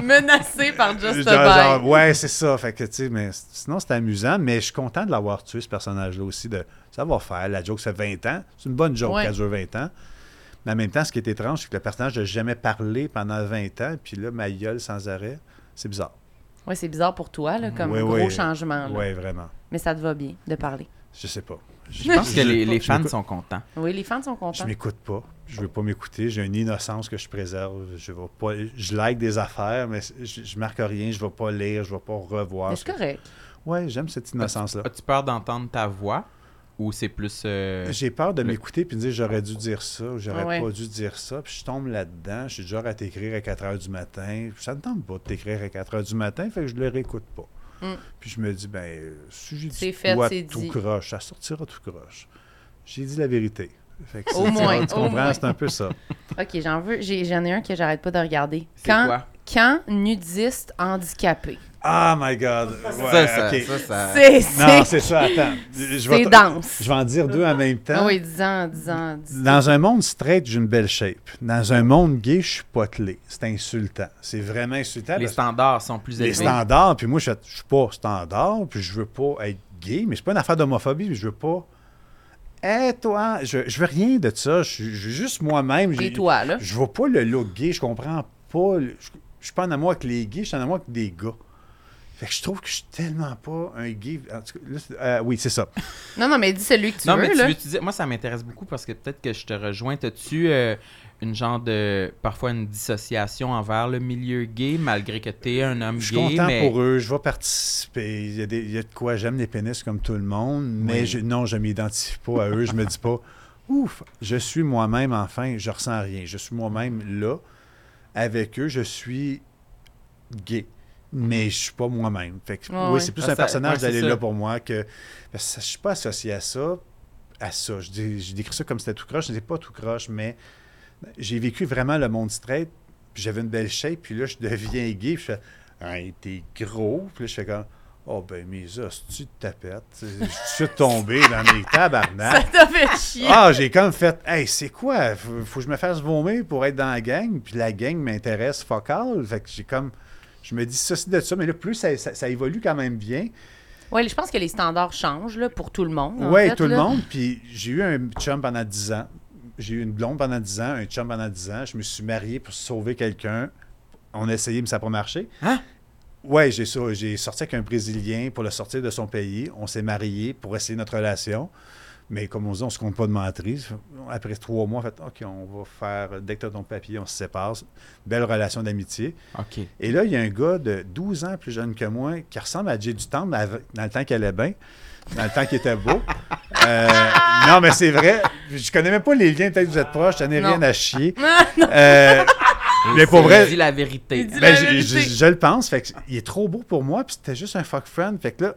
[SPEAKER 2] Menacé par Just
[SPEAKER 4] Genre-
[SPEAKER 2] a
[SPEAKER 4] genre, ouais, c'est ça. Fait que, tu sais, mais c- sinon, c'est amusant, mais je suis content de l'avoir tué, ce personnage-là aussi, de savoir faire. La joke, ça fait 20 ans. C'est une bonne joke,
[SPEAKER 2] Ouais.
[SPEAKER 4] elle dure 20 ans. Mais en même temps, ce qui est étrange, c'est que le personnage n'a jamais parlé pendant 20 ans, puis là, ma gueule sans arrêt. C'est bizarre.
[SPEAKER 2] Ouais, c'est bizarre pour toi, là, comme
[SPEAKER 4] Ouais,
[SPEAKER 2] gros
[SPEAKER 4] ouais.
[SPEAKER 2] changement. Ah, là.
[SPEAKER 4] Ouais, vraiment.
[SPEAKER 2] Mais ça te va bien de parler.
[SPEAKER 4] Je sais pas.
[SPEAKER 2] [laughs]
[SPEAKER 1] Je pense que les, les
[SPEAKER 4] je
[SPEAKER 1] fans
[SPEAKER 4] m'écoute-
[SPEAKER 1] sont contents.
[SPEAKER 2] Oui, les fans sont
[SPEAKER 4] Je
[SPEAKER 2] contents.
[SPEAKER 4] m'écoute pas. Je veux pas m'écouter. J'ai une innocence que je préserve. Je vais pas. Je like des affaires, mais je, je marque rien. Je vais pas lire. Je vais pas revoir.
[SPEAKER 2] Mais c'est correct.
[SPEAKER 4] Ouais, j'aime cette innocence-là.
[SPEAKER 1] As-tu peur d'entendre ta voix ou c'est plus. euh,
[SPEAKER 4] J'ai peur de
[SPEAKER 1] le-
[SPEAKER 4] m'écouter puis de dire j'aurais dû dire ça, ou j'aurais
[SPEAKER 2] Ah ouais.
[SPEAKER 4] pas dû dire ça, puis je tombe là-dedans, je suis genre à t'écrire à 4 heures du matin, ça ne tente pas de t'écrire à 4 heures du matin, fait que je le réécoute pas.
[SPEAKER 2] Mm.
[SPEAKER 4] Puis je me dis ben euh, si j'ai
[SPEAKER 2] C'est
[SPEAKER 4] dit
[SPEAKER 2] fait,
[SPEAKER 4] quoi
[SPEAKER 2] c'est
[SPEAKER 4] tout
[SPEAKER 2] dit.
[SPEAKER 4] croche, ça sortira tout croche. J'ai dit la vérité. Fait que
[SPEAKER 2] Au
[SPEAKER 4] c'est-
[SPEAKER 2] moins,
[SPEAKER 4] tu
[SPEAKER 2] au
[SPEAKER 4] comprends,
[SPEAKER 2] moins.
[SPEAKER 4] c'est un peu ça.
[SPEAKER 2] OK, j'en veux. j'ai- J'en ai, un que j'arrête pas de regarder.
[SPEAKER 1] C'est
[SPEAKER 2] Quand,
[SPEAKER 1] quoi?
[SPEAKER 2] quand nudiste handicapé.
[SPEAKER 4] Ah my god.
[SPEAKER 1] ça,
[SPEAKER 4] Ouais,
[SPEAKER 1] ça,
[SPEAKER 4] ok.
[SPEAKER 1] ça, ça-
[SPEAKER 2] C'est.
[SPEAKER 4] Euh,
[SPEAKER 2] C'est
[SPEAKER 4] Non, c'est ça, attends. Je vais
[SPEAKER 2] c'est
[SPEAKER 4] te-
[SPEAKER 2] danse.
[SPEAKER 4] Je vais en dire deux en même temps.
[SPEAKER 2] Ah Oui, 10 ans, 10 ans, 10
[SPEAKER 4] Dans un monde straight, j'ai une belle shape. Dans un monde gay, je suis potelé. C'est insultant. C'est vraiment insultant.
[SPEAKER 1] Les
[SPEAKER 4] parce que
[SPEAKER 1] standards sont plus
[SPEAKER 4] les
[SPEAKER 1] élevés.
[SPEAKER 4] standards, puis moi, je je suis pas standard, puis je veux pas être gay, mais c'est pas une affaire d'homophobie, puis je veux pas. Hé, toi, je, je veux rien de ça. Je, suis je suis juste moi-même.
[SPEAKER 2] Et
[SPEAKER 4] J'ai-
[SPEAKER 2] toi, là.
[SPEAKER 4] Je vois pas le look gay, je comprends pas. le- je, je suis pas en amour avec les gays, je suis en amour avec des gars. Fait que je trouve que je suis tellement pas un gay. En tout cas, là, c'est- euh, oui, c'est ça.
[SPEAKER 2] Non, non, mais dis celui que tu
[SPEAKER 1] non,
[SPEAKER 2] veux,
[SPEAKER 1] mais
[SPEAKER 2] là.
[SPEAKER 1] tu veux-tu dire- Moi, ça m'intéresse beaucoup parce que peut-être que je te rejoins. T'as-tu euh, une genre de. parfois une dissociation envers le milieu gay malgré que t'es un homme
[SPEAKER 4] Je suis
[SPEAKER 1] gay?
[SPEAKER 4] content
[SPEAKER 1] mais...
[SPEAKER 4] pour eux, je vais participer. Il y a, des- il y a de quoi, j'aime les pénis comme tout le monde, mais
[SPEAKER 1] Oui.
[SPEAKER 4] je- non, je m'identifie pas à eux, je me dis pas, [laughs] ouf, je suis moi-même enfin, je ressens rien, je suis moi-même là, avec eux, je suis gay, mais je suis pas moi-même. Fait que,
[SPEAKER 2] Ouais,
[SPEAKER 4] oui,
[SPEAKER 2] ouais.
[SPEAKER 4] c'est plus
[SPEAKER 1] Ah,
[SPEAKER 4] un
[SPEAKER 1] ça-
[SPEAKER 4] personnage
[SPEAKER 1] ouais, c'est
[SPEAKER 4] d'aller
[SPEAKER 1] ça.
[SPEAKER 4] là pour moi que, parce que je suis pas associé à ça. à ça. Je, dis- je décris ça comme c'était tout croche. Je n'étais pas tout croche, mais j'ai vécu vraiment le monde straight. Puis j'avais une belle shape. Puis là, je deviens [laughs] gay. Puis je fais Hey, t'es gros. Puis là, je fais comme Oh, ben, mes hosties de tapette. Tu sais, Je suis tombé dans les
[SPEAKER 2] Ça
[SPEAKER 4] tabarnak.
[SPEAKER 2] t'a fait chier.
[SPEAKER 4] Ah, j'ai comme fait, hey, c'est quoi? Faut, faut que je me fasse vomir pour être dans la gang, puis la gang m'intéresse focal. Fait que j'ai comme, je me dis ceci de ça, mais là, plus ça, ça- ça évolue quand même bien.
[SPEAKER 2] Oui, je pense que les standards changent là, pour tout le monde. en
[SPEAKER 4] ouais,
[SPEAKER 2] fait,
[SPEAKER 4] tout le
[SPEAKER 2] là. [laughs]
[SPEAKER 4] monde. Puis j'ai eu un chum pendant 10 ans. J'ai eu une blonde pendant 10 ans, un chum pendant 10 ans. Je me suis marié pour sauver quelqu'un. On a essayé, mais ça n'a pas marché.
[SPEAKER 1] Hein?
[SPEAKER 4] Ouais, j'ai sau- j'ai sorti avec un Brésilien pour le sortir de son pays. On s'est mariés pour essayer notre relation. Mais comme on dit, on se compte pas de mentir. Après trois mois, en fait, OK, on va faire, dès que tu as ton papier, on se sépare. Belle relation d'amitié.
[SPEAKER 1] OK.
[SPEAKER 4] Et là, il y a un gars de 12 ans plus jeune que moi qui ressemble à Jay du Temple mais av- dans le temps qu'elle allait bien, dans le temps qu'il était beau. Euh, non, mais c'est vrai. Je connais même pas les liens. Peut-être que vous êtes proches. J'en ai
[SPEAKER 2] Non.
[SPEAKER 4] rien
[SPEAKER 2] [laughs]
[SPEAKER 4] à chier. Euh, Mais pour
[SPEAKER 1] c'est-
[SPEAKER 4] vrai-
[SPEAKER 1] Dis la vérité.
[SPEAKER 2] dit-
[SPEAKER 4] ben,
[SPEAKER 2] la
[SPEAKER 4] je,
[SPEAKER 2] vérité.
[SPEAKER 4] je- je le pense. Fait que il est trop beau pour moi. Puis c'était juste un fuck friend. Fait que là,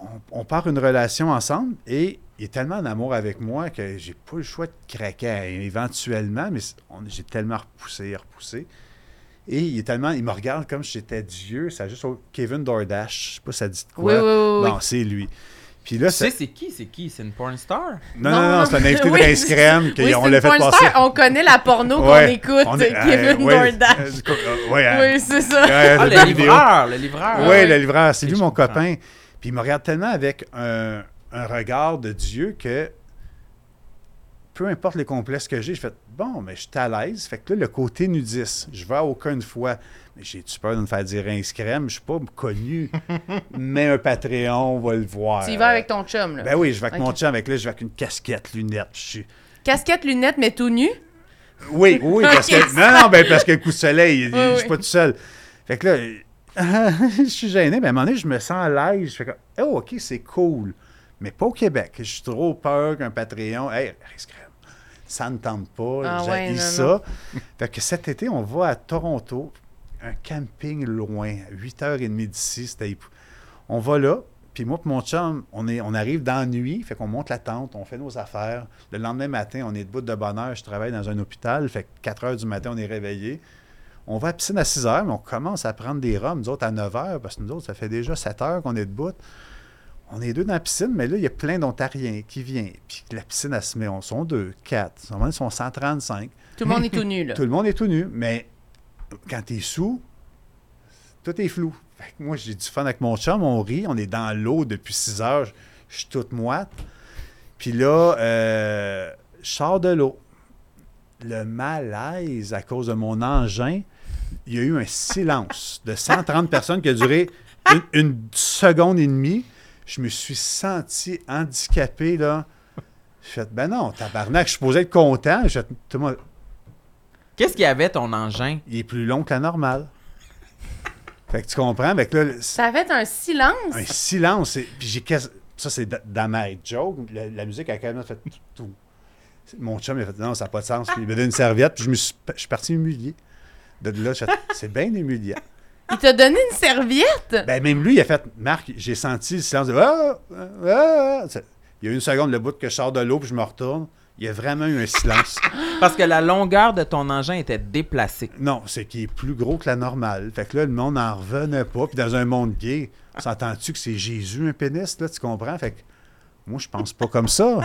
[SPEAKER 4] on, on part une relation ensemble et il est tellement en amour avec moi que j'ai pas le choix de craquer à- éventuellement. Mais c'est- on- j'ai tellement repoussé et repoussé. Et il est tellement, il me regarde comme si j'étais Dieu. Ça a juste au- Kevin Dordash. Je sais pas si ça dit de quoi.
[SPEAKER 2] Oui, oui, oui, oui.
[SPEAKER 4] Bon, c'est lui. Puis là,
[SPEAKER 1] Tu sais,
[SPEAKER 4] c'est. Eh,
[SPEAKER 1] c'est qui? C'est qui? C'est une porn star?
[SPEAKER 4] Non, non, non, c'est un invité
[SPEAKER 2] [laughs] Oui,
[SPEAKER 4] de Rince Crème
[SPEAKER 2] oui,
[SPEAKER 4] qu'on
[SPEAKER 2] c'est
[SPEAKER 4] l'a
[SPEAKER 2] une
[SPEAKER 4] fait
[SPEAKER 2] porn
[SPEAKER 4] passer.
[SPEAKER 2] star, On connaît la porno
[SPEAKER 4] Ouais,
[SPEAKER 2] qu'on écoute,
[SPEAKER 4] on est-
[SPEAKER 2] Kevin
[SPEAKER 4] euh, ouais,
[SPEAKER 2] Dordash.
[SPEAKER 4] euh, ouais, euh,
[SPEAKER 2] Oui, c'est ça.
[SPEAKER 4] ouais,
[SPEAKER 1] Ah,
[SPEAKER 4] de
[SPEAKER 1] le
[SPEAKER 4] bonne vidéo.
[SPEAKER 1] livreur! Le livreur! Ah,
[SPEAKER 4] Oui,
[SPEAKER 2] Ah, ouais.
[SPEAKER 4] le livreur, c'est lui
[SPEAKER 1] Je
[SPEAKER 4] mon
[SPEAKER 1] comprends.
[SPEAKER 4] copain. Puis il me regarde tellement avec un, un regard de Dieu que peu importe les complexes que j'ai, je fais bon, mais je suis à l'aise. Fait que là, le côté nudiste, je vais à aucune fois. Mais j'ai-tu peur de me faire dire un crème? Je suis pas
[SPEAKER 2] [laughs]
[SPEAKER 4] connu. mais un Patreon va le voir.
[SPEAKER 2] Tu y vas avec ton chum, là.
[SPEAKER 4] Ben oui, je vais avec mon
[SPEAKER 2] Ok.
[SPEAKER 4] chum, avec là, je vais avec une casquette, lunettes. puis Je suis.
[SPEAKER 2] Casquette, lunettes, mais tout nu.
[SPEAKER 4] Oui, [laughs] oui, parce que.
[SPEAKER 2] Ok,
[SPEAKER 4] non, non, ben parce que le coup de soleil, il-
[SPEAKER 2] Oui,
[SPEAKER 4] je
[SPEAKER 2] oui.
[SPEAKER 4] suis pas tout seul. Fait que là, [laughs] je suis gêné, mais à un moment donné, je me sens à l'aise. Je fais comme, oh, OK, c'est cool. Mais pas au Québec. Je suis trop peur qu'un Patreon. Hey, risque. Ça ne tente pas.
[SPEAKER 2] Ah
[SPEAKER 4] j'ai
[SPEAKER 2] ouais, non,
[SPEAKER 4] ça. [laughs] Fait que cet été, on va à Toronto, un camping loin, à 8h30 d'ici. C'était épou- On va là. Puis moi, puis mon chum, on, est, on arrive dans la nuit, fait qu'on monte la tente, on fait nos affaires. Le lendemain matin, on est debout de bonne heure, je travaille dans un hôpital, fait que 4 heures du matin, on est réveillé. On va à la piscine à 6 heures, mais on commence à prendre des rhums, nous autres à 9 heures, parce que nous autres, ça fait déjà 7 heures qu'on est debout. On est deux dans la piscine, mais là, il y a plein d'Ontariens qui viennent. Puis la piscine, elle se met, on sont deux, quatre, normalement, ils sont 135.
[SPEAKER 2] Tout le monde est tout nu, là.
[SPEAKER 4] Tout le monde est tout nu, mais quand t'es sous, tout est flou. Fait que moi, j'ai du fun avec mon chum, on rit, on est dans l'eau depuis 6 heures, je- je suis toute moite. Puis là, euh, je sors de l'eau. Le malaise à cause de mon engin, il y a eu un silence de 130 [laughs] personnes qui a duré une, une seconde et demie. Je me suis senti handicapé, là. Je fait, ben non, tabarnak, je suis supposé être content. Je fais, tout le monde,
[SPEAKER 1] Qu'est-ce qu'il y avait ton engin?
[SPEAKER 4] il est plus long que la normale. Fait que tu comprends? Fait que là, le- c'est
[SPEAKER 2] Ça fait un silence.
[SPEAKER 4] un silence. et- Puis j'ai quasi- Ça, c'est d- dans ma joke. La, la musique a quand même fait tout. tout. Mon chum, il a fait non, ça n'a pas de sens. Puis il m'a donné une serviette. Puis je, me suis, je suis parti humilié. De là, j'ai fait, c'est bien humiliant.
[SPEAKER 2] Il t'a donné une serviette.
[SPEAKER 4] Ben, même lui, il a fait Marc, j'ai senti le silence de Ah! Ah! Ah! C'est- Il y a une seconde, le bout que je sors de l'eau, puis je me retourne. Il y a vraiment eu un silence.
[SPEAKER 1] Parce que la longueur de ton engin était déplacée.
[SPEAKER 4] Non, c'est qu'il est plus gros que la normale. Fait que là, le monde n'en revenait pas. Puis dans un monde gay, s'entends-tu que c'est Jésus un pénis, là, tu comprends? Fait que moi, je pense pas comme ça.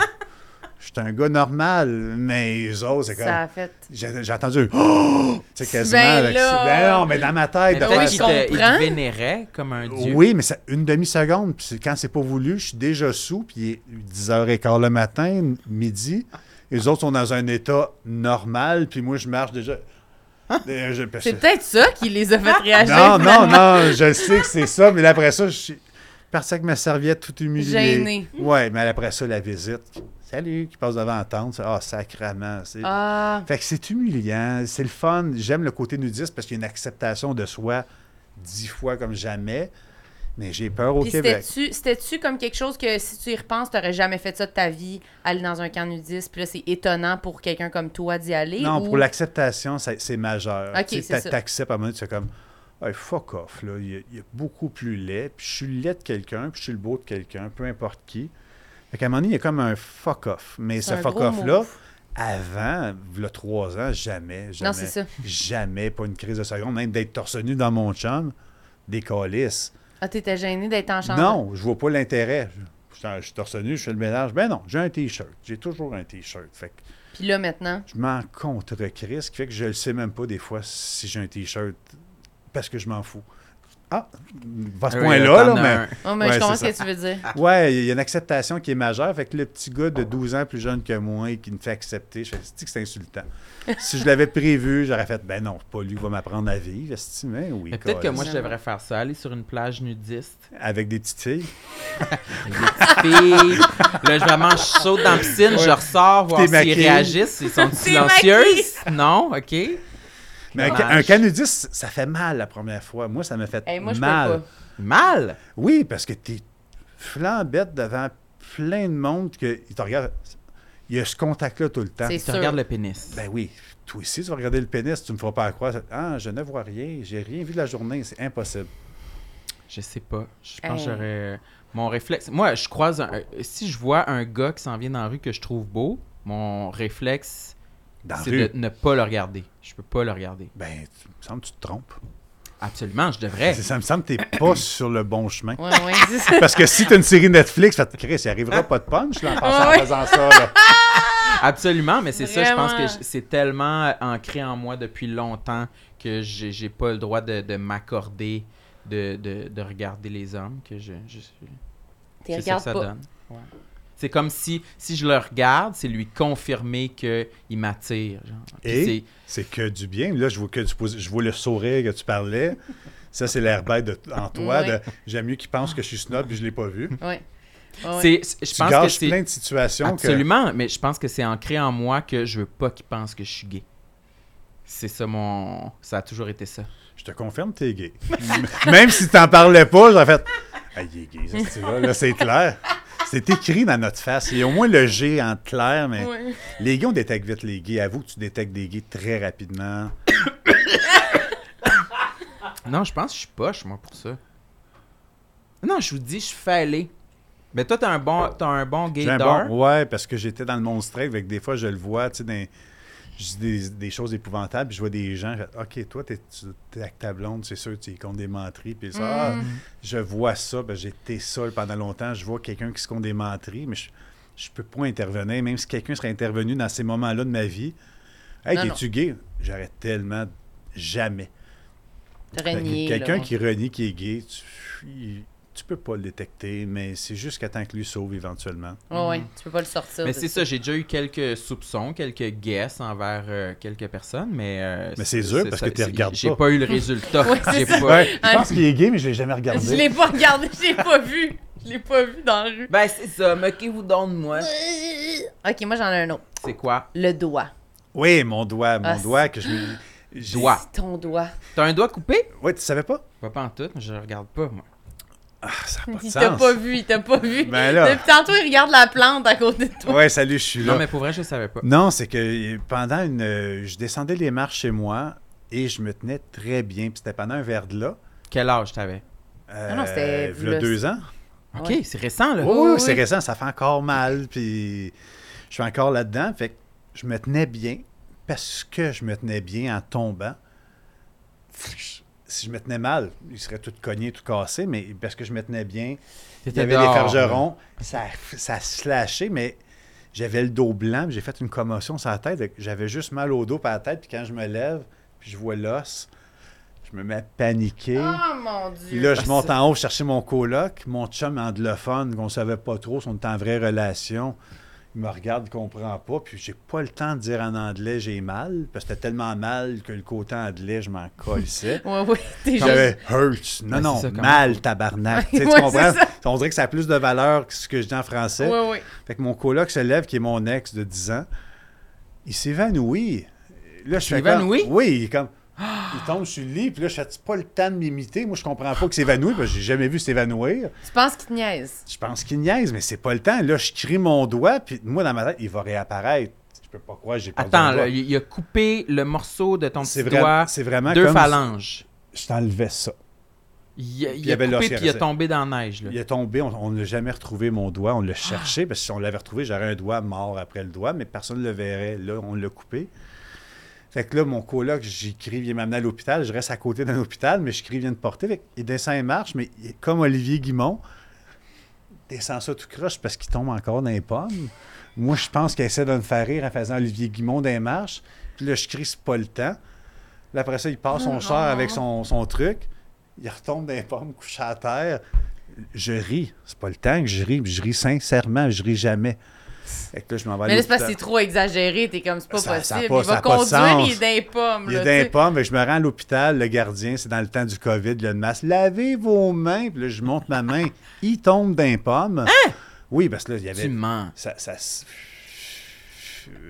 [SPEAKER 4] Je suis un gars normal, mais les autres, c'est comme...
[SPEAKER 2] Ça a fait.
[SPEAKER 4] J'ai j'ai entendu un [gasps] Oh! Tu sais, quasiment...
[SPEAKER 2] Ben
[SPEAKER 4] avec
[SPEAKER 2] là!
[SPEAKER 4] ça. Ben non, mais dans ma
[SPEAKER 1] Mais
[SPEAKER 4] tête... de
[SPEAKER 2] oui,
[SPEAKER 1] peut-être
[SPEAKER 4] faire
[SPEAKER 2] je
[SPEAKER 1] qu'il
[SPEAKER 4] ça.
[SPEAKER 1] te, il
[SPEAKER 2] comprends.
[SPEAKER 1] te vénérait comme un dieu.
[SPEAKER 4] Oui, mais c'est une demi-seconde. Puis c'est- quand c'est pas voulu, je suis déjà sous, puis il est 10h15 le matin, midi. Les autres sont dans un état normal, puis moi, je
[SPEAKER 2] [laughs]
[SPEAKER 4] marche déjà... Euh, je- parce que-
[SPEAKER 2] C'est peut-être ça qui les a fait réagir.
[SPEAKER 4] Non, non,
[SPEAKER 2] finalement.
[SPEAKER 4] non, je sais que c'est ça, mais là, après ça, je suis parti avec ma serviette toute humiliée.
[SPEAKER 2] Gênée.
[SPEAKER 4] Ouais, mais après ça, la visite. Salut, qui passe devant la tente. Ah, sacrament. c'est-
[SPEAKER 2] Ah,
[SPEAKER 4] Fait que c'est humiliant, c'est le fun. J'aime le côté nudiste parce qu'il y a une acceptation de soi dix fois comme jamais, mais j'ai peur au
[SPEAKER 2] puis
[SPEAKER 4] Québec.
[SPEAKER 2] c'était-tu c'était-tu comme quelque chose que si tu y repenses, t'aurais jamais fait ça de ta vie, aller dans un camp nudiste, puis là c'est étonnant pour quelqu'un comme toi d'y aller.
[SPEAKER 4] Non,
[SPEAKER 2] ou-
[SPEAKER 4] pour l'acceptation, c'est c'est majeur.
[SPEAKER 2] Ok,
[SPEAKER 4] Tu sais,
[SPEAKER 2] c'est
[SPEAKER 4] t'a-
[SPEAKER 2] ça.
[SPEAKER 4] T'acceptes à un moment donné, tu fais comme Hey, fuck off, là. Il, y a- il y a beaucoup plus laid. Puis je suis le laid de quelqu'un, puis je suis le beau de quelqu'un, peu importe qui. Fait qu'à un moment donné, il y a comme un fuck-off. Mais
[SPEAKER 2] C'est
[SPEAKER 4] ce
[SPEAKER 2] un gros
[SPEAKER 4] fuck-off-là,
[SPEAKER 2] move.
[SPEAKER 4] avant, le trois ans, jamais, jamais.
[SPEAKER 2] Non, c'est ça.
[SPEAKER 4] Jamais, pas une crise de seconde, même d'être torse nu dans mon chambre, des calices.
[SPEAKER 2] Ah, t'étais gêné d'être en chambre?
[SPEAKER 4] Non, je vois pas l'intérêt. Je, je- je suis torse nu, je fais le ménage. Ben non, j'ai un T-shirt. J'ai toujours un T-shirt. Fait que
[SPEAKER 2] Puis là, maintenant,
[SPEAKER 4] je m'en contre Chris, ce qui fait que je le sais même pas des fois si j'ai un T-shirt parce que je m'en fous. Ah, à ce
[SPEAKER 1] Oui,
[SPEAKER 4] point-là,
[SPEAKER 1] t'en as
[SPEAKER 4] là, mais.
[SPEAKER 1] un.
[SPEAKER 2] oh, mais
[SPEAKER 4] Ouais,
[SPEAKER 2] je comprends ce
[SPEAKER 4] c'est
[SPEAKER 2] que tu veux dire.
[SPEAKER 4] Ouais, il y a une acceptation qui est majeure. Fait que le petit gars de 12 ans plus jeune que moi et qui me fait accepter, je fais c'est-tu que
[SPEAKER 2] [laughs]
[SPEAKER 4] c'est insultant. si je l'avais prévu, j'aurais fait ben non, c'est pas lui qui va m'apprendre à vivre, esti, mais oui.
[SPEAKER 1] Mais Peut-être que
[SPEAKER 4] câlisse.
[SPEAKER 1] moi, je devrais faire ça, aller sur une plage nudiste.
[SPEAKER 4] Avec des petites filles.
[SPEAKER 1] avec des petites filles. Là, je vraiment, je saute dans la piscine, je ressors, voir
[SPEAKER 4] T'es
[SPEAKER 1] s'ils
[SPEAKER 4] maquillée.
[SPEAKER 1] réagissent, s'ils sont
[SPEAKER 2] [laughs] T'es
[SPEAKER 1] silencieuses. Non, OK.
[SPEAKER 4] Mais un, ca- un
[SPEAKER 1] Dommage.
[SPEAKER 4] canudiste, ça fait mal la première fois. Moi, ça m'a fait
[SPEAKER 2] Hey, moi, je peux
[SPEAKER 4] mal.
[SPEAKER 2] pas.
[SPEAKER 1] Mal.
[SPEAKER 4] Oui, parce que t'es flambette devant plein de monde que ils te regardent. Il y a ce contact-là tout le temps.
[SPEAKER 2] C'est
[SPEAKER 1] Tu
[SPEAKER 2] sûr.
[SPEAKER 1] regardes le pénis.
[SPEAKER 4] Ben oui, toi aussi, tu vas regarder le pénis, tu me feras pas croire. Ah, je ne vois rien, j'ai rien vu de la journée, c'est impossible.
[SPEAKER 1] Je sais pas. Je pense
[SPEAKER 2] Hey.
[SPEAKER 1] que j'aurais. Mon réflexe. Moi, je croise. un- euh, Si je vois un gars qui s'en vient dans la rue que je trouve beau, mon réflexe,
[SPEAKER 4] Dans la
[SPEAKER 1] c'est
[SPEAKER 4] rue.
[SPEAKER 1] de ne pas le regarder. Je peux pas le regarder.
[SPEAKER 4] Ben, tu- me semble que tu te trompes. Ben,
[SPEAKER 1] Absolument, je devrais.
[SPEAKER 4] C'est- Ça me semble que
[SPEAKER 1] [coughs]
[SPEAKER 4] t'es pas sur le bon chemin.
[SPEAKER 2] Ouais, ouais, c'est ça.
[SPEAKER 4] Parce que si t'as une série Netflix, fait, Chris, il arrivera pas de punch là, en, pensant- en
[SPEAKER 2] Ouais.
[SPEAKER 4] faisant ça. là.
[SPEAKER 1] Absolument, mais c'est ça, je pense que
[SPEAKER 2] Vraiment.
[SPEAKER 1] j- c'est tellement ancré en moi depuis longtemps que j'ai j'ai pas le droit de, de m'accorder de, de- de regarder les hommes que je. je- c'est
[SPEAKER 2] T'y
[SPEAKER 1] ça que
[SPEAKER 2] regardes
[SPEAKER 1] ça
[SPEAKER 2] pas.
[SPEAKER 1] donne. Ouais. C'est comme si si je le regarde, c'est lui confirmer que il m'attire. genre. Puis
[SPEAKER 4] Et?
[SPEAKER 1] c'est-
[SPEAKER 4] C'est que du bien. Là, je vois, que du posi- je vois le sourire que tu parlais. Ça, c'est l'air bête de- en toi.
[SPEAKER 2] Ouais.
[SPEAKER 4] de J'aime mieux qu'il pense que je suis snob et je l'ai pas vu.
[SPEAKER 2] Ouais. Ouais, ouais.
[SPEAKER 1] C'est, c'est- je
[SPEAKER 4] Tu
[SPEAKER 1] pense que
[SPEAKER 4] gâches
[SPEAKER 1] c'est
[SPEAKER 4] plein de situations. que-
[SPEAKER 1] absolument, mais je pense que c'est ancré en moi que je veux pas qu'ils pensent que je suis gay. C'est ça mon, ça a toujours été ça.
[SPEAKER 4] je te confirme, t'es gay. [laughs] M- Même si t'en parlais pas, j'aurais fait Ah, il est gay, ça, c'est là, là, c'est clair. C'est écrit dans notre face. Il y a au moins le G en clair, mais
[SPEAKER 2] Ouais.
[SPEAKER 4] les gays, on détecte vite les gays. Avoue que tu détectes des gays très rapidement.
[SPEAKER 1] Non, je pense que je suis poche moi pour ça. Non, je vous dis, je suis fallé. Mais toi, t'as un bon, t'as un bon
[SPEAKER 4] J'ai
[SPEAKER 1] gay
[SPEAKER 4] un
[SPEAKER 1] d'or.
[SPEAKER 4] bon- ouais, parce que j'étais dans le monde straight, fait que des fois, je le vois, tu sais, dans- je dis des, des choses épouvantables, puis je vois des gens, je fais, OK, toi, t'es, tu- t'es avec ta blonde, c'est sûr, tu y comptes des menteries, puis ça, ah,
[SPEAKER 2] Mm.
[SPEAKER 4] je vois ça, ben, j'étais seul pendant longtemps, je vois quelqu'un qui se compte des menteries, mais je, je peux pas intervenir, même si quelqu'un serait intervenu dans ces moments-là de ma vie. Hey,
[SPEAKER 2] Non,
[SPEAKER 4] t'es-tu gay? J'aurais tellement jamais.
[SPEAKER 2] T'aurais
[SPEAKER 4] Fait que
[SPEAKER 2] nié, là,
[SPEAKER 4] Quelqu'un
[SPEAKER 2] ouais.
[SPEAKER 4] qui renie, qui est gay, tu, il- tu peux pas le détecter, mais c'est jusqu'à temps que lui sauve éventuellement.
[SPEAKER 2] Ouais, ouais, tu peux pas le sortir.
[SPEAKER 1] Mais
[SPEAKER 2] de
[SPEAKER 1] c'est ça, j'ai déjà eu quelques soupçons, quelques guesses envers euh, quelques personnes, mais. euh,
[SPEAKER 4] Mais c'est dur parce
[SPEAKER 1] ça,
[SPEAKER 4] que t'y
[SPEAKER 1] c'est-
[SPEAKER 4] regardes
[SPEAKER 1] J'ai
[SPEAKER 4] pas.
[SPEAKER 1] pas eu le [laughs] résultat.
[SPEAKER 2] Ouais, c'est
[SPEAKER 1] J'ai
[SPEAKER 2] ça.
[SPEAKER 1] pas-
[SPEAKER 4] Ouais,
[SPEAKER 2] Ouais.
[SPEAKER 4] je pense qu'il est gay, mais je l'ai jamais regardé.
[SPEAKER 2] Je l'ai pas regardé, je l'ai pas vu. Je l'ai pas vu dans la rue.
[SPEAKER 1] Ben c'est ça, moquez-vous donc de moi.
[SPEAKER 2] Ok, moi j'en ai un autre.
[SPEAKER 1] C'est quoi?
[SPEAKER 2] Le doigt.
[SPEAKER 4] Oui, mon doigt, mon
[SPEAKER 2] Ah,
[SPEAKER 4] doigt que je me. j'ai-
[SPEAKER 1] Doigt.
[SPEAKER 2] C'est ton doigt.
[SPEAKER 1] T'as un doigt coupé?
[SPEAKER 4] Ouais, tu savais pas?
[SPEAKER 1] Pas, pas en tout, je regarde pas, moi.
[SPEAKER 4] Ah, ça n'a pas de
[SPEAKER 2] Il t'a
[SPEAKER 4] sens.
[SPEAKER 2] pas vu, il t'a pas vu.
[SPEAKER 4] Ben là.
[SPEAKER 2] Depuis tantôt, il regarde la plante à côté de toi.
[SPEAKER 4] Ouais, salut, je suis là.
[SPEAKER 1] Non, mais pour vrai, je savais pas.
[SPEAKER 4] Non, c'est que pendant une. euh, Je descendais les marches chez moi et je me tenais très bien. Puis c'était pendant un verre de là.
[SPEAKER 1] Quel âge t'avais?
[SPEAKER 4] Euh,
[SPEAKER 2] Ah non, c'était
[SPEAKER 4] v'là
[SPEAKER 2] v'là-
[SPEAKER 4] deux ans.
[SPEAKER 1] Ok,
[SPEAKER 2] Ouais.
[SPEAKER 1] c'est récent, là.
[SPEAKER 4] Oui, oui,
[SPEAKER 2] oui.
[SPEAKER 4] Oh, c'est récent, ça fait encore mal. Puis je suis encore là-dedans. Fait que je me tenais bien parce que je me tenais bien en tombant. Si je me tenais mal, il serait tout cogné, tout cassé, mais parce que je me tenais bien, Il y
[SPEAKER 1] T'étais
[SPEAKER 4] avait des
[SPEAKER 1] dehors,
[SPEAKER 4] forgerons, ça, ça slashait, mais j'avais le dos blanc, puis j'ai fait une commotion sur la tête. J'avais juste mal au dos par la tête, puis quand je me lève, puis je vois l'os, je me mets à paniquer.
[SPEAKER 2] Oh mon
[SPEAKER 4] Puis
[SPEAKER 2] dieu.
[SPEAKER 4] là, je monte en haut chercher mon coloc, mon chum anglophone, qu'on savait pas trop, si on était en vraie relation. Il me regarde, il comprend pas, puis j'ai pas le temps de dire en anglais j'ai mal, parce que c'était tellement mal que le côté anglais, je m'en
[SPEAKER 2] [laughs]
[SPEAKER 4] colissais.
[SPEAKER 2] Ouais, ouais, t'es juste.
[SPEAKER 4] J'avais hurts. Non,
[SPEAKER 2] Ah,
[SPEAKER 1] Ouais,
[SPEAKER 4] non,
[SPEAKER 1] c'est ça, quand
[SPEAKER 2] [laughs]
[SPEAKER 4] mal, tabarnak. Tu sais, tu
[SPEAKER 2] Ouais,
[SPEAKER 4] comprends?
[SPEAKER 2] c'est ça.
[SPEAKER 4] On dirait que ça a plus de valeur que ce que je dis en français.
[SPEAKER 2] Ouais, ouais.
[SPEAKER 4] Fait que mon coloc se lève, qui est mon ex de 10 ans, il s'évanouit. Là, je
[SPEAKER 1] s'est
[SPEAKER 4] fais comme-
[SPEAKER 1] évanoui?
[SPEAKER 4] Oui, il est comme. Il tombe sur le lit, puis là, je fais C'est pas le temps de m'imiter. Moi, je comprends pas qu'il s'évanouit, parce que j'ai jamais vu s'évanouir.
[SPEAKER 2] Tu penses qu'il te niaise.
[SPEAKER 4] Je pense qu'il niaise, mais c'est pas le temps. Là, je crie mon doigt, puis moi, dans ma tête, il va réapparaître. Je peux pas croire, que j'ai perdu
[SPEAKER 1] Attends,
[SPEAKER 4] mon doigt.
[SPEAKER 1] là, il il a coupé le morceau de ton
[SPEAKER 4] C'est
[SPEAKER 1] petit
[SPEAKER 4] vrai-
[SPEAKER 1] doigt.
[SPEAKER 4] c'est vraiment
[SPEAKER 1] Deux
[SPEAKER 4] comme-
[SPEAKER 1] phalanges.
[SPEAKER 4] Je t'enlevais ça.
[SPEAKER 1] Il, a- il
[SPEAKER 4] il y
[SPEAKER 1] a
[SPEAKER 4] avait
[SPEAKER 1] coupé
[SPEAKER 4] l'océan,
[SPEAKER 1] puis il est
[SPEAKER 4] c'est-
[SPEAKER 1] tombé dans la neige. Là.
[SPEAKER 4] Il est tombé, on on n'a jamais retrouvé mon doigt, on l'a cherché, parce que si on l'avait retrouvé, j'aurais un doigt mort après le doigt, mais personne ne le verrait. Là, on l'a coupé. Fait que là, mon coloc, j'écris, viens m'amener à l'hôpital, je reste à côté d'un hôpital, mais j'écris, viens de porter. Fait que il descend et marche, mais il- comme Olivier Guimont, descend ça tout croche parce qu'il tombe encore dans les pommes. Moi, je pense qu'il essaie de me faire rire en faisant Olivier Guimont dans les marches. Puis là, je crie, c'est pas le temps. Là, après ça, il passe son char avec son, son truc. Il retombe dans les pommes, couché à terre. Je ris. C'est pas le temps que je ris. puis Je ris sincèrement. Je ris jamais. Fait que là, je m'en vais à
[SPEAKER 2] Mais là, c'est parce que
[SPEAKER 4] l'hôpital.
[SPEAKER 2] c'est trop exagéré. T'es comme, c'est pas
[SPEAKER 4] Ça- ça a
[SPEAKER 2] possible.
[SPEAKER 4] pas-
[SPEAKER 2] il
[SPEAKER 4] ça
[SPEAKER 2] va
[SPEAKER 4] a pas de
[SPEAKER 2] conduire,
[SPEAKER 4] sens.
[SPEAKER 2] il est d'un pomme.
[SPEAKER 4] Il y
[SPEAKER 2] là,
[SPEAKER 4] a des
[SPEAKER 2] tu sais.
[SPEAKER 4] pommes, mais je me rends à l'hôpital, le gardien, c'est dans le temps du COVID, il y a une masse. Lavez vos mains, puis là, je monte ma main, il tombe d'un pomme.
[SPEAKER 2] Hein?
[SPEAKER 4] Oui, parce que là, il y avait.
[SPEAKER 1] Tu mens.
[SPEAKER 4] Ça, ça se-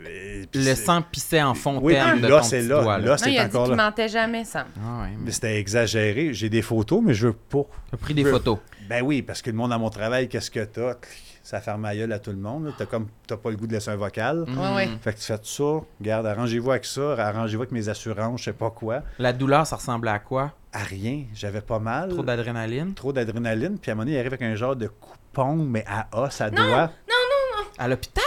[SPEAKER 4] Et puis
[SPEAKER 1] Le
[SPEAKER 4] c'est-
[SPEAKER 1] sang pissait en fontaine
[SPEAKER 4] Oui, puis
[SPEAKER 1] de
[SPEAKER 4] là,
[SPEAKER 1] ton
[SPEAKER 4] c'est
[SPEAKER 1] petit
[SPEAKER 4] là.
[SPEAKER 1] doigt.
[SPEAKER 4] Là,
[SPEAKER 1] Là.
[SPEAKER 2] Non, il
[SPEAKER 4] c'est
[SPEAKER 2] a dit
[SPEAKER 4] encore
[SPEAKER 2] qu'il
[SPEAKER 4] là.
[SPEAKER 2] mentait jamais, ça.
[SPEAKER 1] Ah ouais, mais
[SPEAKER 4] Mais C'était exagéré. J'ai des photos, mais je veux pas.
[SPEAKER 1] t'as pris des
[SPEAKER 4] Je-
[SPEAKER 1] photos.
[SPEAKER 4] Ben oui, parce que le monde à mon travail, qu'est-ce que t'as? Clic, Ça ferme ma gueule à tout le monde. là. T'as comme t'as pas le goût de laisser un vocal.
[SPEAKER 1] Mm.
[SPEAKER 2] Ouais, ouais.
[SPEAKER 4] Fait que tu fais tout ça, regarde, arrangez-vous avec ça, arrangez-vous avec mes assurances, je sais pas quoi.
[SPEAKER 1] La douleur, ça ressemblait à quoi?
[SPEAKER 4] À rien, j'avais pas mal.
[SPEAKER 1] Trop d'adrénaline?
[SPEAKER 4] trop d'adrénaline, puis à un moment donné, il arrive avec un genre de coupon, mais à os, à doigt.
[SPEAKER 1] À l'hôpital?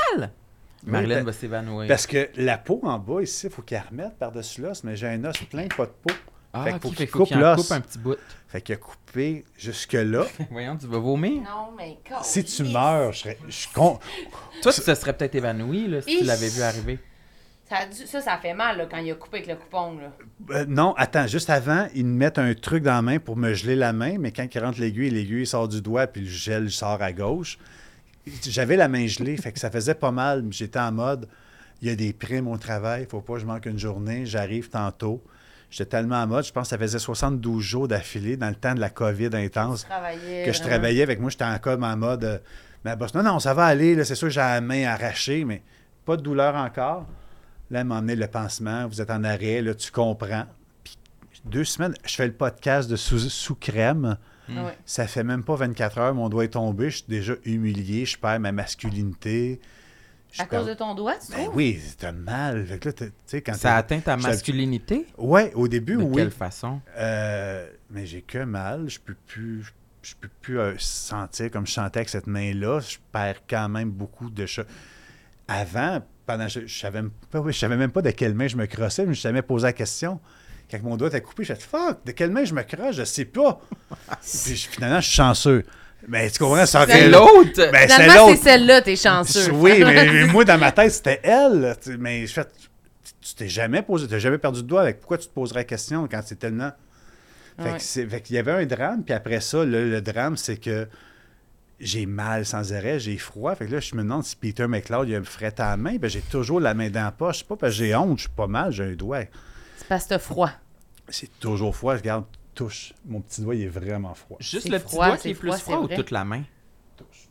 [SPEAKER 4] Oui,
[SPEAKER 1] Marlène
[SPEAKER 4] pa-
[SPEAKER 1] va s'évanouir.
[SPEAKER 4] Parce que la peau en bas, ici, il faut qu'il la remette par-dessus l'os, mais j'ai un os plein, pas de peau.
[SPEAKER 1] Ah,
[SPEAKER 4] fait qu'il
[SPEAKER 1] ok,
[SPEAKER 4] faut
[SPEAKER 1] fait
[SPEAKER 4] qu'il
[SPEAKER 1] qu'il faut
[SPEAKER 4] coupe
[SPEAKER 1] qu'il en
[SPEAKER 4] l'os.
[SPEAKER 1] coupe un petit bout. [laughs]
[SPEAKER 4] Fait qu'il a coupé jusque-là.
[SPEAKER 1] Voyons, tu vas vomir.
[SPEAKER 2] Non, mais
[SPEAKER 4] si tu meurs, je serais. Je suis con.
[SPEAKER 1] Toi, tu te serais peut-être évanoui là, si tu
[SPEAKER 2] Ih.
[SPEAKER 1] l'avais vu arriver.
[SPEAKER 2] Ça, a dû- ça, ça fait mal là, quand il a coupé avec le coupon. Là.
[SPEAKER 4] Euh, non, attends, juste avant, ils me mettent un truc dans la main pour me geler la main, mais quand il rentre l'aiguille, l'aiguille sort du doigt, puis le gel sort à gauche. J'avais la main gelée, fait que ça faisait pas mal. mais J'étais en mode, il y a des primes au travail, faut pas que je manque une journée, j'arrive tantôt. J'étais tellement en mode, je pense que ça faisait 72 jours d'affilée dans le temps de la COVID intense
[SPEAKER 2] Travailler,
[SPEAKER 4] que je
[SPEAKER 2] vraiment.
[SPEAKER 4] travaillais avec moi, j'étais en comme en mode euh, ma boss. Non, non, ça va aller, là, c'est sûr, j'ai la main arrachée, mais pas de douleur encore. Là, elle m'a emmené le pansement, vous êtes en arrêt, là, tu comprends. Puis deux semaines, je fais le podcast de sous, sous crème.
[SPEAKER 2] Ah ouais.
[SPEAKER 4] Ça fait même pas 24 heures, mon doigt est tombé, je suis déjà humilié, je perds ma masculinité. Je
[SPEAKER 2] À
[SPEAKER 4] perds-
[SPEAKER 2] cause de ton doigt, tu
[SPEAKER 4] Mm. Ben
[SPEAKER 2] trouves?
[SPEAKER 4] oui, t'as mal. Fait que là, t'as- tu sais, quand
[SPEAKER 1] Ça a
[SPEAKER 4] t'es-
[SPEAKER 1] atteint ta
[SPEAKER 4] je-
[SPEAKER 1] masculinité?
[SPEAKER 4] Ouais, au début,
[SPEAKER 1] De
[SPEAKER 4] oui.
[SPEAKER 1] quelle façon?
[SPEAKER 4] Euh, mais j'ai que mal. Je peux plus. Je peux plus euh, sentir comme je sentais avec cette main-là. Je perds quand même beaucoup de choses. Avant, pendant je, je savais même pas, oui, je savais même pas de quelle main je me crossais, mais je savais posé la question. Quand mon doigt était coupé, j'ai fait fuck, de quelle main je me crosse, je sais pas. Puis je- finalement, je suis chanceux. Mais tu comprends, ça
[SPEAKER 1] C'est
[SPEAKER 4] aurait-
[SPEAKER 1] l'autre!
[SPEAKER 4] Ben, c'est
[SPEAKER 2] Finalement, c'est
[SPEAKER 4] l'autre.
[SPEAKER 2] celle-là, t'es chanceux.
[SPEAKER 4] Oui,
[SPEAKER 2] [laughs]
[SPEAKER 4] mais, mais moi, dans ma tête, c'était elle. là, tu sais, Mais je fais, tu- tu t'es jamais posé, t'as jamais perdu de doigt. Avec. Pourquoi tu te poserais la question quand c'est tellement. Fait
[SPEAKER 2] Ouais.
[SPEAKER 4] que c'est- fait qu'il y avait un drame, puis après ça, le, le drame, c'est que j'ai mal sans arrêt, j'ai froid. Fait que là, je me demande si Peter McLeod, il me fret à la main. Ben, j'ai toujours la main dans la poche. C'est pas parce que j'ai honte, je suis pas mal, j'ai un doigt.
[SPEAKER 2] C'est parce que t'as froid.
[SPEAKER 4] Ah, C'est toujours froid. Regarde, touche. Mon petit doigt, il est vraiment froid.
[SPEAKER 1] Juste
[SPEAKER 2] C'est
[SPEAKER 1] le petit
[SPEAKER 2] froid,
[SPEAKER 1] doigt qui
[SPEAKER 2] c'est
[SPEAKER 1] est plus
[SPEAKER 2] froid,
[SPEAKER 1] froid
[SPEAKER 2] c'est
[SPEAKER 1] ou
[SPEAKER 2] vrai.
[SPEAKER 1] toute la main?
[SPEAKER 4] Touche.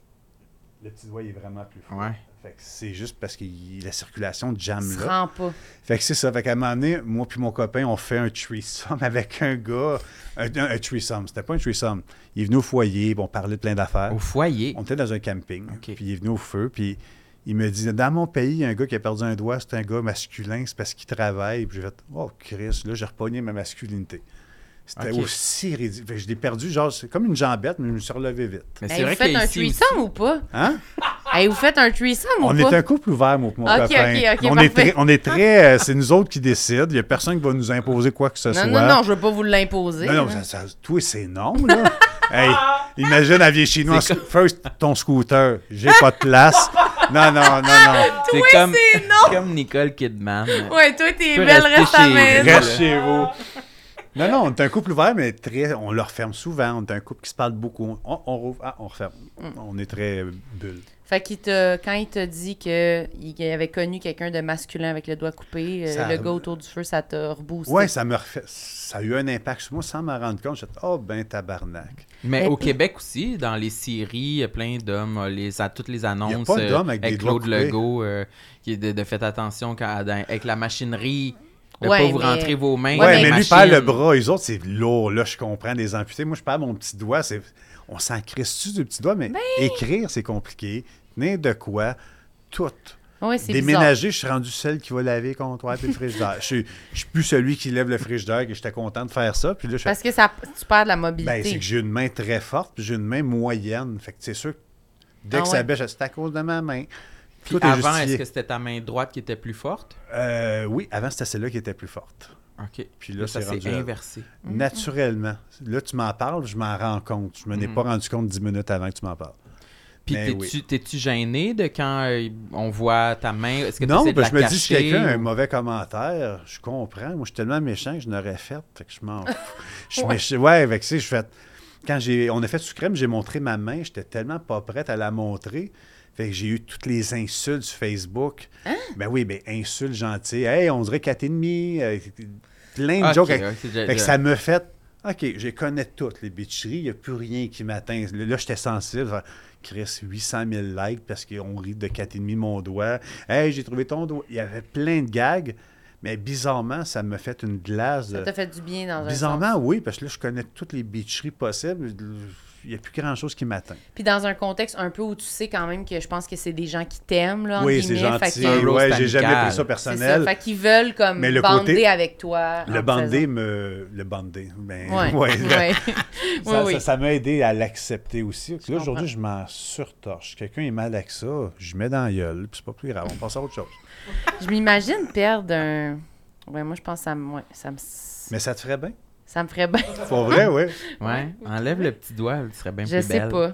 [SPEAKER 4] Le petit doigt, il est vraiment plus froid.
[SPEAKER 1] Ouais.
[SPEAKER 4] Fait que c'est juste parce que il- la circulation jamme
[SPEAKER 2] Tu te
[SPEAKER 4] là.
[SPEAKER 2] rends pas.
[SPEAKER 1] Ben,
[SPEAKER 4] Fait que c'est ça. Fait qu'à un moment donné, moi puis mon copain, on fait un threesome [laughs] avec un gars. Un, un, un threesome. C'était pas un threesome. Il est venu au foyer, puis on parlait de plein d'affaires.
[SPEAKER 1] Au foyer.
[SPEAKER 4] On était dans un camping.
[SPEAKER 1] Ok.
[SPEAKER 4] Puis il est venu au feu, puis il me dit Dans mon pays, il y a un gars qui a perdu un doigt, c'est un gars masculin, c'est parce qu'il travaille. Puis j'ai fait Oh, Chris, là, j'ai repogné ma masculinité. C'était
[SPEAKER 1] Ok.
[SPEAKER 4] aussi ridicule. Fait que je l'ai perdu, genre, c'est comme une jambette, mais je me suis relevé vite.
[SPEAKER 1] Mais
[SPEAKER 2] Hey,
[SPEAKER 1] c'est
[SPEAKER 2] vous
[SPEAKER 1] vrai
[SPEAKER 2] faites
[SPEAKER 1] qu'il y a
[SPEAKER 2] Ben, un
[SPEAKER 1] ici aussi-
[SPEAKER 2] threesome ou pas?
[SPEAKER 4] Hein?
[SPEAKER 2] Hey, vous faites un threesome ou
[SPEAKER 4] On
[SPEAKER 2] pas?
[SPEAKER 4] est un couple ouvert, moi, pour mon
[SPEAKER 2] Ok, ok,
[SPEAKER 4] copain.
[SPEAKER 2] ok,
[SPEAKER 4] on,
[SPEAKER 2] parfait.
[SPEAKER 4] est très, on est très. euh, c'est nous autres qui décident. Il n'y a personne qui va nous imposer quoi que ce soit.
[SPEAKER 2] Non, non, non, je veux pas vous l'imposer.
[SPEAKER 4] Non, non,
[SPEAKER 2] là.
[SPEAKER 4] ça, ça, toi, c'est non, là. hey, imagine, elle vient chez nous. en sc- [laughs] First, ton scooter, j'ai pas de place. Non, non, non, non.
[SPEAKER 1] C'est comme, c'est comme Nicole Kidman.
[SPEAKER 2] Ouais, toi, t'es
[SPEAKER 1] peux
[SPEAKER 2] belle,
[SPEAKER 1] rester
[SPEAKER 2] reste à la
[SPEAKER 1] chez-
[SPEAKER 2] maison.
[SPEAKER 1] Reste-
[SPEAKER 4] Reste chez vous. Non, non, on est un couple ouvert, mais très, on le referme souvent. On est un couple qui se parle beaucoup. On, on rouvre, ah, on referme. On est très euh, bulle.
[SPEAKER 2] Fait qu'il te, quand il te dit qu'il avait connu quelqu'un de masculin avec le doigt coupé, euh,
[SPEAKER 4] Ça-
[SPEAKER 2] le gars autour du feu, ça t'a reboosté.
[SPEAKER 4] Ouais, ça me refait. Ça a eu un impact sur moi sans m'en rendre compte. J'ai dit, oh, ben, tabarnak.
[SPEAKER 1] Mais
[SPEAKER 2] Mais-
[SPEAKER 1] au Québec aussi, dans les séries, il y a plein d'hommes, euh, les, à toutes les annonces,
[SPEAKER 4] pas
[SPEAKER 1] euh,
[SPEAKER 4] d'hommes avec des doigts
[SPEAKER 1] Claude
[SPEAKER 4] coupés.
[SPEAKER 1] Legault, euh, qui est de, de faites attention quand, dans- avec la machinerie, de
[SPEAKER 2] Ouais,
[SPEAKER 1] pas vous
[SPEAKER 2] mais-
[SPEAKER 1] rentrer vos mains.
[SPEAKER 2] Ouais,
[SPEAKER 4] Ouais,
[SPEAKER 1] dans
[SPEAKER 2] mais-
[SPEAKER 1] les
[SPEAKER 4] mais lui,
[SPEAKER 1] machines.
[SPEAKER 4] perd le bras. Eux autres, c'est lourd. Là, je comprends des amputés. Moi, je perds mon petit doigt. C'est... On s'en crisse-tu du petit doigt, mais écrire, c'est compliqué. Tenir de quoi, tout.
[SPEAKER 2] Oui, c'est bizarre.
[SPEAKER 4] Déménager, je suis rendu celle qui va laver le comptoir et le frigidaire. je, suis, je suis plus celui qui lève le frigidaire et j'étais content de faire ça. Puis là, je fais,
[SPEAKER 2] Parce que ça, tu perds de la
[SPEAKER 4] ben, c'est
[SPEAKER 2] mobilité.
[SPEAKER 4] que j'ai une main très forte puis j'ai une main moyenne. Fait que c'est sûr, que dès
[SPEAKER 2] Ah
[SPEAKER 4] que
[SPEAKER 2] ouais.
[SPEAKER 4] ça bêche, c'est à cause de ma main.
[SPEAKER 1] Puis
[SPEAKER 4] Tout est
[SPEAKER 1] avant,
[SPEAKER 4] justifié.
[SPEAKER 1] est-ce que c'était ta main droite qui était plus forte?
[SPEAKER 4] Euh, oui, avant, c'était celle-là qui était plus forte.
[SPEAKER 1] OK.
[SPEAKER 4] Puis là,
[SPEAKER 1] ça
[SPEAKER 4] c'est
[SPEAKER 1] s'est
[SPEAKER 4] rendu à-
[SPEAKER 1] inversé.
[SPEAKER 4] Mm-hmm. Naturellement. Là, tu m'en parles, je m'en rends compte. Je ne m'en ai
[SPEAKER 1] Mhm.
[SPEAKER 4] pas rendu compte dix minutes avant que tu m'en parles.
[SPEAKER 1] Puis
[SPEAKER 4] Mais
[SPEAKER 1] t'es-tu,
[SPEAKER 4] Ben oui.
[SPEAKER 1] t'es-tu gêné de quand euh, on voit ta main? Est-ce que
[SPEAKER 4] non,
[SPEAKER 1] t'essaies de
[SPEAKER 4] ben,
[SPEAKER 1] la
[SPEAKER 4] je me dis, si
[SPEAKER 1] cacher
[SPEAKER 4] quelqu'un a un
[SPEAKER 1] ou-
[SPEAKER 4] mauvais commentaire, je comprends. Moi, je suis tellement méchant que je n'aurais fait. Fait que je m'en fous.
[SPEAKER 1] [laughs]
[SPEAKER 4] Je suis
[SPEAKER 2] Ouais.
[SPEAKER 4] méchant. Ouais, avec ça, je fais. Quand j'ai, on a fait sous crème, j'ai montré ma main. J'étais tellement pas prête à la montrer. Fait que j'ai eu toutes les insultes sur Facebook.
[SPEAKER 1] Hein?
[SPEAKER 4] Ben oui, ben insultes gentilles. Hey, on dirait 4,5. euh, Plein de
[SPEAKER 1] Ok,
[SPEAKER 4] jokes.
[SPEAKER 1] ok, c'est-
[SPEAKER 4] Fait que ça me fait. OK, je connais toutes les bitcheries, il n'y a plus rien qui m'atteint. Là, j'étais sensible. Fait, Chris, 800 000 likes parce qu'on rit de 4,5 mon doigt. Hey, j'ai trouvé ton doigt. Il y avait plein de gags, mais bizarrement, ça me fait une glace. de-
[SPEAKER 2] Ça t'a fait du bien dans un sens.
[SPEAKER 4] Bizarrement, oui, parce que là, je connais toutes les bitcheries possibles. Il n'y a plus grand-chose qui m'atteint.
[SPEAKER 2] Puis dans un contexte un peu où tu sais quand même que je pense que c'est des gens qui t'aiment, là, entre
[SPEAKER 4] Oui, c'est
[SPEAKER 2] guillemets, fait
[SPEAKER 4] gentil.
[SPEAKER 2] que-
[SPEAKER 1] un roast
[SPEAKER 4] Ouais, j'ai jamais
[SPEAKER 1] amical.
[SPEAKER 4] pris ça
[SPEAKER 2] C'est
[SPEAKER 4] personnel.
[SPEAKER 2] ça, fait qu'ils veulent comme
[SPEAKER 4] Mais le
[SPEAKER 2] bander
[SPEAKER 4] côté-
[SPEAKER 2] avec toi.
[SPEAKER 4] le
[SPEAKER 2] en
[SPEAKER 4] bandé
[SPEAKER 2] faisant-
[SPEAKER 4] me. Le bandé. Ben,
[SPEAKER 2] Ouais.
[SPEAKER 4] [laughs]
[SPEAKER 2] ouais.
[SPEAKER 4] ouais, [laughs] Ça,
[SPEAKER 2] oui,
[SPEAKER 4] ça-
[SPEAKER 2] oui.
[SPEAKER 4] ça m'a aidé à l'accepter aussi. Puis là,
[SPEAKER 2] comprends.
[SPEAKER 4] aujourd'hui, je m'en surtorche. Quelqu'un est mal avec ça, je mets dans la gueule, puis c'est pas plus grave. On passe à autre chose.
[SPEAKER 2] Je m'imagine perdre un. Ouais, moi, je pense que ça me. ouais, ça, me...
[SPEAKER 4] Mais ça te ferait bien.
[SPEAKER 2] ça me ferait bien.
[SPEAKER 4] Pour vrai, oui.
[SPEAKER 1] Ouais, enlève le petit doigt, tu serais bien
[SPEAKER 2] Je
[SPEAKER 1] plus
[SPEAKER 2] sais
[SPEAKER 1] belle.
[SPEAKER 2] pas.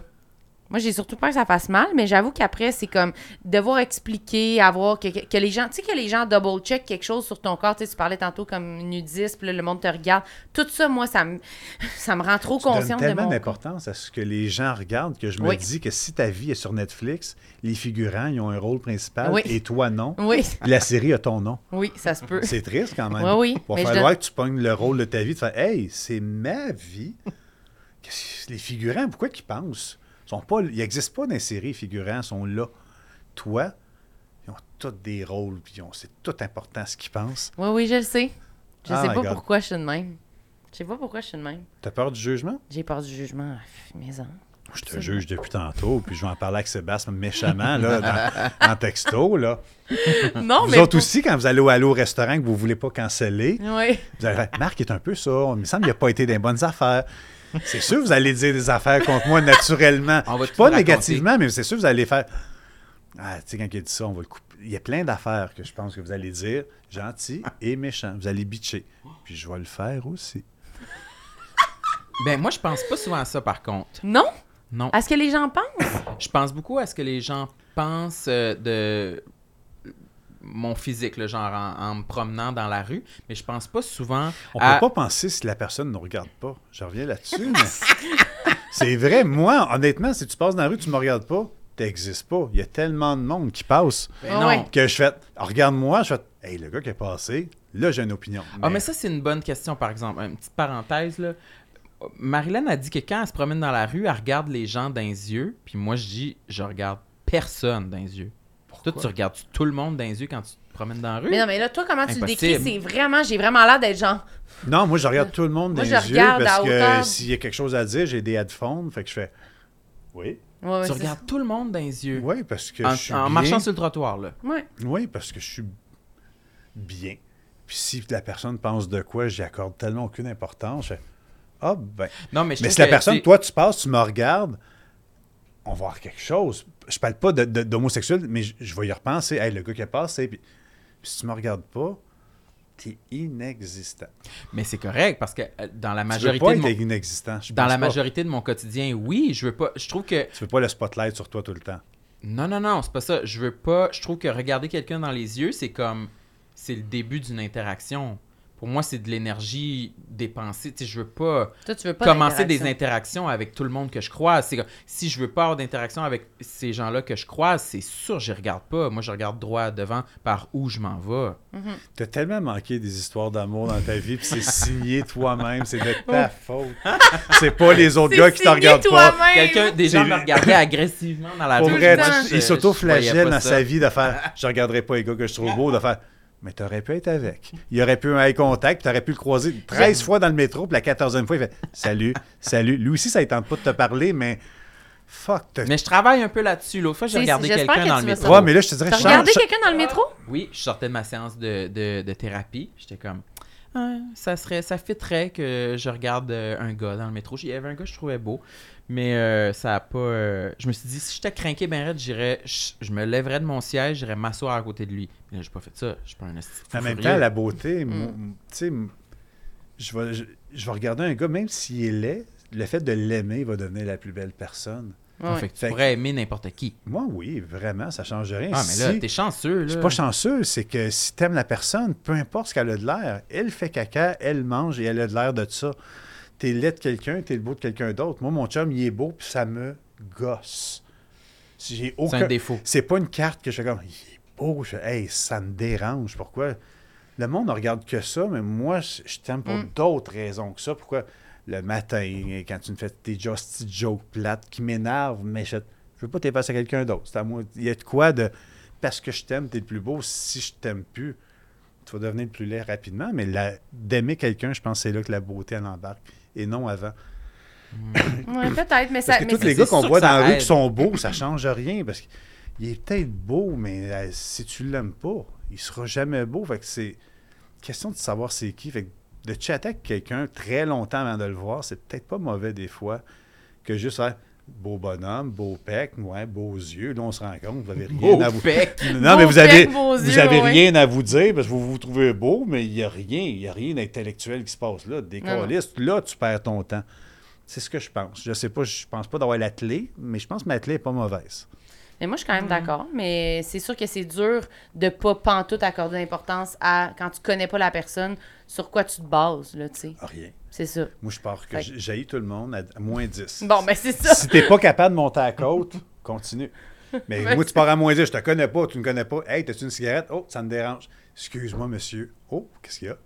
[SPEAKER 2] Moi, j'ai surtout peur que ça fasse mal, mais j'avoue qu'après, c'est comme devoir expliquer, avoir que, que- que les gens, tu sais, que les gens double-check quelque chose sur ton corps. Tu sais, tu parlais tantôt comme nudiste, puis là, le monde te regarde. Tout ça, moi, ça me, [laughs] ça me rend trop
[SPEAKER 4] Je
[SPEAKER 2] consciente
[SPEAKER 4] donne
[SPEAKER 2] de
[SPEAKER 4] tellement
[SPEAKER 2] mon
[SPEAKER 4] d'importance à ce que les gens regardent que je me
[SPEAKER 2] Oui.
[SPEAKER 4] dis que si ta vie est sur Netflix, les figurants, ils ont un rôle principal
[SPEAKER 2] Oui.
[SPEAKER 4] et toi, non.
[SPEAKER 2] [laughs] Oui,
[SPEAKER 4] Puis La série a ton nom.
[SPEAKER 2] oui, ça se peut.
[SPEAKER 4] C'est triste quand même.
[SPEAKER 2] Oui, oui,
[SPEAKER 4] Pour
[SPEAKER 2] mais je
[SPEAKER 4] falloir que tu pognes le rôle de ta vie, de faire Hey, c'est
[SPEAKER 2] [laughs]
[SPEAKER 4] ma vie. Qu'est-ce que- Les figurants, pourquoi qu'ils pensent Ils sont pas, Ils n'existent pas dans les séries, les figurants ils sont là. Toi, ils ont tous des rôles, puis ils ont- c'est tout important ce qu'ils pensent.
[SPEAKER 2] Oui, oui, je le sais. Je
[SPEAKER 4] Ah
[SPEAKER 2] sais
[SPEAKER 4] my
[SPEAKER 2] pas
[SPEAKER 4] God.
[SPEAKER 2] pourquoi je suis de même. Je sais pas pourquoi je suis de même.
[SPEAKER 4] T'as peur du jugement
[SPEAKER 2] J'ai peur du jugement. Pff, Mais en.
[SPEAKER 4] Je te juge depuis tantôt, puis je vais en parler avec Sébastien
[SPEAKER 2] [laughs]
[SPEAKER 4] méchamment, là, dans- en texto, là.
[SPEAKER 2] Non,
[SPEAKER 4] Ah, vous
[SPEAKER 2] Oh, mais.
[SPEAKER 4] autres aussi, quand vous allez au Allo au restaurant que vous voulez pas canceller,
[SPEAKER 2] Oui.
[SPEAKER 4] Vous allez faire, Marc est un peu ça. Il me semble qu'il n'a pas été des bonnes affaires. C'est sûr, vous allez dire des affaires contre moi naturellement.
[SPEAKER 1] On va
[SPEAKER 4] Puis
[SPEAKER 1] tout
[SPEAKER 4] pas
[SPEAKER 1] raconter.
[SPEAKER 4] négativement, mais c'est sûr, vous allez faire. Ah, tu sais, quand il a dit ça, on va le couper. Il y a plein d'affaires que je pense que vous allez dire, gentil et méchant. Vous allez bitcher. Puis je vais le faire aussi.
[SPEAKER 1] Ben moi, je pense pas souvent à ça, par contre.
[SPEAKER 2] Non?
[SPEAKER 1] Non.
[SPEAKER 2] À ce que les gens pensent?
[SPEAKER 1] Je pense beaucoup à ce que les gens pensent euh, de mon physique, le genre en, en me promenant dans la rue, mais je pense pas souvent
[SPEAKER 4] On
[SPEAKER 1] à...
[SPEAKER 4] peut pas penser si la personne ne nous regarde pas. Je reviens là-dessus, mais. [laughs] c'est vrai, moi, honnêtement, si tu passes dans la rue, tu me regardes pas, t'existes pas. Il y a tellement de monde qui passe.
[SPEAKER 1] Ben
[SPEAKER 2] Ah ouais.
[SPEAKER 1] non.
[SPEAKER 4] que je fais regarde-moi, je fais hey, le gars qui est passé, là j'ai une opinion.
[SPEAKER 1] Ah, mais ça, c'est une bonne question, par exemple. Une petite parenthèse, là. Marilyn a dit que quand elle se promène dans la rue, elle regarde les gens dans les yeux, puis moi, je dis, je regarde personne dans les yeux. Toi, tu regardes tout le monde dans les yeux quand tu te promènes dans la rue?
[SPEAKER 2] Mais non, mais là, toi, comment tu le décris?
[SPEAKER 1] Impossible.
[SPEAKER 2] C'est vraiment. J'ai vraiment l'air d'être genre.
[SPEAKER 4] Non, moi je regarde tout le monde
[SPEAKER 2] Moi,
[SPEAKER 4] dans
[SPEAKER 2] je
[SPEAKER 4] les yeux
[SPEAKER 2] regarde
[SPEAKER 4] parce
[SPEAKER 2] à
[SPEAKER 4] que
[SPEAKER 2] hauteur.
[SPEAKER 4] s'il y a quelque chose à dire, j'ai des headphones, fait que je fais oui.
[SPEAKER 2] Ouais, ouais,
[SPEAKER 1] tu
[SPEAKER 2] c'est
[SPEAKER 1] regardes tout le monde dans les yeux.
[SPEAKER 4] Oui, parce que
[SPEAKER 1] En,
[SPEAKER 4] je suis
[SPEAKER 1] en
[SPEAKER 4] bien.
[SPEAKER 1] marchant sur le trottoir, là.
[SPEAKER 2] ça. Ouais.
[SPEAKER 4] Oui, parce que je suis bien. Puis si la personne pense de quoi, j'y accorde tellement aucune importance. je fais, Ah ben.
[SPEAKER 1] Non, mais je
[SPEAKER 4] Mais
[SPEAKER 1] trouve
[SPEAKER 4] si la
[SPEAKER 1] que,
[SPEAKER 4] personne,
[SPEAKER 1] tu sais,
[SPEAKER 4] toi, tu passes, tu me regardes, on va voir quelque chose. Je parle pas de- de- d'homosexuel, mais je, je vais y repenser. Hey, le gars qui est passé, puis, puis si tu me regardes pas, t'es inexistant.
[SPEAKER 1] Mais c'est correct, parce que euh, dans la
[SPEAKER 4] tu peux pas
[SPEAKER 1] majorité de
[SPEAKER 4] être
[SPEAKER 1] mon...
[SPEAKER 4] inexistant. je
[SPEAKER 1] Dans
[SPEAKER 4] pense
[SPEAKER 1] la
[SPEAKER 4] pas.
[SPEAKER 1] majorité de mon quotidien, oui, je veux pas. Je trouve que
[SPEAKER 4] Tu veux pas le spotlight sur toi tout le temps.
[SPEAKER 1] Non, non, non, c'est pas ça. Je veux pas. Je trouve que regarder quelqu'un dans les yeux, c'est comme. C'est le début d'une interaction. Pour moi, c'est de l'énergie dépensée. Tu sais, je veux pas
[SPEAKER 2] Toi, tu veux pas.
[SPEAKER 1] commencer des
[SPEAKER 2] d'interaction.
[SPEAKER 1] interactions avec tout le monde que je croise. C'est comme, si je veux pas avoir d'interaction avec ces gens-là que je croise, c'est sûr, je les regarde pas. Moi, je regarde droit devant par où je m'en vais.
[SPEAKER 4] T'as tellement manqué des histoires d'amour dans ta vie, puis c'est [laughs] signé toi-même, c'est de ta
[SPEAKER 1] Oh.
[SPEAKER 4] faute. C'est pas les autres gars qui te regardent pas.
[SPEAKER 1] Quelqu'un, des gens
[SPEAKER 4] C'est-
[SPEAKER 1] me regardaient agressivement dans la
[SPEAKER 4] Pour
[SPEAKER 1] rue.
[SPEAKER 4] vrai,
[SPEAKER 1] Moi,
[SPEAKER 4] Ah, tu-
[SPEAKER 1] je-
[SPEAKER 4] il
[SPEAKER 1] je voyais
[SPEAKER 4] s'auto-flagelle
[SPEAKER 1] pas
[SPEAKER 4] dans
[SPEAKER 1] ça.
[SPEAKER 4] sa vie de faire
[SPEAKER 1] [laughs]
[SPEAKER 4] Je regarderai pas les gars que je trouve beaux, de faire Mais t'aurais pu être avec. Il aurait pu un eye contact, puis t'aurais pu le croiser 13 fois dans le métro, puis la 14e fois, il fait Salut, salut. Lui aussi, ça ne tente pas de te parler, mais Fuck, t'as.
[SPEAKER 1] Mais je travaille un peu là-dessus. L'autre fois, j'ai
[SPEAKER 2] C'est-
[SPEAKER 1] regardé
[SPEAKER 2] j'espère
[SPEAKER 1] quelqu'un
[SPEAKER 2] que
[SPEAKER 1] dans
[SPEAKER 2] tu
[SPEAKER 1] le
[SPEAKER 2] vas
[SPEAKER 1] métro.
[SPEAKER 4] Ouais, mais là, je te dirais,
[SPEAKER 2] T'as
[SPEAKER 4] change-
[SPEAKER 2] regardé
[SPEAKER 4] cha-
[SPEAKER 2] quelqu'un dans le métro?
[SPEAKER 1] Oui, je sortais de ma séance de, de- de thérapie. J'étais comme, Ah, ça serait, ça fitterait que je regarde euh, un gars dans le métro. Il y avait un gars que je trouvais beau, mais euh, ça a pas. euh, Je me suis dit, si j'étais craqué ben raide, j'irais, je, je me lèverais de mon siège, j'irais m'asseoir à côté de lui. Mais là, j'ai pas fait ça. Je suis pas un esti de fou
[SPEAKER 4] En même
[SPEAKER 1] furieux. Mm.
[SPEAKER 4] temps, la beauté, moi, tu sais, m- je vais, je, je vais regarder un gars, même s'il est laid, le fait de l'aimer va devenir la plus belle personne.
[SPEAKER 1] Ouais. Fait que tu
[SPEAKER 4] Fait que-
[SPEAKER 1] pourrais aimer n'importe qui.
[SPEAKER 4] Moi, oui, vraiment, ça change rien.
[SPEAKER 1] Ah, mais là,
[SPEAKER 4] Si-
[SPEAKER 1] t'es chanceux. Là.
[SPEAKER 4] je suis pas chanceux, c'est que si t'aimes la personne, peu importe ce qu'elle a de l'air, elle fait caca, elle mange et elle a de l'air de ça. T'es laid de quelqu'un, t'es le beau de quelqu'un d'autre. Moi, mon chum, il est beau, puis ça me gosse. Si J'ai
[SPEAKER 1] C'est
[SPEAKER 4] aucun...
[SPEAKER 1] un défaut.
[SPEAKER 4] C'est pas une carte que je fais comme il est beau, je fais, hey, ça me dérange. Pourquoi le monde ne regarde que ça, mais moi, je je t'aime pour d'autres raisons que ça. Pourquoi le matin, quand tu me fais tes just jokes plates qui m'énervent, mais je, je veux pas t'es passer à quelqu'un d'autre. C'est à moi. Il y a de quoi de parce que je t'aime, t'es le plus beau. Si je t'aime plus, tu vas devenir le plus laid rapidement. Mais la- d'aimer quelqu'un, je pense que c'est là que la beauté elle embarque et non avant.
[SPEAKER 2] Ouais, peut-être, mais ça.
[SPEAKER 4] Parce que
[SPEAKER 2] mais
[SPEAKER 4] tous
[SPEAKER 2] c'est-
[SPEAKER 4] les
[SPEAKER 1] c'est
[SPEAKER 4] gars qu'on
[SPEAKER 1] sûr
[SPEAKER 4] voit
[SPEAKER 1] que
[SPEAKER 4] dans
[SPEAKER 1] ça
[SPEAKER 4] la rue
[SPEAKER 1] aide.
[SPEAKER 4] qui sont beaux, ça change rien. Parce qu'il est peut-être beau, mais euh, si tu l'aimes pas, il sera jamais beau. Fait que c'est question de savoir c'est qui. Fait que de chatter avec quelqu'un très longtemps avant de le voir, c'est peut-être pas mauvais des fois que juste faire beau bonhomme, beau pec, ouais, beaux yeux. Là, on se rend compte, vous avez rien
[SPEAKER 1] Beau
[SPEAKER 4] à vous
[SPEAKER 1] pec.
[SPEAKER 4] non, mais
[SPEAKER 2] Beau
[SPEAKER 4] vous avez,
[SPEAKER 2] pec, beaux
[SPEAKER 4] vous
[SPEAKER 2] yeux,
[SPEAKER 4] avez
[SPEAKER 2] ouais.
[SPEAKER 4] rien à vous dire parce que vous vous trouvez beau, mais il n'y a rien, il n'y a rien d'intellectuel qui se passe là. Des
[SPEAKER 2] Non, non.
[SPEAKER 4] câlisses, là, tu perds ton temps. C'est ce que je pense. Je sais pas, je pense pas d'avoir la clé, mais je pense que ma clé n'est pas mauvaise.
[SPEAKER 2] Mais moi, je suis quand même d'accord. Mais c'est sûr que c'est dur de pas pantoute accorder d'importance à quand tu connais pas la personne, sur quoi tu te bases, là, tu sais.
[SPEAKER 4] Rien.
[SPEAKER 2] C'est ça.
[SPEAKER 4] Moi, je pars que
[SPEAKER 2] Fait-
[SPEAKER 4] j- j'haïs tout le monde à à moins 10.
[SPEAKER 2] Bon, ben c'est [laughs] ça.
[SPEAKER 4] si t'es pas capable de monter à la côte, continue. Mais
[SPEAKER 2] Ouais,
[SPEAKER 4] moi, tu pars à moins 10, je te connais pas, tu me connais pas. Hey, t'as-tu une cigarette? Oh, ça me dérange. Excuse-moi, monsieur. Oh, qu'est-ce qu'il y a?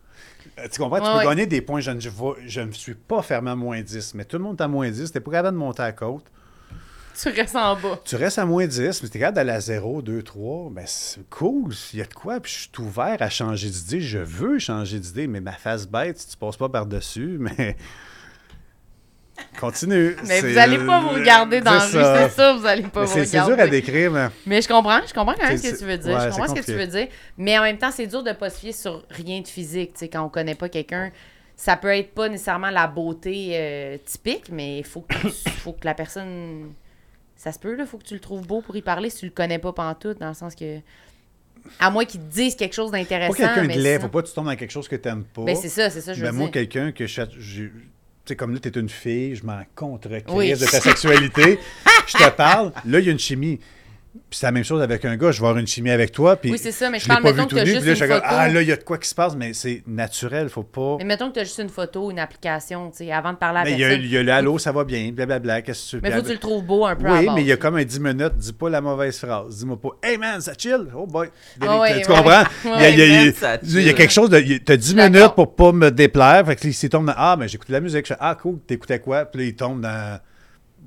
[SPEAKER 4] Euh, Tu comprends? Tu
[SPEAKER 2] Ouais,
[SPEAKER 4] peux
[SPEAKER 2] ouais.
[SPEAKER 4] gagner des points. Je ne je vais- je ne suis pas fermé à moins 10, mais tout le monde est à moins 10. T'es pas capable de monter à la côte.
[SPEAKER 2] Tu restes en bas.
[SPEAKER 4] Tu restes à moins 10, mais t'es capable d'aller à 0, 2, 3. Ben, c'est cool. Il y a de quoi. Puis je suis ouvert à changer d'idée. Je veux changer d'idée, mais ma face bête, si tu passes pas par-dessus, [laughs] mais. Continue.
[SPEAKER 2] Mais vous
[SPEAKER 4] C'est-
[SPEAKER 2] allez pas vous regarder dans la rue,
[SPEAKER 4] C'est ça.
[SPEAKER 2] c'est ça, vous allez pas
[SPEAKER 4] Mais
[SPEAKER 2] vous
[SPEAKER 4] c'est-
[SPEAKER 2] regarder.
[SPEAKER 4] C'est dur à décrire, mais
[SPEAKER 2] Mais je comprends, je comprends quand même
[SPEAKER 4] C'est-
[SPEAKER 2] ce que tu veux
[SPEAKER 4] c'est-
[SPEAKER 2] dire.
[SPEAKER 4] ouais,
[SPEAKER 2] je comprends ce
[SPEAKER 4] c'est
[SPEAKER 2] que tu
[SPEAKER 4] compliqué.
[SPEAKER 2] veux dire. Mais en même temps, c'est dur de pas se fier sur rien de physique. Tu sais, quand on connaît pas quelqu'un, ça peut être pas nécessairement la beauté euh, typique, mais il faut, que tu- [coughs] faut que la personne. Ça se peut, là. faut que tu le trouves beau pour y parler si tu le connais pas pantoute, dans le sens que. À moins qu'il te dise quelque chose
[SPEAKER 4] pas
[SPEAKER 2] d'intéressant.
[SPEAKER 4] quelqu'un
[SPEAKER 2] mais
[SPEAKER 4] de laid.
[SPEAKER 2] sinon-
[SPEAKER 4] Faut pas que tu tombes dans quelque chose que t'aimes pas.
[SPEAKER 2] Ben, c'est ça, c'est ça, je veux
[SPEAKER 4] Ben, moi,
[SPEAKER 2] dire.
[SPEAKER 4] quelqu'un que je. j'ai- Tu sais, comme là, t'es une fille, je m'en contre
[SPEAKER 2] Oui.
[SPEAKER 4] de
[SPEAKER 2] [laughs]
[SPEAKER 4] ta sexualité. je te parle. Là, il y a une chimie. Puis c'est la même chose avec un gars. Je vais avoir une chimie avec toi. Puis
[SPEAKER 2] Oui, c'est ça, mais je
[SPEAKER 4] l'ai
[SPEAKER 2] parle,
[SPEAKER 4] pas
[SPEAKER 2] mettons,
[SPEAKER 4] vu
[SPEAKER 2] que
[SPEAKER 4] tout
[SPEAKER 2] t'as
[SPEAKER 4] nu,
[SPEAKER 2] juste
[SPEAKER 4] puis là, je
[SPEAKER 2] une
[SPEAKER 4] suis comme,
[SPEAKER 2] photo.
[SPEAKER 4] Ah, là, il y a de quoi qui se passe, mais c'est naturel. Faut pas.
[SPEAKER 2] Mais mettons que tu as juste une photo, une application, tu sais, avant de parler à la
[SPEAKER 4] Mais il y a,
[SPEAKER 2] personne.
[SPEAKER 4] il y a le allô, ça va bien, blablabla. Qu'est-ce que tu
[SPEAKER 2] Mais faut que tu le trouves beau un peu à
[SPEAKER 4] Oui,
[SPEAKER 2] base.
[SPEAKER 4] mais il y a comme un 10 minutes, dis pas la mauvaise phrase. Dis-moi pas, hey man, ça chill. Oh boy.
[SPEAKER 2] Ah ouais,
[SPEAKER 4] tu
[SPEAKER 2] ouais.
[SPEAKER 4] comprends? Il y a- il y a-
[SPEAKER 1] Hey man,
[SPEAKER 4] il y a-
[SPEAKER 1] ça
[SPEAKER 4] il y a
[SPEAKER 1] chill.
[SPEAKER 4] quelque chose de. il- T'as 10
[SPEAKER 2] D'accord.
[SPEAKER 4] minutes pour pas me déplaire. Fait que s'il tombe dans. Ah, mais j'écoutais de la musique. Je fais, ah, cool, t'écoutais quoi? Puis là, il tombe dans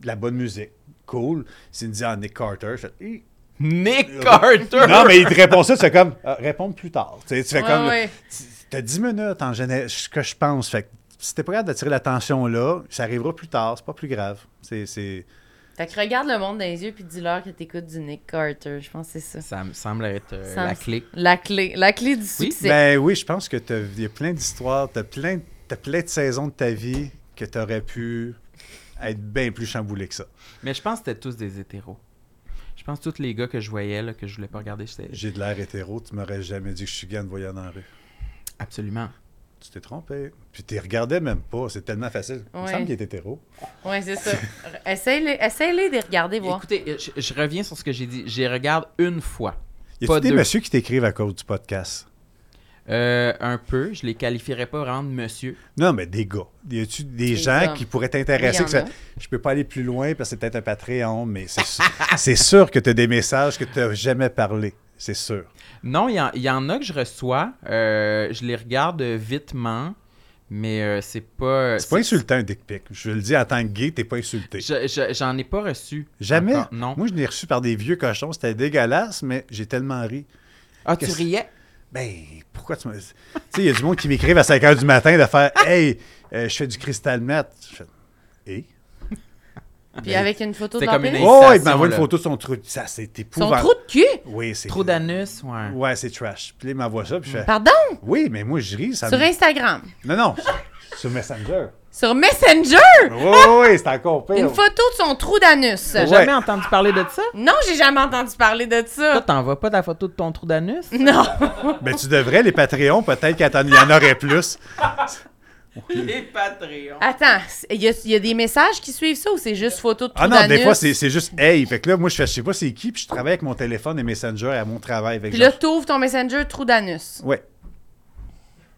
[SPEAKER 4] de la bonne musique. Cool. S'il me dit, ah, Nick Carter. Je fais, Hi.
[SPEAKER 1] Nick Carter.
[SPEAKER 4] non, mais il te répond ça, tu fais comme, Ah, répondre plus tard. Tu, sais, tu fais
[SPEAKER 2] Ouais,
[SPEAKER 4] comme.
[SPEAKER 2] ouais.
[SPEAKER 4] tu- T'as 10 minutes en général, ce que je pense. Fait que si t'es prêt à attirer l'attention là, ça arrivera plus tard, c'est pas plus grave. C'est- C'est.
[SPEAKER 2] Fait que regarde le monde dans les yeux puis dis-leur que t'écoutes du Nick Carter. Je pense que c'est ça.
[SPEAKER 1] Ça me semble être euh,
[SPEAKER 2] Ça me-
[SPEAKER 1] la clé.
[SPEAKER 2] La clé. La clé du
[SPEAKER 1] Oui,
[SPEAKER 2] succès.
[SPEAKER 4] Ben oui, je pense que t'as- il y a plein d'histoires, t'as plein, t'as plein de saisons de ta vie que t'aurais pu être bien plus chamboulé que ça.
[SPEAKER 1] Mais je pense que c'était tous des hétéros. Je pense que tous les gars que je voyais, là, que je voulais pas regarder, c'était
[SPEAKER 4] J'ai de l'air hétéro, tu m'aurais jamais dit que je suis gay en te voyant dans la rue.
[SPEAKER 1] absolument.
[SPEAKER 4] Tu t'es trompé. Puis t'y regardais même pas, c'est tellement facile. Il me
[SPEAKER 2] Ouais.
[SPEAKER 4] semble qu'il est hétéro.
[SPEAKER 2] Ouais, c'est ça. Essaye-les essaye-les de regarder, voir.
[SPEAKER 1] Écoutez, euh, je, je reviens sur ce que j'ai dit. J'y regarde une fois.
[SPEAKER 4] Y
[SPEAKER 1] Pas
[SPEAKER 4] a-tu des
[SPEAKER 1] deux.
[SPEAKER 4] messieurs qui t'écrivent à cause du podcast?
[SPEAKER 1] Euh, un peu. Je les qualifierais pas vraiment de monsieur.
[SPEAKER 4] Non, mais des gars. Y a-tu des
[SPEAKER 2] Des
[SPEAKER 4] gens
[SPEAKER 2] hommes.
[SPEAKER 4] qui pourraient
[SPEAKER 2] Oui, y
[SPEAKER 4] t'intéresser?
[SPEAKER 2] en
[SPEAKER 4] que ça-
[SPEAKER 2] a.
[SPEAKER 4] Je peux pas aller plus loin parce que c'est peut-être un Patreon, mais c'est sûr, [laughs] c'est sûr que t'as des messages que t'as jamais parlé. C'est sûr.
[SPEAKER 1] Non, il y, en- il y en a que je reçois. euh, je les regarde euh, vitement, mais euh, c'est pas.
[SPEAKER 4] C'est pas insultant, un dick pic. Je le dis en tant que gay, t'es pas insulté.
[SPEAKER 1] Je- je- J'en ai pas reçu.
[SPEAKER 4] Jamais?
[SPEAKER 1] encore, Non.
[SPEAKER 4] Moi, je l'ai reçu par des vieux cochons. C'était dégueulasse, mais j'ai tellement ri.
[SPEAKER 1] ah, tu
[SPEAKER 4] qu'est-ce-
[SPEAKER 1] riais?
[SPEAKER 4] Ben, pourquoi tu me. Tu sais, il y a du monde qui m'écrivent à 5 h du matin de faire Hey, euh, je fais du cristal meth. Je fais Hé?
[SPEAKER 2] Puis avec une photo de
[SPEAKER 1] C'est
[SPEAKER 2] leur
[SPEAKER 1] comme une
[SPEAKER 2] pénis.
[SPEAKER 1] initiation,
[SPEAKER 4] Oh, il m'envoie une
[SPEAKER 1] là.
[SPEAKER 4] photo de son trou. Ça, c'est
[SPEAKER 2] Son
[SPEAKER 4] épouvantable.
[SPEAKER 2] trou de cul?
[SPEAKER 4] Oui, c'est.
[SPEAKER 1] Trop d'anus, ouais.
[SPEAKER 4] Ouais, c'est trash. Puis là, il m'envoie ça, puis je fais.
[SPEAKER 2] Pardon?
[SPEAKER 4] Oui, mais moi, je ris. Ça
[SPEAKER 2] Sur
[SPEAKER 4] me-
[SPEAKER 2] Instagram.
[SPEAKER 4] Non, non. sur-
[SPEAKER 2] [laughs]
[SPEAKER 4] Sur Messenger.
[SPEAKER 2] Sur Messenger?
[SPEAKER 4] Oui, oui, oui, c'est encore pire.
[SPEAKER 2] Une photo de son trou d'anus.
[SPEAKER 1] T'as
[SPEAKER 4] Ouais.
[SPEAKER 1] jamais entendu parler de ça?
[SPEAKER 2] Non, j'ai jamais entendu parler de
[SPEAKER 1] Toi,
[SPEAKER 2] ça.
[SPEAKER 1] t'envoies pas ta photo de ton trou d'anus?
[SPEAKER 2] [laughs] Non.
[SPEAKER 4] Mais Ben, tu devrais, les Patreons, peut-être qu'il y en aurait plus.
[SPEAKER 1] Les Patreons.
[SPEAKER 2] Attends, il y, a- y a des messages qui suivent ça ou c'est juste photo de trou
[SPEAKER 4] Ah non, des
[SPEAKER 2] d'anus?
[SPEAKER 4] fois, c'est c'est juste hey. Fait que là, moi, je fais, je sais pas c'est qui, puis je travaille avec mon téléphone et Messenger à mon travail. Fait que
[SPEAKER 2] Puis là,
[SPEAKER 4] genre-
[SPEAKER 2] t'ouvres ton Messenger, trou d'anus.
[SPEAKER 4] Ouais.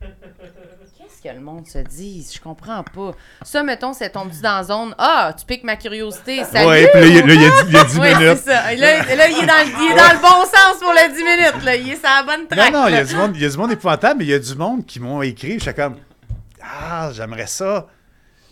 [SPEAKER 2] Qu'est-ce que le monde se dit? Je comprends pas. Ça, mettons, c'est tombé dans la zone. Ah, tu piques ma curiosité. Salut!
[SPEAKER 4] Ouais, puis là, il y a- là, il y a dix- il y a
[SPEAKER 2] [laughs]
[SPEAKER 4] 10
[SPEAKER 2] Ouais,
[SPEAKER 4] minutes.
[SPEAKER 2] c'est ça. Et là, et là, il, est dans, le- il est dans le bon sens pour le 10 minutes. Là. Il est sur la bonne
[SPEAKER 4] Non,
[SPEAKER 2] traque.
[SPEAKER 4] non, il y,
[SPEAKER 2] là.
[SPEAKER 4] a du monde, il y a du monde épouvantable, mais il y a du monde qui m'ont écrit. J'étais comme Ah, j'aimerais ça.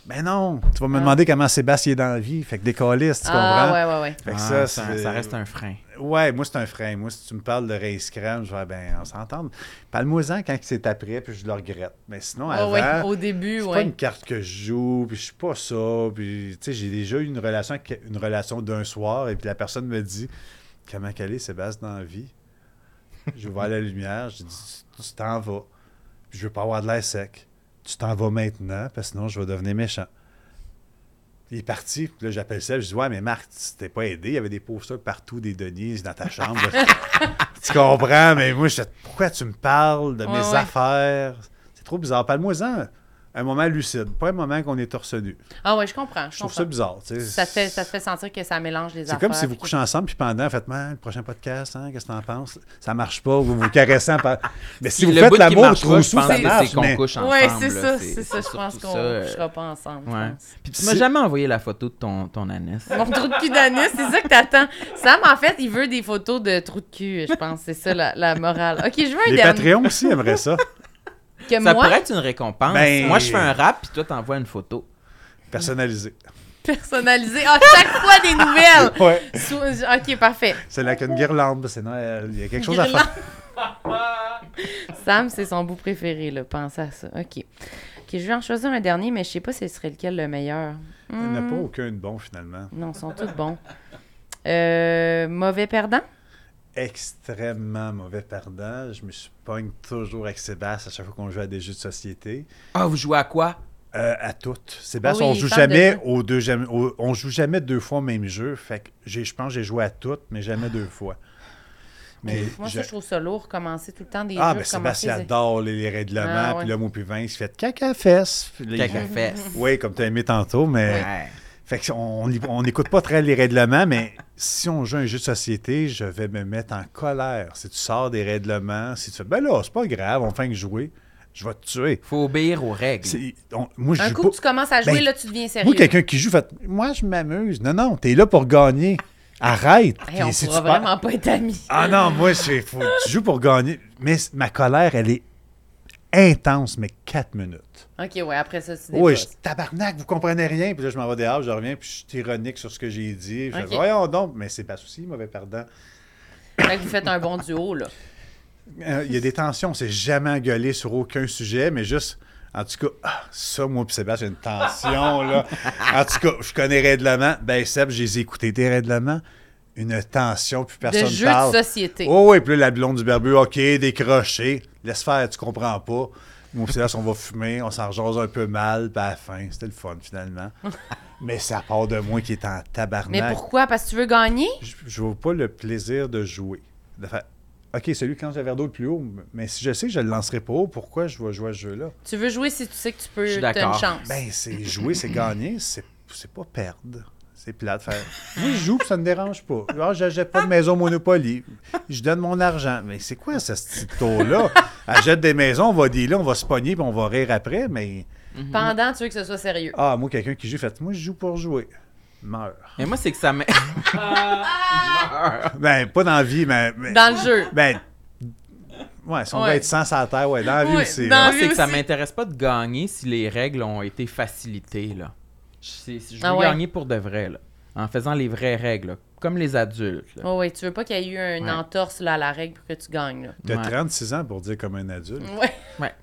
[SPEAKER 4] Mais non, tu vas me demander comment Sébastien est dans la vie. Fait que décaliste, tu
[SPEAKER 2] Ah,
[SPEAKER 4] comprends?
[SPEAKER 2] ouais, ouais, ouais.
[SPEAKER 4] Fait que
[SPEAKER 1] Ah, ça,
[SPEAKER 4] c'est-
[SPEAKER 1] ça reste un frein.
[SPEAKER 4] Ouais, moi, c'est un frein. Moi, si tu me parles de race crème, je vais, ben, on s'entend. Parle-moi-en quand c'est après, puis je le regrette. Mais sinon,
[SPEAKER 2] Ah,
[SPEAKER 4] avant,
[SPEAKER 2] ouais, Au début,
[SPEAKER 4] c'est
[SPEAKER 2] ouais.
[SPEAKER 4] pas une carte que je joue, puis je suis pas ça. Puis, tu sais, j'ai déjà eu une relation, avec- une relation d'un soir, et puis la personne me dit Comment qu'elle est, Sébastien, dans la vie J'ai ouvert la lumière, j'ai dit Tu tu t'en vas. Puis je veux pas avoir de l'air sec. Tu t'en vas maintenant, parce que sinon, je vais devenir méchant. Il est parti, puis là, j'appelle Seb, je dis Ouais, mais Marc, tu t'es pas aidé, il y avait des posters partout, des deniers dans ta chambre. [laughs] tu comprends, mais moi, je Pourquoi tu me parles de
[SPEAKER 2] Ouais,
[SPEAKER 4] mes
[SPEAKER 2] ouais.
[SPEAKER 4] affaires C'est trop bizarre. Parle-moi-en un moment lucide, pas un moment qu'on est torse nu.
[SPEAKER 2] Ah, ouais, je comprends. Je
[SPEAKER 4] Je trouve
[SPEAKER 2] comprends.
[SPEAKER 4] ça bizarre. tu sais.
[SPEAKER 2] Ça te, fait, ça te fait sentir que ça mélange les
[SPEAKER 4] C'est
[SPEAKER 2] affaires.
[SPEAKER 4] comme si vous couchez ensemble, puis pendant, faites Man, le prochain podcast, hein, qu'est-ce que t'en penses Ça marche pas, vous vous caressez. en par- Mais si vous
[SPEAKER 1] le bout
[SPEAKER 4] faites
[SPEAKER 1] qui
[SPEAKER 4] l'amour
[SPEAKER 1] marche pas,
[SPEAKER 4] trop
[SPEAKER 1] je
[SPEAKER 4] sous,
[SPEAKER 1] pense
[SPEAKER 4] ça
[SPEAKER 1] que
[SPEAKER 4] marche.
[SPEAKER 1] c'est qu'on
[SPEAKER 4] mais-
[SPEAKER 1] couche ensemble.
[SPEAKER 2] Ouais, c'est
[SPEAKER 1] là.
[SPEAKER 2] ça, c'est ça. Je
[SPEAKER 1] surtout
[SPEAKER 2] pense qu'on
[SPEAKER 1] ça,
[SPEAKER 2] ne
[SPEAKER 1] euh,
[SPEAKER 2] couchera pas ensemble. je
[SPEAKER 1] ouais.
[SPEAKER 2] pense.
[SPEAKER 1] Puis tu m'as
[SPEAKER 4] C'est-
[SPEAKER 1] jamais envoyé la photo de ton, ton anus.
[SPEAKER 2] Mon trou de cul d'anus, c'est ça que t'attends. Sam, en fait, il veut des photos de trou de cul, je pense. C'est ça la, la morale. Ok, je veux un
[SPEAKER 4] Les
[SPEAKER 2] dernier.
[SPEAKER 4] Patreons aussi aimeraient ça.
[SPEAKER 2] Que
[SPEAKER 1] Ça
[SPEAKER 2] moi,
[SPEAKER 1] pourrait être une récompense.
[SPEAKER 4] Ben-
[SPEAKER 1] Moi, je fais un rap, puis toi, t'envoies une photo.
[SPEAKER 4] Personnalisé.
[SPEAKER 2] Ah. personnalisé. Ah, chaque fois des nouvelles.
[SPEAKER 4] Ouais.
[SPEAKER 2] Sou- Ok, parfait.
[SPEAKER 4] [laughs] C'est là qu'une guirlande, c'est Noël. Il y a quelque chose à faire.
[SPEAKER 2] [laughs] Sam, c'est son bout préféré, là. Pense à ça. Ok. Ok, je vais en choisir un dernier, mais je sais pas si ce serait lequel le meilleur.
[SPEAKER 4] Il n'y en a pas
[SPEAKER 2] Hmm,
[SPEAKER 4] aucun de bon, finalement.
[SPEAKER 2] Non, ils sont tous bons. Euh, mauvais perdant?
[SPEAKER 4] Extrêmement mauvais perdant. Je me suis pogne toujours avec Sébastien à chaque fois qu'on joue à des jeux de société.
[SPEAKER 1] Ah, vous jouez à quoi?
[SPEAKER 4] Euh, à toutes. Sébastien,
[SPEAKER 2] Ah oui,
[SPEAKER 4] on joue
[SPEAKER 2] parle de
[SPEAKER 4] jamais
[SPEAKER 2] ça.
[SPEAKER 4] aux deux, jamais- au- on joue jamais deux fois au même jeu. Fait que j'ai- je pense que j'ai joué à toutes, mais jamais deux fois. Mais
[SPEAKER 2] Moi,
[SPEAKER 4] je-
[SPEAKER 2] ça, je trouve ça lourd, commencer tout le temps des
[SPEAKER 4] ah,
[SPEAKER 2] jeux.
[SPEAKER 4] mais
[SPEAKER 2] commencer
[SPEAKER 4] Sébastien
[SPEAKER 2] des-
[SPEAKER 4] adore les, les règlements,
[SPEAKER 2] Ah, ouais.
[SPEAKER 4] puis là, mon puis Vince, il fait caca fesse. Puis là, il
[SPEAKER 1] Caca
[SPEAKER 4] fait-
[SPEAKER 1] fesse.
[SPEAKER 4] Oui, comme tu as aimé tantôt, mais.
[SPEAKER 1] Ouais.
[SPEAKER 4] Fait que on y- on n'écoute pas très les règlements, mais si on joue à un jeu de société, je vais me mettre en colère. Si tu sors des règlements, si tu fais, ben là, c'est pas grave, on fait que jouer, je vais te tuer.
[SPEAKER 1] Faut obéir aux règles.
[SPEAKER 4] C'est- on- moi, je
[SPEAKER 2] Un
[SPEAKER 4] joue
[SPEAKER 2] coup
[SPEAKER 4] pas-
[SPEAKER 2] que tu commences à jouer,
[SPEAKER 4] Ben,
[SPEAKER 2] là, tu deviens sérieux.
[SPEAKER 4] Moi, quelqu'un qui joue, fait, moi, je m'amuse. Non, non, t'es là pour gagner. Arrête.
[SPEAKER 2] Hey, on
[SPEAKER 4] Puis si
[SPEAKER 2] pourra
[SPEAKER 4] tu perds-
[SPEAKER 2] vraiment pas être amis.
[SPEAKER 4] Ah non, moi, c'est fou. tu joues pour gagner. Mais c- ma colère, elle est intense, mais 4 minutes.
[SPEAKER 2] OK, ouais, après ça, tu
[SPEAKER 4] Oui,
[SPEAKER 2] dépasses.
[SPEAKER 4] je- tabarnak, vous comprenez rien. Puis là, je m'en vais dehors, je reviens, puis je suis ironique sur ce que j'ai dit. Je fais,
[SPEAKER 2] Ok.
[SPEAKER 4] voyons donc, mais c'est pas souci, mauvais perdant.
[SPEAKER 2] Fait que vous faites un bon duo, là.
[SPEAKER 4] Euh, Il y a des tensions, on s'est jamais engueulé sur aucun sujet, mais juste. En tout cas, ah, ça, moi pis Sébastien, j'ai une
[SPEAKER 2] [laughs]
[SPEAKER 4] tension, là. En tout cas, je connais les règlements. Ben, Seb, j'ai écouté tes règlements. Une tension, puis personne
[SPEAKER 2] de
[SPEAKER 4] ne
[SPEAKER 2] jeux
[SPEAKER 4] parle.
[SPEAKER 2] de société.
[SPEAKER 4] Oh oui, puis là, la blonde du barbu, OK, décroché. Laisse faire, tu comprends pas. Moi pis Sébastien, on va fumer, on s'en rejase un peu mal, puis à la fin, c'était le fun, finalement. Mais ça part de moi qui est en
[SPEAKER 2] Mais
[SPEAKER 4] tabarnak.
[SPEAKER 2] pourquoi? Parce que tu veux gagner?
[SPEAKER 4] Je je vois pas le plaisir de jouer. De faire, OK, celui qui lance le verre d'eau le plus haut, mais si je sais que je le lancerai pas haut, pourquoi je vais jouer à ce jeu-là?
[SPEAKER 2] Tu veux jouer si tu sais que tu peux.
[SPEAKER 1] Je suis
[SPEAKER 2] T'as une
[SPEAKER 1] d'accord.
[SPEAKER 2] chance.
[SPEAKER 4] Ben, c'est jouer, c'est gagner, c'est c'est pas perdre. C'est plat de faire. Moi, je joue, puis ça me dérange pas. Genre, j'achète pas de maison Monopoly. Je donne mon argent. Mais c'est quoi ce petit taux-là? Achète des maisons, on va dealer, on va se pogner, puis on va rire après, mais.
[SPEAKER 1] Mhm.
[SPEAKER 2] Pendant, tu veux que ce soit sérieux.
[SPEAKER 4] Ah, moi, quelqu'un qui joue, fait moi, je joue pour jouer. Meurs.
[SPEAKER 1] Mais moi, c'est que ça me.
[SPEAKER 2] Ah,
[SPEAKER 4] Ben, pas dans la vie, mais. mais-
[SPEAKER 2] Dans le jeu.
[SPEAKER 4] Ben. Ouais, si on
[SPEAKER 2] Ouais.
[SPEAKER 4] va être sans sa terre, ouais, dans la vie
[SPEAKER 2] Ouais,
[SPEAKER 4] aussi.
[SPEAKER 2] dans-
[SPEAKER 4] là.
[SPEAKER 1] Moi, c'est que ça
[SPEAKER 2] aussi.
[SPEAKER 1] m'intéresse pas de gagner si les règles ont été facilitées, là. Je, c'est- je veux
[SPEAKER 2] Ah ouais.
[SPEAKER 1] gagner pour de vrai, là. En faisant les vraies règles, là, comme les adultes. là.
[SPEAKER 2] Oh, ouais, tu veux pas qu'il y ait eu un
[SPEAKER 1] Ouais.
[SPEAKER 2] entorse là, à la règle pour que tu gagnes. Là.
[SPEAKER 4] T'as
[SPEAKER 1] Ouais.
[SPEAKER 4] 36 ans pour dire comme un adulte.
[SPEAKER 2] Ouais.
[SPEAKER 1] Mm. Ouais.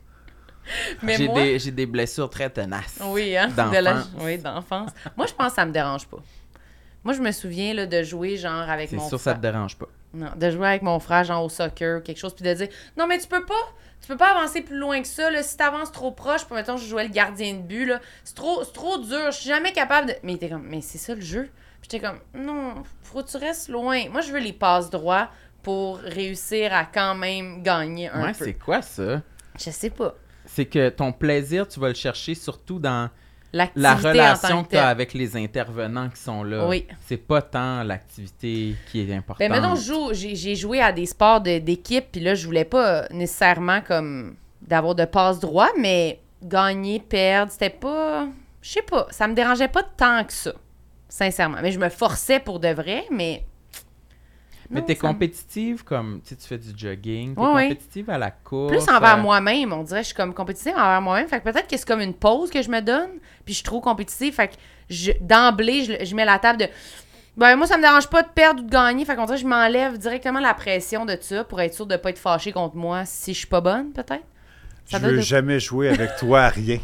[SPEAKER 2] [laughs] Mais
[SPEAKER 1] J'ai
[SPEAKER 2] moi.
[SPEAKER 1] des, j'ai des blessures très tenaces.
[SPEAKER 2] Oui, hein?
[SPEAKER 1] d'enfant.
[SPEAKER 2] de la- Oui, d'enfance. moi, je pense que ça me dérange pas. Moi, je me souviens là, de jouer genre avec
[SPEAKER 1] C'est
[SPEAKER 2] mon
[SPEAKER 1] sûr, ça
[SPEAKER 2] frère.
[SPEAKER 1] te dérange pas.
[SPEAKER 2] Non, de jouer avec mon frère genre au soccer ou quelque chose puis de dire "Non mais tu peux pas, tu peux pas avancer plus loin que ça là, si t'avances trop proche, puis mettons je jouais le gardien de but là, c'est trop c'est trop dur, je suis jamais capable de Mais il était comme "Mais c'est ça le jeu." Puis j'étais comme "Non, faut que tu restes loin. Moi je veux les passes droits pour réussir à quand même gagner un
[SPEAKER 1] Ouais,
[SPEAKER 2] peu."
[SPEAKER 1] c'est quoi ça?
[SPEAKER 2] Je sais pas.
[SPEAKER 1] C'est que ton plaisir, tu vas le chercher surtout dans
[SPEAKER 2] L'activité
[SPEAKER 1] la
[SPEAKER 2] en tant
[SPEAKER 1] relation que
[SPEAKER 2] que
[SPEAKER 1] tu as
[SPEAKER 2] telle.
[SPEAKER 1] avec les intervenants qui sont là.
[SPEAKER 2] Oui.
[SPEAKER 1] C'est pas tant l'activité qui est importante.
[SPEAKER 2] Ben, mettons, je joue- j'ai j'ai joué à des sports de- d'équipe, puis là, je voulais pas nécessairement comme d'avoir de passe droit, mais gagner, perdre, c'était pas. Je sais pas, ça me dérangeait pas tant que ça, sincèrement. Mais je me forçais pour de vrai, mais.
[SPEAKER 1] Mais
[SPEAKER 2] Non,
[SPEAKER 1] t'es
[SPEAKER 2] ça me-
[SPEAKER 1] compétitive comme, tu sais, tu fais du jogging, t'es
[SPEAKER 2] Ouais, ouais.
[SPEAKER 1] compétitive à la course.
[SPEAKER 2] Plus envers
[SPEAKER 1] euh,
[SPEAKER 2] moi-même, on dirait, je suis comme compétitive envers moi-même. Fait que peut-être que c'est comme une pause que je me donne, puis je suis trop compétitive. Fait que je- d'emblée, je, je mets la table de. Ben, moi, ça me dérange pas de perdre ou de gagner. Fait qu'on dirait, que je m'enlève directement la pression de ça pour être sûre de pas être fâchée contre moi si je suis pas bonne, peut-être. Ça
[SPEAKER 4] je
[SPEAKER 2] doit
[SPEAKER 4] veux
[SPEAKER 2] de-
[SPEAKER 4] jamais jouer avec toi à rien.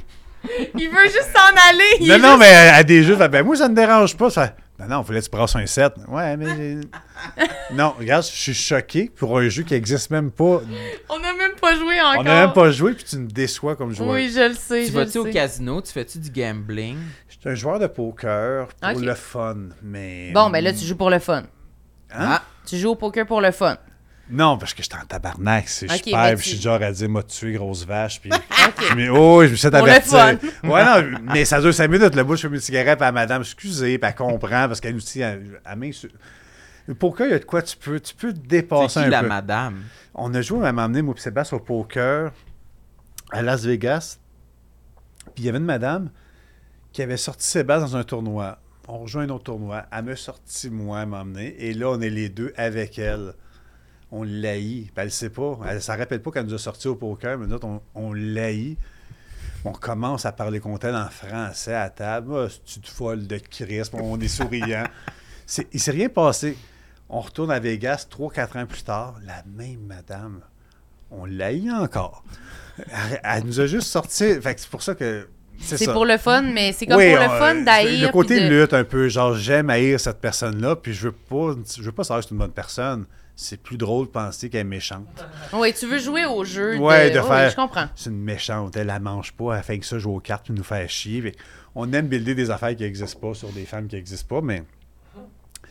[SPEAKER 2] Il veut juste s'en aller. il
[SPEAKER 4] non,
[SPEAKER 2] est
[SPEAKER 4] non,
[SPEAKER 2] juste-
[SPEAKER 4] mais à des jeux, fait, ben moi, ça ne dérange pas. Ça... Non, non, fallait que tu brasses un 7. Ouais, mais. j'ai-
[SPEAKER 2] [laughs]
[SPEAKER 4] non, regarde, je suis choqué pour un jeu qui n'existe même pas.
[SPEAKER 2] On a même pas joué encore.
[SPEAKER 4] On n'a même pas joué, puis tu me déçois comme joueur.
[SPEAKER 2] Oui, je le sais.
[SPEAKER 1] Tu
[SPEAKER 2] je le
[SPEAKER 1] vas-tu au
[SPEAKER 2] sais.
[SPEAKER 1] casino, tu fais-tu du gambling?
[SPEAKER 4] Je suis un joueur de poker pour
[SPEAKER 2] Ok.
[SPEAKER 4] le fun, mais.
[SPEAKER 2] Bon, ben là, tu joues pour le fun.
[SPEAKER 4] Hmm.
[SPEAKER 2] Ah,
[SPEAKER 4] Hein?
[SPEAKER 2] Tu joues au poker pour le fun.
[SPEAKER 4] Non, parce que j'étais en tabarnak. c'est
[SPEAKER 2] Ok,
[SPEAKER 4] je perds,
[SPEAKER 2] ben
[SPEAKER 4] puis
[SPEAKER 2] tu-
[SPEAKER 4] je suis du genre à dire, m'a tué, grosse vache. Puis, mais, oh, je me suis fait
[SPEAKER 2] Pour le
[SPEAKER 4] avertir. ouais, non, mais ça dure 5 minutes. Le bout, je fume une cigarette, puis à madame, excusez, puis elle comprend, parce qu'elle aussi, elle, elle m'insulte. Pourquoi il y a de quoi tu peux, tu peux te dépasser
[SPEAKER 1] C'est qui
[SPEAKER 4] un
[SPEAKER 1] la
[SPEAKER 4] peu.
[SPEAKER 1] madame?
[SPEAKER 4] On a joué, elle m'a emmené, moi et Sébastien, au poker à Las Vegas. Puis il y avait une madame qui avait sorti Sébastien dans un tournoi. On rejoint un autre tournoi. Elle m'a sorti, moi, elle m'a emmené. Et là, on est les deux avec elle. On l'haït. Puis elle ne sait pas. Elle ne s'en rappelle pas qu'elle nous a sortis au poker, mais nous autres, on, on l'haït. On commence à parler contre elle en français à table. Ah, c'est une folle de crisp. On est souriant. C'est- il s'est rien passé. On retourne à Vegas 3-4 ans plus tard, la même madame. On l'a eu encore. Elle, elle nous a juste sorti. Fait que c'est pour ça que. C'est
[SPEAKER 2] C'est
[SPEAKER 4] ça.
[SPEAKER 2] pour le fun, mais c'est comme
[SPEAKER 4] Oui,
[SPEAKER 2] pour le
[SPEAKER 4] on- euh,
[SPEAKER 2] fun d'haïr.
[SPEAKER 4] Le côté
[SPEAKER 2] puis de-
[SPEAKER 4] lutte un peu. Genre, j'aime haïr cette personne-là, puis je veux pas, je veux pas savoir que c'est une bonne personne. C'est plus drôle de penser qu'elle est méchante.
[SPEAKER 2] Oui, tu veux jouer au jeu.
[SPEAKER 4] Ouais,
[SPEAKER 2] de,
[SPEAKER 4] de
[SPEAKER 2] Oui,
[SPEAKER 4] faire-
[SPEAKER 2] je comprends.
[SPEAKER 4] C'est une méchante. Elle la mange pas, elle fait que ça joue aux cartes, puis nous faire chier. Fait que on aime builder des affaires qui n'existent pas sur des femmes qui n'existent pas, mais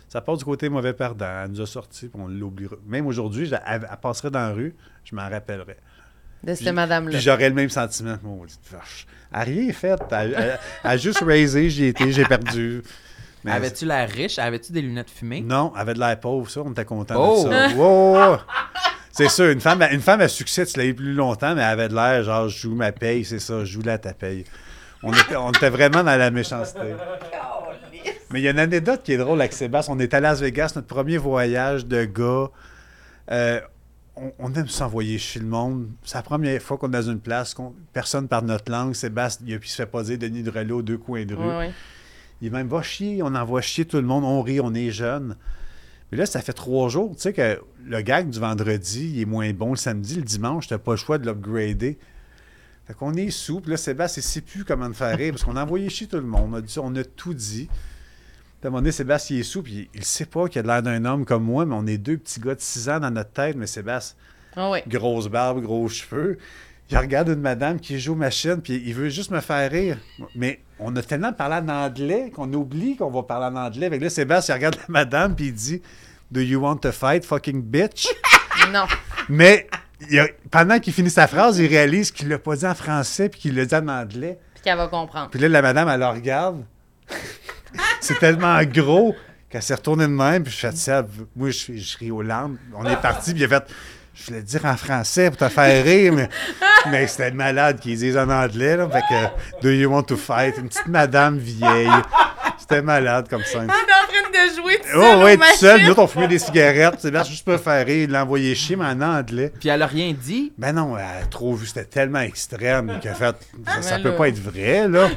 [SPEAKER 4] ça part du côté mauvais perdant. Elle nous a sorti, puis on l'oubliera. Même aujourd'hui, je- elle, elle passerait dans la rue, je m'en rappellerai.
[SPEAKER 2] De cette
[SPEAKER 4] Puis-
[SPEAKER 2] madame-là.
[SPEAKER 4] Puis j'aurais le même sentiment. Mon petite vache. Elle a rien fait. Elle, elle- elle a juste raisé, j'y étais, j'ai perdu. Mais elle-
[SPEAKER 1] Avais-tu la riche? Avais-tu des lunettes fumées?
[SPEAKER 4] Non, elle avait de l'air pauvre, ça, on était content
[SPEAKER 1] Oh!
[SPEAKER 4] de ça. Wow! C'est sûr, une femme, une femme à succès, tu l'as eu plus longtemps, mais elle avait de l'air, genre, je joue ma paye, c'est ça, je joue la ta paye. On était, on était vraiment dans la méchanceté. Mais il y a une anecdote qui est drôle avec Sébastien. On est à Las Vegas, notre premier voyage de gars. Euh, on, on aime s'envoyer chez le monde. C'est la première fois qu'on est dans une place, qu'on- personne parle notre langue. Sébastien, il, a- il se fait pas dire Denis de Relot, deux coins de rue.
[SPEAKER 2] Ouais, ouais.
[SPEAKER 4] Il est même va chier, on envoie chier tout le monde, on rit, on est jeune. Mais là, ça fait trois jours, tu sais, que le gag du vendredi, il est moins bon le samedi, le dimanche, t'as pas le choix de l'upgrader. Fait qu'on est sous, puis là, Sébastien, il sait plus comment te faire rire, parce qu'on a envoyé chier tout le monde, on a, dit, on a tout dit. Puis à un moment donné, Sébastien, il est sous, puis il, il sait pas qu'il a de l'air d'un homme comme moi, mais on est deux petits gars de 6 ans dans notre tête, mais Sébastien,
[SPEAKER 2] Ah ouais.
[SPEAKER 4] grosse barbe, gros cheveux. Il regarde une madame qui joue machine, puis il veut juste me faire rire. Mais on a tellement parlé en anglais qu'on oublie qu'on va parler en anglais. Fait que là, Sébastien, il regarde la madame, puis il dit « Do you want to fight, fucking bitch?
[SPEAKER 2] Non. »
[SPEAKER 4] Mais il a- pendant qu'il finit sa phrase, il réalise qu'il l'a pas dit en français, puis qu'il l'a dit en anglais.
[SPEAKER 2] Puis qu'elle va comprendre.
[SPEAKER 4] Puis là, la madame, elle la regarde. [laughs] C'est tellement gros qu'elle s'est retournée de même. Puis je fais ça. Moi, je, je ris aux larmes. On est parti. Puis il a fait. Je voulais te dire en français pour te faire rire, mais, mais c'était malade qu'ils disent en anglais. Là, fait que, do you want to fight? Une petite madame vieille. C'était malade comme ça.
[SPEAKER 2] On est en train de jouer tout
[SPEAKER 4] Oh, ouais, tout seul. Nous autres, on fumait des cigarettes. C'est bien, juste pour faire rire. Il l'a envoyé chier, mais en anglais.
[SPEAKER 1] Puis elle a rien dit?
[SPEAKER 4] Ben non, elle a trop vu, c'était tellement extrême qu'elle a fait ça, ça
[SPEAKER 2] Mais
[SPEAKER 4] peut
[SPEAKER 2] Ah, ben là.
[SPEAKER 4] pas être
[SPEAKER 2] [laughs]
[SPEAKER 4] vrai, là.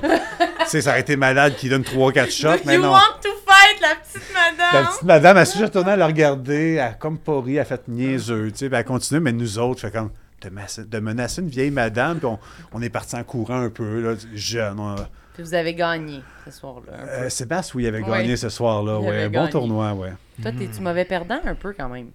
[SPEAKER 4] tu sais, ça aurait été malade qui donne 3-4 shots, mais non.
[SPEAKER 2] to fight, la petite
[SPEAKER 4] La
[SPEAKER 2] madame.
[SPEAKER 4] petite madame, elle s'est juste retournée à la regarder, elle a comme pas ri, elle a fait niaiseux, tu sais, puis elle continue, mais nous autres, fait comme de, menacer une vieille madame, puis on, on est parti en courant un peu, là, jeune. on-
[SPEAKER 2] Puis vous avez gagné ce soir-là. un peu.
[SPEAKER 4] Euh, Sébastien, oui, il avait gagné
[SPEAKER 2] Oui.
[SPEAKER 4] ce soir-là.
[SPEAKER 2] Il
[SPEAKER 4] Ouais.
[SPEAKER 2] avait
[SPEAKER 4] Bon
[SPEAKER 2] gagné.
[SPEAKER 4] tournoi, ouais.
[SPEAKER 2] Toi, t'es-tu mauvais perdant un peu quand même?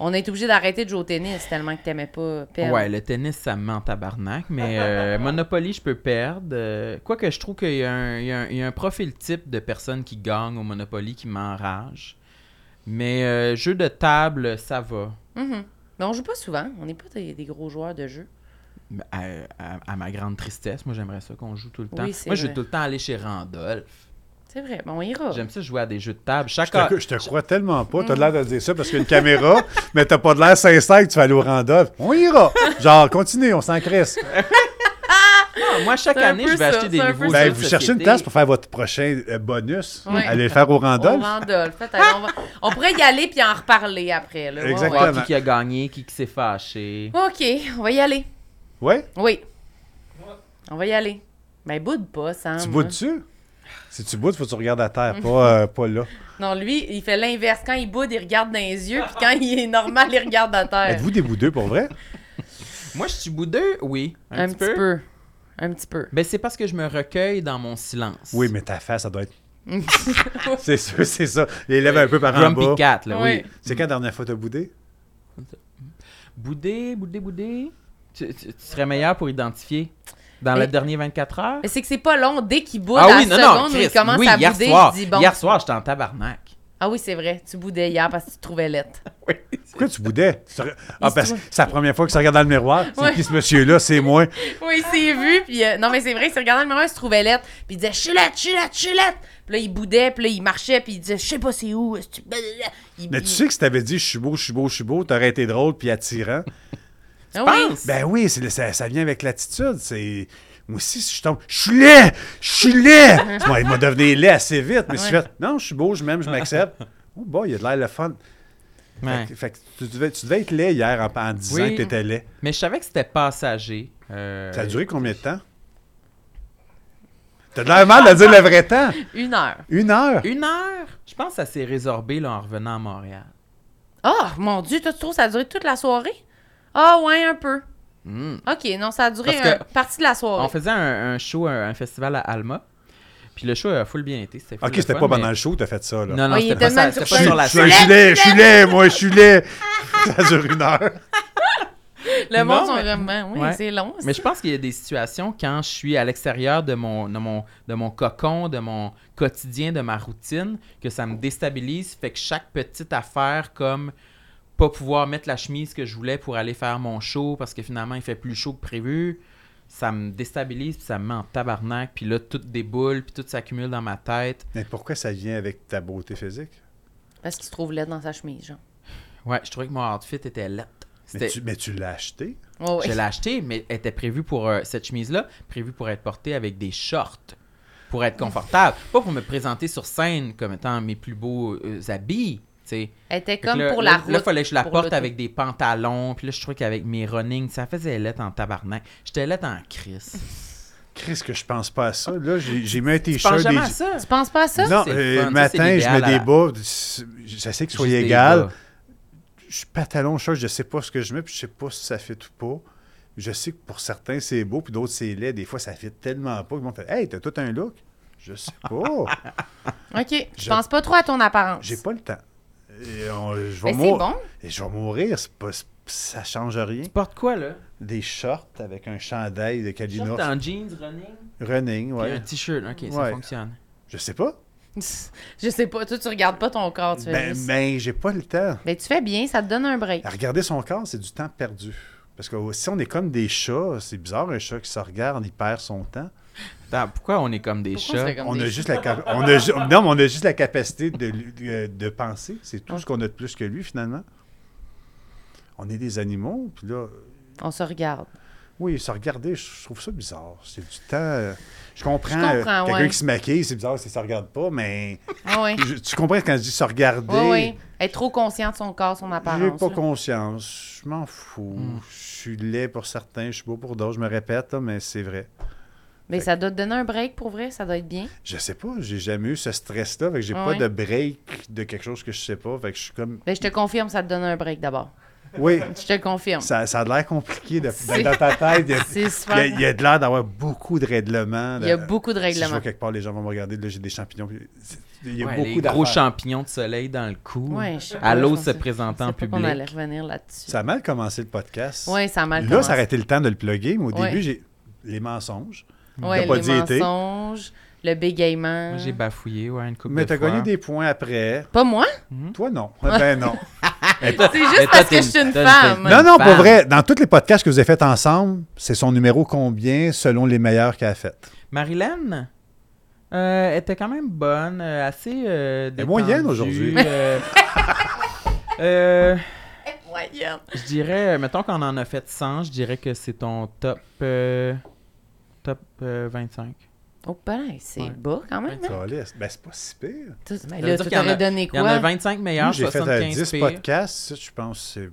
[SPEAKER 2] On a été obligé d'arrêter de jouer au tennis tellement que t'aimais pas perdre.
[SPEAKER 1] Ouais, le tennis, ça me ment tabarnak, mais
[SPEAKER 2] [laughs]
[SPEAKER 1] euh, Monopoly, je peux perdre. Euh, Quoique, je trouve qu'il y, a un- il y a un- il y a un profil type de personne qui gagne au Monopoly qui m'enrage. Mais euh, jeu de table, ça va.
[SPEAKER 2] Mhm. Mais on joue pas souvent. On n'est pas des, des gros joueurs de jeu.
[SPEAKER 1] Mais À, à- à ma grande tristesse, moi, j'aimerais ça qu'on joue tout le temps.
[SPEAKER 2] Oui, c'est
[SPEAKER 1] moi, je veux
[SPEAKER 2] vrai. Oh.
[SPEAKER 1] tout le temps aller chez Randolph.
[SPEAKER 2] C'est vrai. mais on ira.
[SPEAKER 1] J'aime ça jouer à des jeux de table.
[SPEAKER 4] Je
[SPEAKER 1] Chaque
[SPEAKER 4] te, je te crois tellement pas. T'as l'air de dire ça parce qu'il y a
[SPEAKER 2] [laughs]
[SPEAKER 4] une caméra, mais t'as pas de l'air sincère que tu vas aller au Randolph. On ira. Genre, continue, on s'en crisse.
[SPEAKER 1] Ah, moi, chaque
[SPEAKER 2] C'est un
[SPEAKER 1] année,
[SPEAKER 2] peu
[SPEAKER 1] je vais
[SPEAKER 2] ça,
[SPEAKER 1] acheter des
[SPEAKER 2] c'est un
[SPEAKER 1] nouveaux
[SPEAKER 2] peu
[SPEAKER 1] jeux
[SPEAKER 2] ça.
[SPEAKER 4] Ben,
[SPEAKER 1] de
[SPEAKER 4] vous cherchez une
[SPEAKER 1] société.
[SPEAKER 4] place pour faire votre prochain euh, bonus.
[SPEAKER 2] Ouais.
[SPEAKER 4] Allez le faire au
[SPEAKER 2] Au
[SPEAKER 4] Randolph.
[SPEAKER 2] Randolph. Peut-être, on, va- on pourrait y aller puis en reparler après. là. Ouais,
[SPEAKER 4] Exactement.
[SPEAKER 1] Voir Oh, qui, qui a gagné, qui, qui s'est fâché.
[SPEAKER 2] ouais. OK, on va y aller.
[SPEAKER 4] Ouais?
[SPEAKER 2] Oui. On va y aller. Mais boude pas, Sam.
[SPEAKER 4] Tu
[SPEAKER 2] hein.
[SPEAKER 4] boudes dessus? Si tu boudes, faut que tu regardes à
[SPEAKER 2] [laughs]
[SPEAKER 4] terre, pas, euh, pas là.
[SPEAKER 2] Non, lui, il fait l'inverse. Quand il boude, il regarde dans les yeux. Puis quand il est normal, il regarde à terre.
[SPEAKER 4] Êtes-vous des boudeux
[SPEAKER 2] [laughs]
[SPEAKER 4] pour vrai?
[SPEAKER 1] Moi, je suis boudeux, oui. Un, petit, peu.
[SPEAKER 2] Un petit peu.
[SPEAKER 1] Ben, c'est parce que je me recueille dans mon silence.
[SPEAKER 4] Oui, mais ta face, ça doit être.
[SPEAKER 1] Ben
[SPEAKER 4] c'est sûr, c'est ça. Les lèvres un peu par en
[SPEAKER 1] Grumpy
[SPEAKER 4] bas.
[SPEAKER 1] Cat, là, oui.
[SPEAKER 2] Oui.
[SPEAKER 4] C'est quand la dernière fois t'as boudé?
[SPEAKER 1] Boudé, boudé, boudé. Tu, tu- tu serais meilleur pour identifier dans les
[SPEAKER 2] Mais-
[SPEAKER 1] dernières 24 heures?
[SPEAKER 2] Mais c'est que c'est pas long. Dès qu'il boude, à
[SPEAKER 1] ah oui,
[SPEAKER 2] la
[SPEAKER 1] non,
[SPEAKER 2] seconde
[SPEAKER 1] non,
[SPEAKER 2] où il
[SPEAKER 1] Chris,
[SPEAKER 2] commence
[SPEAKER 1] oui,
[SPEAKER 2] à
[SPEAKER 1] hier
[SPEAKER 2] bouder,
[SPEAKER 1] soir.
[SPEAKER 2] je dis bon.
[SPEAKER 1] Hier soir, j'étais en
[SPEAKER 4] [laughs]
[SPEAKER 1] tabarnak.
[SPEAKER 2] Ah oui, c'est vrai. Tu boudais hier parce que tu te trouvais laite.
[SPEAKER 4] Pourquoi tu boudais? Tu te- Ah,
[SPEAKER 2] se
[SPEAKER 4] parce que
[SPEAKER 2] trouve-
[SPEAKER 4] c'est la première fois que tu regardes dans le miroir. C'est
[SPEAKER 2] Ouais.
[SPEAKER 4] qui ce monsieur-là?
[SPEAKER 2] [laughs]
[SPEAKER 4] C'est moi.
[SPEAKER 2] [laughs] Oui, il s'est vu. Puis, euh, non, mais c'est vrai, il s'est regardé dans le miroir, il se trouvait laite. Puis il disait Chulette, chulette, chulette. Puis là, il boudait, puis là, il marchait, puis il disait Je sais pas c'est où. est-ce que tu- blablabla. Il-
[SPEAKER 4] Mais tu
[SPEAKER 2] il-
[SPEAKER 4] sais que si t'avais dit je suis beau, je suis beau, je suis beau, t'aurais été drôle puis attirant.
[SPEAKER 2] Ah oui.
[SPEAKER 1] Pense!
[SPEAKER 4] Ben oui, c'est le- ça, ça vient avec l'attitude. C'est. Moi aussi, si je tombe, je suis laid! Je suis laid! Tu m'as- il m'a devenu laid assez vite. Mais si je fais, non, je suis beau, je m'aime, je m'accepte. Oh, boy, il a de l'air le fun.
[SPEAKER 1] Ouais.
[SPEAKER 4] Fait, que- fait que tu devais, tu devais être laid hier en, en disant
[SPEAKER 1] Oui.
[SPEAKER 4] que t'étais laid.
[SPEAKER 1] Mais je savais que c'était passager. Euh,
[SPEAKER 4] Ça a duré combien de temps? T'as de l'air mal de dire le vrai temps.
[SPEAKER 2] Une heure.
[SPEAKER 4] Une heure.
[SPEAKER 1] Une heure? Je pense que ça s'est résorbé là, en revenant à Montréal.
[SPEAKER 2] Ah, mon Dieu, toi, tu trouves que ça a duré toute la soirée? Ah, ouais, un peu.
[SPEAKER 1] Hmm.
[SPEAKER 2] OK, non, ça a duré
[SPEAKER 1] Parce
[SPEAKER 2] une
[SPEAKER 1] que-
[SPEAKER 2] partie de la soirée.
[SPEAKER 1] On faisait un, un show, un, un festival à Alma. Puis le show a full bien été. C'était full
[SPEAKER 4] Ok,
[SPEAKER 1] le
[SPEAKER 4] c'était
[SPEAKER 1] fun,
[SPEAKER 4] pas pendant
[SPEAKER 1] mais-
[SPEAKER 4] le show, t'as fait ça, là.
[SPEAKER 1] Non, non,
[SPEAKER 2] Oui, il
[SPEAKER 1] c'était pas,
[SPEAKER 2] était
[SPEAKER 1] ça-
[SPEAKER 2] même
[SPEAKER 1] c'était
[SPEAKER 2] sur
[SPEAKER 1] pas
[SPEAKER 4] Je
[SPEAKER 1] sur
[SPEAKER 2] scène.
[SPEAKER 1] la
[SPEAKER 4] suis- je suis laid, je suis laid, moi, je suis laid. Ça dure une heure.
[SPEAKER 2] Le monde
[SPEAKER 1] Non,
[SPEAKER 2] sont
[SPEAKER 1] mais-
[SPEAKER 2] vraiment. Oui,
[SPEAKER 1] Ouais.
[SPEAKER 2] c'est long.
[SPEAKER 1] Mais je pense qu'il y a des situations quand je suis à l'extérieur de mon, de, mon, de mon cocon, de mon quotidien, de ma routine, que ça me déstabilise. Fait que chaque petite affaire, comme pas pouvoir mettre la chemise que je voulais pour aller faire mon show parce que finalement il fait plus chaud que prévu, ça me déstabilise, puis ça me met en tabarnak. Puis là, tout déboule, puis tout s'accumule dans ma tête.
[SPEAKER 4] Mais pourquoi ça vient avec ta beauté physique?
[SPEAKER 2] Parce qu'il se trouve laid dans sa chemise, genre.
[SPEAKER 1] Ouais, je trouvais que mon outfit était laid.
[SPEAKER 4] Mais
[SPEAKER 1] C'était-
[SPEAKER 4] tu, mais tu l'as acheté?
[SPEAKER 2] Ouais, ouais.
[SPEAKER 1] Je l'ai acheté, mais elle était prévue pour euh, cette chemise-là, prévue pour être portée avec des shorts, pour être confortable, pas pour me présenter sur scène comme étant mes plus beaux euh, habits. tu sais.
[SPEAKER 2] Elle était
[SPEAKER 1] Fait
[SPEAKER 2] comme
[SPEAKER 1] que là,
[SPEAKER 2] pour
[SPEAKER 1] là-
[SPEAKER 2] la route.
[SPEAKER 1] Là, fallait que je la
[SPEAKER 2] pour
[SPEAKER 1] porte
[SPEAKER 2] l'auto.
[SPEAKER 1] avec des pantalons, puis là, je trouvais qu'avec mes running, ça faisait lettre en tabarnak. J'étais lettre en crise.
[SPEAKER 4] Chris, que je pense pas à ça. Là, j'ai j'ai mis un
[SPEAKER 1] Je pense
[SPEAKER 4] t-shirt.
[SPEAKER 1] jamais à
[SPEAKER 4] des-
[SPEAKER 1] ça.
[SPEAKER 2] Tu penses pas à ça?
[SPEAKER 4] Non,
[SPEAKER 1] c'est
[SPEAKER 4] euh,
[SPEAKER 1] fun.
[SPEAKER 4] le
[SPEAKER 1] Ça,
[SPEAKER 4] matin,
[SPEAKER 1] c'est
[SPEAKER 4] je mets
[SPEAKER 1] l'idéal à
[SPEAKER 4] des
[SPEAKER 1] la-
[SPEAKER 4] bas. Je sais que soyez
[SPEAKER 1] Juste des
[SPEAKER 4] égal.
[SPEAKER 1] bas.
[SPEAKER 4] Je suis pantalon, short, je sais pas ce que je mets, puis je sais pas si ça fit ou pas. Je sais que pour certains, c'est beau, puis d'autres, c'est laid. Des fois, ça fit tellement pas que le monde fait Hey, t'as tout un look. Je sais
[SPEAKER 2] [laughs]
[SPEAKER 4] pas.
[SPEAKER 2] OK. Je
[SPEAKER 4] Je-
[SPEAKER 2] pense pas trop à ton apparence.
[SPEAKER 4] J'ai pas le temps. Et on- je vais
[SPEAKER 2] Mais c'est
[SPEAKER 4] mourir.
[SPEAKER 2] bon. [laughs]
[SPEAKER 4] Et je vais mourir. c'est Pas, c'est- ça change rien.
[SPEAKER 1] Tu portes quoi, là?
[SPEAKER 4] Des shorts avec un chandail de
[SPEAKER 1] Shorts
[SPEAKER 4] Kalina.
[SPEAKER 1] en jeans, running,
[SPEAKER 4] Running,
[SPEAKER 1] puis
[SPEAKER 4] ouais.
[SPEAKER 1] un t-shirt. OK, ça
[SPEAKER 4] Ouais.
[SPEAKER 1] fonctionne.
[SPEAKER 4] Je sais pas.
[SPEAKER 2] Je sais pas. Toi, tu regardes pas ton corps. Tu fais
[SPEAKER 4] Ben,
[SPEAKER 2] juste-
[SPEAKER 4] ben, j'ai pas le temps.
[SPEAKER 2] Ben, tu fais bien. Ça te donne un break.
[SPEAKER 4] À regarder son corps, c'est du temps perdu. Parce que si on est comme des chats, c'est bizarre, un chat qui se regarde, il perd son temps.
[SPEAKER 1] Attends, pourquoi on est comme des
[SPEAKER 2] Pourquoi on
[SPEAKER 1] chats?
[SPEAKER 2] serait comme
[SPEAKER 4] On
[SPEAKER 2] des-
[SPEAKER 4] a, juste la cap- on, a ju- [laughs] non, mais on a juste la capacité de, lui- euh, de penser. C'est tout ce qu'on a de plus que lui, finalement. On est des animaux, puis là,
[SPEAKER 2] On se regarde.
[SPEAKER 4] oui, se regarder, je trouve ça bizarre. C'est du temps. euh, Je comprends,
[SPEAKER 2] Je
[SPEAKER 4] euh,
[SPEAKER 2] comprends,
[SPEAKER 4] quelqu'un
[SPEAKER 2] ouais.
[SPEAKER 4] qui se maquille, c'est bizarre si ça regarde pas,
[SPEAKER 2] [laughs]
[SPEAKER 4] mais
[SPEAKER 2] Ah oui.
[SPEAKER 4] je- tu comprends quand je dis se regarder.
[SPEAKER 2] Oui, oui. Être trop conscient de son corps, son
[SPEAKER 4] J'ai
[SPEAKER 2] apparence.
[SPEAKER 4] pas
[SPEAKER 2] là. Hmm.
[SPEAKER 4] conscience. Je m'en fous. Je suis laid pour certains, je suis beau pour d'autres. Je me répète, là, mais c'est vrai.
[SPEAKER 2] Mais Ben, ça doit te donner un break pour vrai. Ça doit être bien.
[SPEAKER 4] Je sais pas, j'ai jamais eu ce stress-là. Fait que j'ai
[SPEAKER 2] Ah
[SPEAKER 4] pas
[SPEAKER 2] ouais.
[SPEAKER 4] de break de quelque chose que je sais pas. Fait que je suis comme.
[SPEAKER 2] Ben, je te confirme, ça te donne un break d'abord.
[SPEAKER 4] Oui,
[SPEAKER 2] Je te confirme.
[SPEAKER 4] ça, ça a l'air compliqué. de-
[SPEAKER 2] C'est-
[SPEAKER 4] dans ta tête, il y a,
[SPEAKER 2] [laughs] C'est
[SPEAKER 4] il y a-
[SPEAKER 2] super.
[SPEAKER 4] il y a de l'air d'avoir beaucoup de règlements. de-
[SPEAKER 2] Il y a beaucoup de
[SPEAKER 4] Si je
[SPEAKER 2] règlements.
[SPEAKER 4] vois quelque part, les gens vont me regarder. Là, j'ai des champignons. puis c'est- Il y a
[SPEAKER 1] Ouais, les
[SPEAKER 4] beaucoup
[SPEAKER 1] gros
[SPEAKER 4] d'affaires.
[SPEAKER 1] champignons de soleil dans le cou.
[SPEAKER 2] Ouais, je sais pas,
[SPEAKER 1] à l'eau
[SPEAKER 2] je
[SPEAKER 1] se
[SPEAKER 2] pense-
[SPEAKER 1] présentant
[SPEAKER 2] Je
[SPEAKER 1] en
[SPEAKER 2] sais pas qu'on allait
[SPEAKER 1] public.
[SPEAKER 2] revenir là-dessus.
[SPEAKER 4] Ça a mal commencé le podcast.
[SPEAKER 2] Oui, ça a mal
[SPEAKER 4] Là,
[SPEAKER 2] commencé.
[SPEAKER 4] ça aurait été le temps de le plugger, mais au
[SPEAKER 2] Ouais.
[SPEAKER 4] début, j'ai les mensonges.
[SPEAKER 2] Ouais,
[SPEAKER 4] T'as pas
[SPEAKER 2] les
[SPEAKER 4] dit été.
[SPEAKER 2] mensonges, le bégaiement.
[SPEAKER 1] Moi, j'ai bafouillé, ouais, une coupe
[SPEAKER 4] Mais
[SPEAKER 1] de
[SPEAKER 4] t'as
[SPEAKER 1] fois.
[SPEAKER 4] gagné des points après.
[SPEAKER 2] Pas moi?
[SPEAKER 4] Toi, non. Ben non.
[SPEAKER 2] C'est
[SPEAKER 1] Mais
[SPEAKER 2] juste
[SPEAKER 1] toi,
[SPEAKER 2] parce
[SPEAKER 1] t'es
[SPEAKER 2] que je suis
[SPEAKER 1] une-
[SPEAKER 2] une
[SPEAKER 1] t'as une
[SPEAKER 2] femme.
[SPEAKER 1] tête.
[SPEAKER 4] Non, non, pour
[SPEAKER 1] femme.
[SPEAKER 4] vrai. Dans tous les podcasts que vous avez fait ensemble, c'est son numéro combien selon les meilleurs qu'elle a fait?
[SPEAKER 1] Marilyn euh, était quand même bonne, euh, assez euh,
[SPEAKER 4] est moyenne
[SPEAKER 1] détendue,
[SPEAKER 4] aujourd'hui.
[SPEAKER 1] euh, [laughs] euh,
[SPEAKER 2] Voyons.
[SPEAKER 1] je dirais, euh, mettons qu'on en a fait 100, je dirais que c'est ton top euh, top euh, 25.
[SPEAKER 2] Oh, ben, c'est
[SPEAKER 1] Ouais.
[SPEAKER 2] bas quand même. hein?
[SPEAKER 4] Caliste. Ben, c'est pas si pire.
[SPEAKER 2] Tout- ben
[SPEAKER 1] veut
[SPEAKER 2] là,
[SPEAKER 1] dire
[SPEAKER 2] tu
[SPEAKER 1] qu'il y en a-
[SPEAKER 2] t'aurais donné
[SPEAKER 1] Il y en a
[SPEAKER 2] quoi?
[SPEAKER 1] 25 meilleurs,
[SPEAKER 4] Moi, j'ai fait euh,
[SPEAKER 1] 75
[SPEAKER 4] 10
[SPEAKER 1] pires.
[SPEAKER 4] podcasts. Ça, je pense que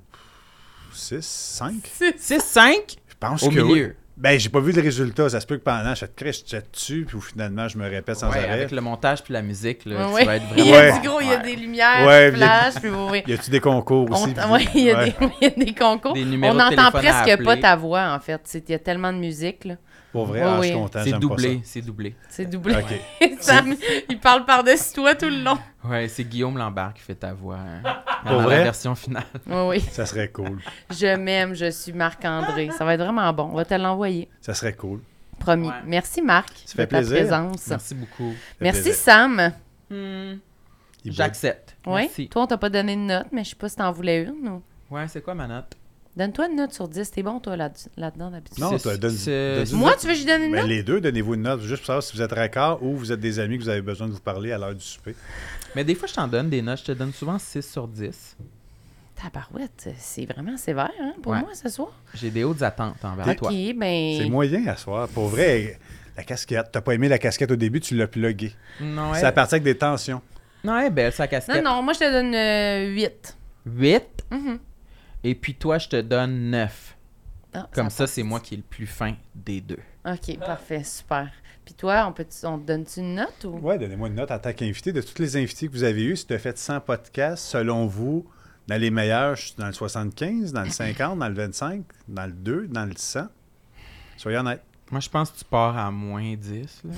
[SPEAKER 4] c'est 6, 5.
[SPEAKER 2] C'est-
[SPEAKER 1] 6 5
[SPEAKER 4] Je pense
[SPEAKER 1] au
[SPEAKER 4] que oui.
[SPEAKER 1] milieu.
[SPEAKER 4] Ben, j'ai pas vu le résultat. Ça se peut que pendant, je te crée, je te dessus, puis finalement, je me répète sans
[SPEAKER 1] Ouais,
[SPEAKER 4] arrêt.
[SPEAKER 1] avec le montage puis la musique là,
[SPEAKER 2] Ouais.
[SPEAKER 1] tu vas être
[SPEAKER 2] [laughs] Il
[SPEAKER 1] vraiment
[SPEAKER 2] y a
[SPEAKER 4] Ouais.
[SPEAKER 2] du gros, il y
[SPEAKER 1] [laughs]
[SPEAKER 2] a
[SPEAKER 1] Ouais.
[SPEAKER 2] des lumières,
[SPEAKER 4] Ouais,
[SPEAKER 2] des
[SPEAKER 4] puis il y a-
[SPEAKER 2] flashs, puis vous voyez.
[SPEAKER 4] Y a-tu des concours
[SPEAKER 2] On-
[SPEAKER 4] aussi?
[SPEAKER 2] ouais, il y a
[SPEAKER 4] Ouais.
[SPEAKER 2] des- [laughs] il y a des concours.
[SPEAKER 1] Des
[SPEAKER 2] On
[SPEAKER 1] numéros de
[SPEAKER 2] n'entend
[SPEAKER 1] téléphone à
[SPEAKER 2] presque pas
[SPEAKER 1] appeler.
[SPEAKER 2] ta voix, en fait. C'est- Il y a tellement de musique, là.
[SPEAKER 4] Pour vrai,
[SPEAKER 2] Ouais,
[SPEAKER 4] ah, je suis
[SPEAKER 2] ouais.
[SPEAKER 4] content.
[SPEAKER 1] C'est
[SPEAKER 4] j'aime pas
[SPEAKER 1] doublé, c'est doublé.
[SPEAKER 2] C'est
[SPEAKER 4] ça.
[SPEAKER 2] doublé.
[SPEAKER 4] OK.
[SPEAKER 2] [laughs] Sam, il parle par-dessus toi tout le long.
[SPEAKER 1] Ouais, c'est Guillaume Lambert qui fait ta voix
[SPEAKER 2] [laughs]
[SPEAKER 1] hein,
[SPEAKER 4] Pour
[SPEAKER 1] dans
[SPEAKER 4] vrai?
[SPEAKER 1] la version finale.
[SPEAKER 2] Oui, oui.
[SPEAKER 4] Ça serait cool.
[SPEAKER 2] Je m'aime, je suis Marc-André. Ça va être vraiment bon. On va te l'envoyer.
[SPEAKER 4] Ça serait cool.
[SPEAKER 2] Promis.
[SPEAKER 1] Ouais.
[SPEAKER 2] Merci, Marc,
[SPEAKER 4] Ça fait
[SPEAKER 2] de ta
[SPEAKER 4] plaisir.
[SPEAKER 2] présence. Merci,
[SPEAKER 1] Merci beaucoup.
[SPEAKER 4] Ça fait plaisir.
[SPEAKER 2] Sam.
[SPEAKER 1] Hmm.
[SPEAKER 4] Il bouge.
[SPEAKER 1] J'accepte.
[SPEAKER 2] Oui.
[SPEAKER 1] Merci.
[SPEAKER 2] Toi, on t'a pas donné de note, mais je sais pas si t'en voulais une. ou-
[SPEAKER 1] Ouais, c'est quoi ma note?
[SPEAKER 2] Donne-toi une note sur 10. T'es bon, toi, là- là-dedans, d'habitude.
[SPEAKER 4] Non,
[SPEAKER 1] C'est-
[SPEAKER 4] toi, donne,
[SPEAKER 1] c'est-
[SPEAKER 4] donne-nous
[SPEAKER 2] Moi,
[SPEAKER 4] une
[SPEAKER 2] tu veux que je donne une
[SPEAKER 4] Ben,
[SPEAKER 2] note?
[SPEAKER 4] les deux, donnez-vous une note juste pour savoir si vous êtes raccord ou vous êtes des amis que vous avez besoin de vous parler à l'heure du souper.
[SPEAKER 1] Mais des fois, je t'en donne des notes. Je te donne souvent 6 sur 10.
[SPEAKER 2] Tabarouette, c'est vraiment sévère hein, pour
[SPEAKER 1] Ouais.
[SPEAKER 2] moi ce soir.
[SPEAKER 1] J'ai des hautes attentes envers toi.
[SPEAKER 2] OK, ben...
[SPEAKER 4] C'est moyen à soir. Pour vrai, la casquette. T'as pas aimé la casquette au début, tu l'as pluguée.
[SPEAKER 1] Non,
[SPEAKER 4] Ça
[SPEAKER 1] elle,
[SPEAKER 4] partait avec des tensions.
[SPEAKER 1] non, elle est belle, sa
[SPEAKER 2] Non,
[SPEAKER 1] casquette.
[SPEAKER 2] non, Mm-hmm. moi, je te donne euh, 8.
[SPEAKER 1] 8. Et puis toi, je te donne 9.
[SPEAKER 2] Ah,
[SPEAKER 1] Comme ça,
[SPEAKER 2] ça
[SPEAKER 1] c'est moi qui est le plus fin des deux.
[SPEAKER 2] OK, parfait, super. Puis toi, on, peut on te donne-tu une note ou...
[SPEAKER 4] Ouais, donnez-moi une note en tant qu'invité. De tous les invités que vous avez eus, si tu as fait 100 podcasts, selon vous, dans les meilleurs, je suis dans le 75, dans le 50, dans le 25, dans le 2, dans le 100. Soyez honnêtes.
[SPEAKER 1] Moi, je pense que tu pars à moins 10. là.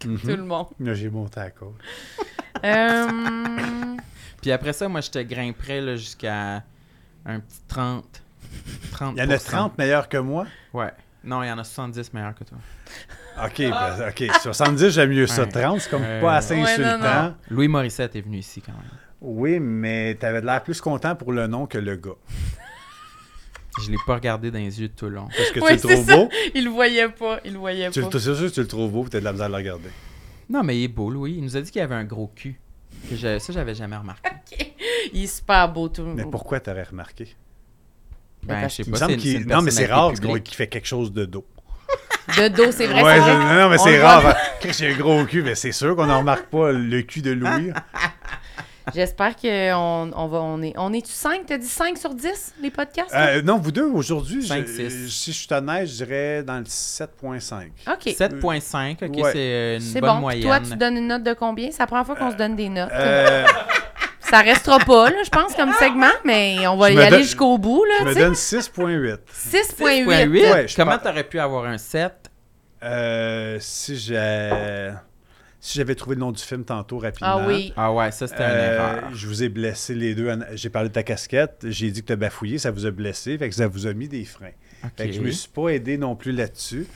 [SPEAKER 2] Tout le monde.
[SPEAKER 4] Là, j'ai monté à cause.
[SPEAKER 2] [laughs] Euh,
[SPEAKER 1] Puis après ça, moi, je te grimperais là, jusqu'à un petit 30. 30
[SPEAKER 4] Il y en a 30 meilleurs que moi.
[SPEAKER 1] Ouais. Non, il y en a 70 meilleurs que toi.
[SPEAKER 4] OK, ben, OK. 70, j'aime mieux ça.
[SPEAKER 1] Ouais.
[SPEAKER 4] 30, c'est comme
[SPEAKER 1] Euh,
[SPEAKER 4] pas assez
[SPEAKER 2] Ah. Ouais, non,
[SPEAKER 4] insultant.
[SPEAKER 2] non.
[SPEAKER 1] Louis Morissette est venu ici quand même.
[SPEAKER 4] Oui, mais t'avais l'air plus content pour le nom que le gars.
[SPEAKER 1] Je l'ai pas regardé dans les yeux tout le long.
[SPEAKER 4] Parce
[SPEAKER 2] [laughs]
[SPEAKER 4] que
[SPEAKER 2] Ouais,
[SPEAKER 4] tu le trouves
[SPEAKER 2] c'est ça.
[SPEAKER 4] beau.
[SPEAKER 2] il le voyait pas, il le voyait
[SPEAKER 4] Tu,
[SPEAKER 2] pas.
[SPEAKER 4] c'est sûr que tu le trouves beau, puis t'as de la misère à le regarder.
[SPEAKER 1] Non, mais il est beau, Louis. Il nous a dit qu'il avait un gros cul. Que je- ça, j'avais jamais remarqué.
[SPEAKER 2] Il est super beau, tout le
[SPEAKER 4] Mais
[SPEAKER 2] monde.
[SPEAKER 4] pourquoi t'aurais remarqué?
[SPEAKER 1] Ben, je sais
[SPEAKER 4] Il me
[SPEAKER 1] pas.
[SPEAKER 4] semble
[SPEAKER 1] c'est- c'est
[SPEAKER 4] qu'il...
[SPEAKER 1] une
[SPEAKER 4] Non, mais c'est
[SPEAKER 1] personnalité
[SPEAKER 4] rare parce qu'on-
[SPEAKER 1] publique.
[SPEAKER 4] qu'il fait quelque chose de dos.
[SPEAKER 2] De dos, c'est vrai,
[SPEAKER 4] Ouais,
[SPEAKER 2] c'est vrai.
[SPEAKER 4] je- non, non, mais
[SPEAKER 2] On
[SPEAKER 4] c'est
[SPEAKER 2] le
[SPEAKER 4] rare.
[SPEAKER 2] voit.
[SPEAKER 4] [laughs] Chris, j'ai un gros cul, mais c'est sûr
[SPEAKER 2] [laughs]
[SPEAKER 4] qu'on ne remarque pas le cul de Louis.
[SPEAKER 2] J'espère qu'on on va... On est, on est tu 5? T'as dit 5 sur 10, les podcasts? là?
[SPEAKER 4] Euh, non, vous deux, aujourd'hui,
[SPEAKER 1] Cinq,
[SPEAKER 4] je-
[SPEAKER 1] six.
[SPEAKER 4] si je suis honnête, je dirais dans le 7.5.
[SPEAKER 2] OK.
[SPEAKER 1] 7.5, ok,
[SPEAKER 4] Ouais.
[SPEAKER 1] c'est euh, une
[SPEAKER 2] C'est
[SPEAKER 1] bonne
[SPEAKER 2] bon.
[SPEAKER 1] moyenne.
[SPEAKER 2] Puis Toi, tu donnes une note de combien? C'est la première fois qu'on se donne des notes.
[SPEAKER 4] Euh,
[SPEAKER 2] Ça restera pas, là, je pense,
[SPEAKER 4] [laughs]
[SPEAKER 2] comme segment, mais on va
[SPEAKER 4] Je
[SPEAKER 2] y
[SPEAKER 4] me
[SPEAKER 2] aller
[SPEAKER 4] donne-
[SPEAKER 2] jusqu'au bout,
[SPEAKER 4] je
[SPEAKER 2] là,
[SPEAKER 4] me
[SPEAKER 2] [laughs] tu sais.
[SPEAKER 4] donne 6.8.
[SPEAKER 2] 6.8.
[SPEAKER 4] Ouais, je
[SPEAKER 1] Comment
[SPEAKER 4] pense-
[SPEAKER 1] t'aurais pu avoir un 7?
[SPEAKER 4] Euh, si j'ai... Si j'avais trouvé le nom du film tantôt rapidement.
[SPEAKER 2] Ah oui.
[SPEAKER 1] Ah ouais, ça, c'était
[SPEAKER 4] Euh,
[SPEAKER 1] une erreur.
[SPEAKER 4] je vous ai blessé les deux. en- J'ai parlé de ta casquette, j'ai dit que tu as bafouillé, ça vous a blessé, fait que ça vous a mis des freins. Fait que
[SPEAKER 1] Ok.
[SPEAKER 4] ben, je me suis pas aidé non plus là-dessus.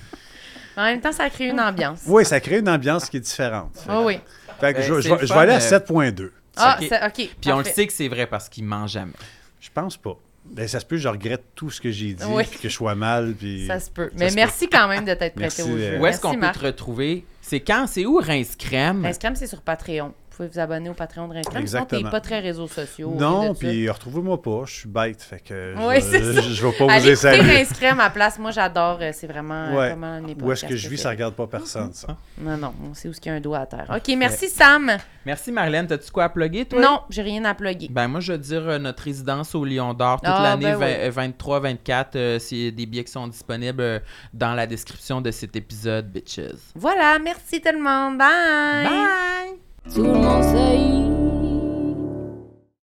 [SPEAKER 2] En même temps, ça crée une ambiance.
[SPEAKER 4] Oui, ça crée une ambiance qui est différente. Fait,
[SPEAKER 2] Ah oui.
[SPEAKER 4] fait que
[SPEAKER 1] Ben,
[SPEAKER 4] je, je
[SPEAKER 1] c'est
[SPEAKER 4] vais-
[SPEAKER 1] le
[SPEAKER 4] je vais aller à
[SPEAKER 1] fun,
[SPEAKER 2] euh,
[SPEAKER 4] 7.2.
[SPEAKER 2] Ah,
[SPEAKER 1] Ok.
[SPEAKER 2] ça- OK.
[SPEAKER 1] Puis on le
[SPEAKER 2] parfait.
[SPEAKER 1] sait que c'est vrai parce qu'il ment jamais.
[SPEAKER 4] Je pense pas. Ben, ça se peut que je regrette tout ce que j'ai dit,
[SPEAKER 2] Oui.
[SPEAKER 4] puis que je sois mal,
[SPEAKER 2] [laughs]
[SPEAKER 4] puis...
[SPEAKER 2] Ça se peut. Mais
[SPEAKER 4] se
[SPEAKER 2] merci quand même de t'être
[SPEAKER 4] Merci,
[SPEAKER 2] prêté au
[SPEAKER 4] euh,
[SPEAKER 2] jeu.
[SPEAKER 1] Où est-ce
[SPEAKER 2] Merci,
[SPEAKER 1] qu'on peut
[SPEAKER 2] Marc.
[SPEAKER 1] te retrouver? C'est quand? C'est où, Rince Crème?
[SPEAKER 2] Rincecam, c'est sur Patreon. Vous pouvez vous abonner au Patreon de Rincecam. Sinon, t'es
[SPEAKER 4] Exactement.
[SPEAKER 2] pas très réseaux sociaux. rien
[SPEAKER 4] non,
[SPEAKER 2] de ça.
[SPEAKER 4] puis retrouvez-moi pas, je suis bête, fait que je,
[SPEAKER 2] Oui,
[SPEAKER 4] vais-
[SPEAKER 2] c'est ça.
[SPEAKER 4] je vais pas vous
[SPEAKER 2] Allez écouter
[SPEAKER 4] essayer.
[SPEAKER 2] Rincecam à ma place. Moi, j'adore. euh, C'est vraiment euh,
[SPEAKER 4] Ouais.
[SPEAKER 2] comment mes
[SPEAKER 4] Où est-ce
[SPEAKER 2] podcasts
[SPEAKER 4] que je vis, ça
[SPEAKER 2] préférés.
[SPEAKER 4] regarde pas personne, ça.
[SPEAKER 2] Non, non. On sait où est-ce qu'il y a un doigt à terre. OK, merci, Sam.
[SPEAKER 1] Merci, Marlène. T'as-tu quoi à plugger, toi?
[SPEAKER 2] Non, j'ai rien à plugger.
[SPEAKER 1] Ben moi, je veux dire euh, notre résidence au Lion d'Or toute
[SPEAKER 2] Ah,
[SPEAKER 1] l'année
[SPEAKER 2] ben oui.
[SPEAKER 1] vingt- euh, 23-24. euh, c'est des billets qui sont disponibles euh, dans la description de cet épisode, bitches.
[SPEAKER 2] Voilà, merci tout le monde. Bye.
[SPEAKER 3] Tout le monde sait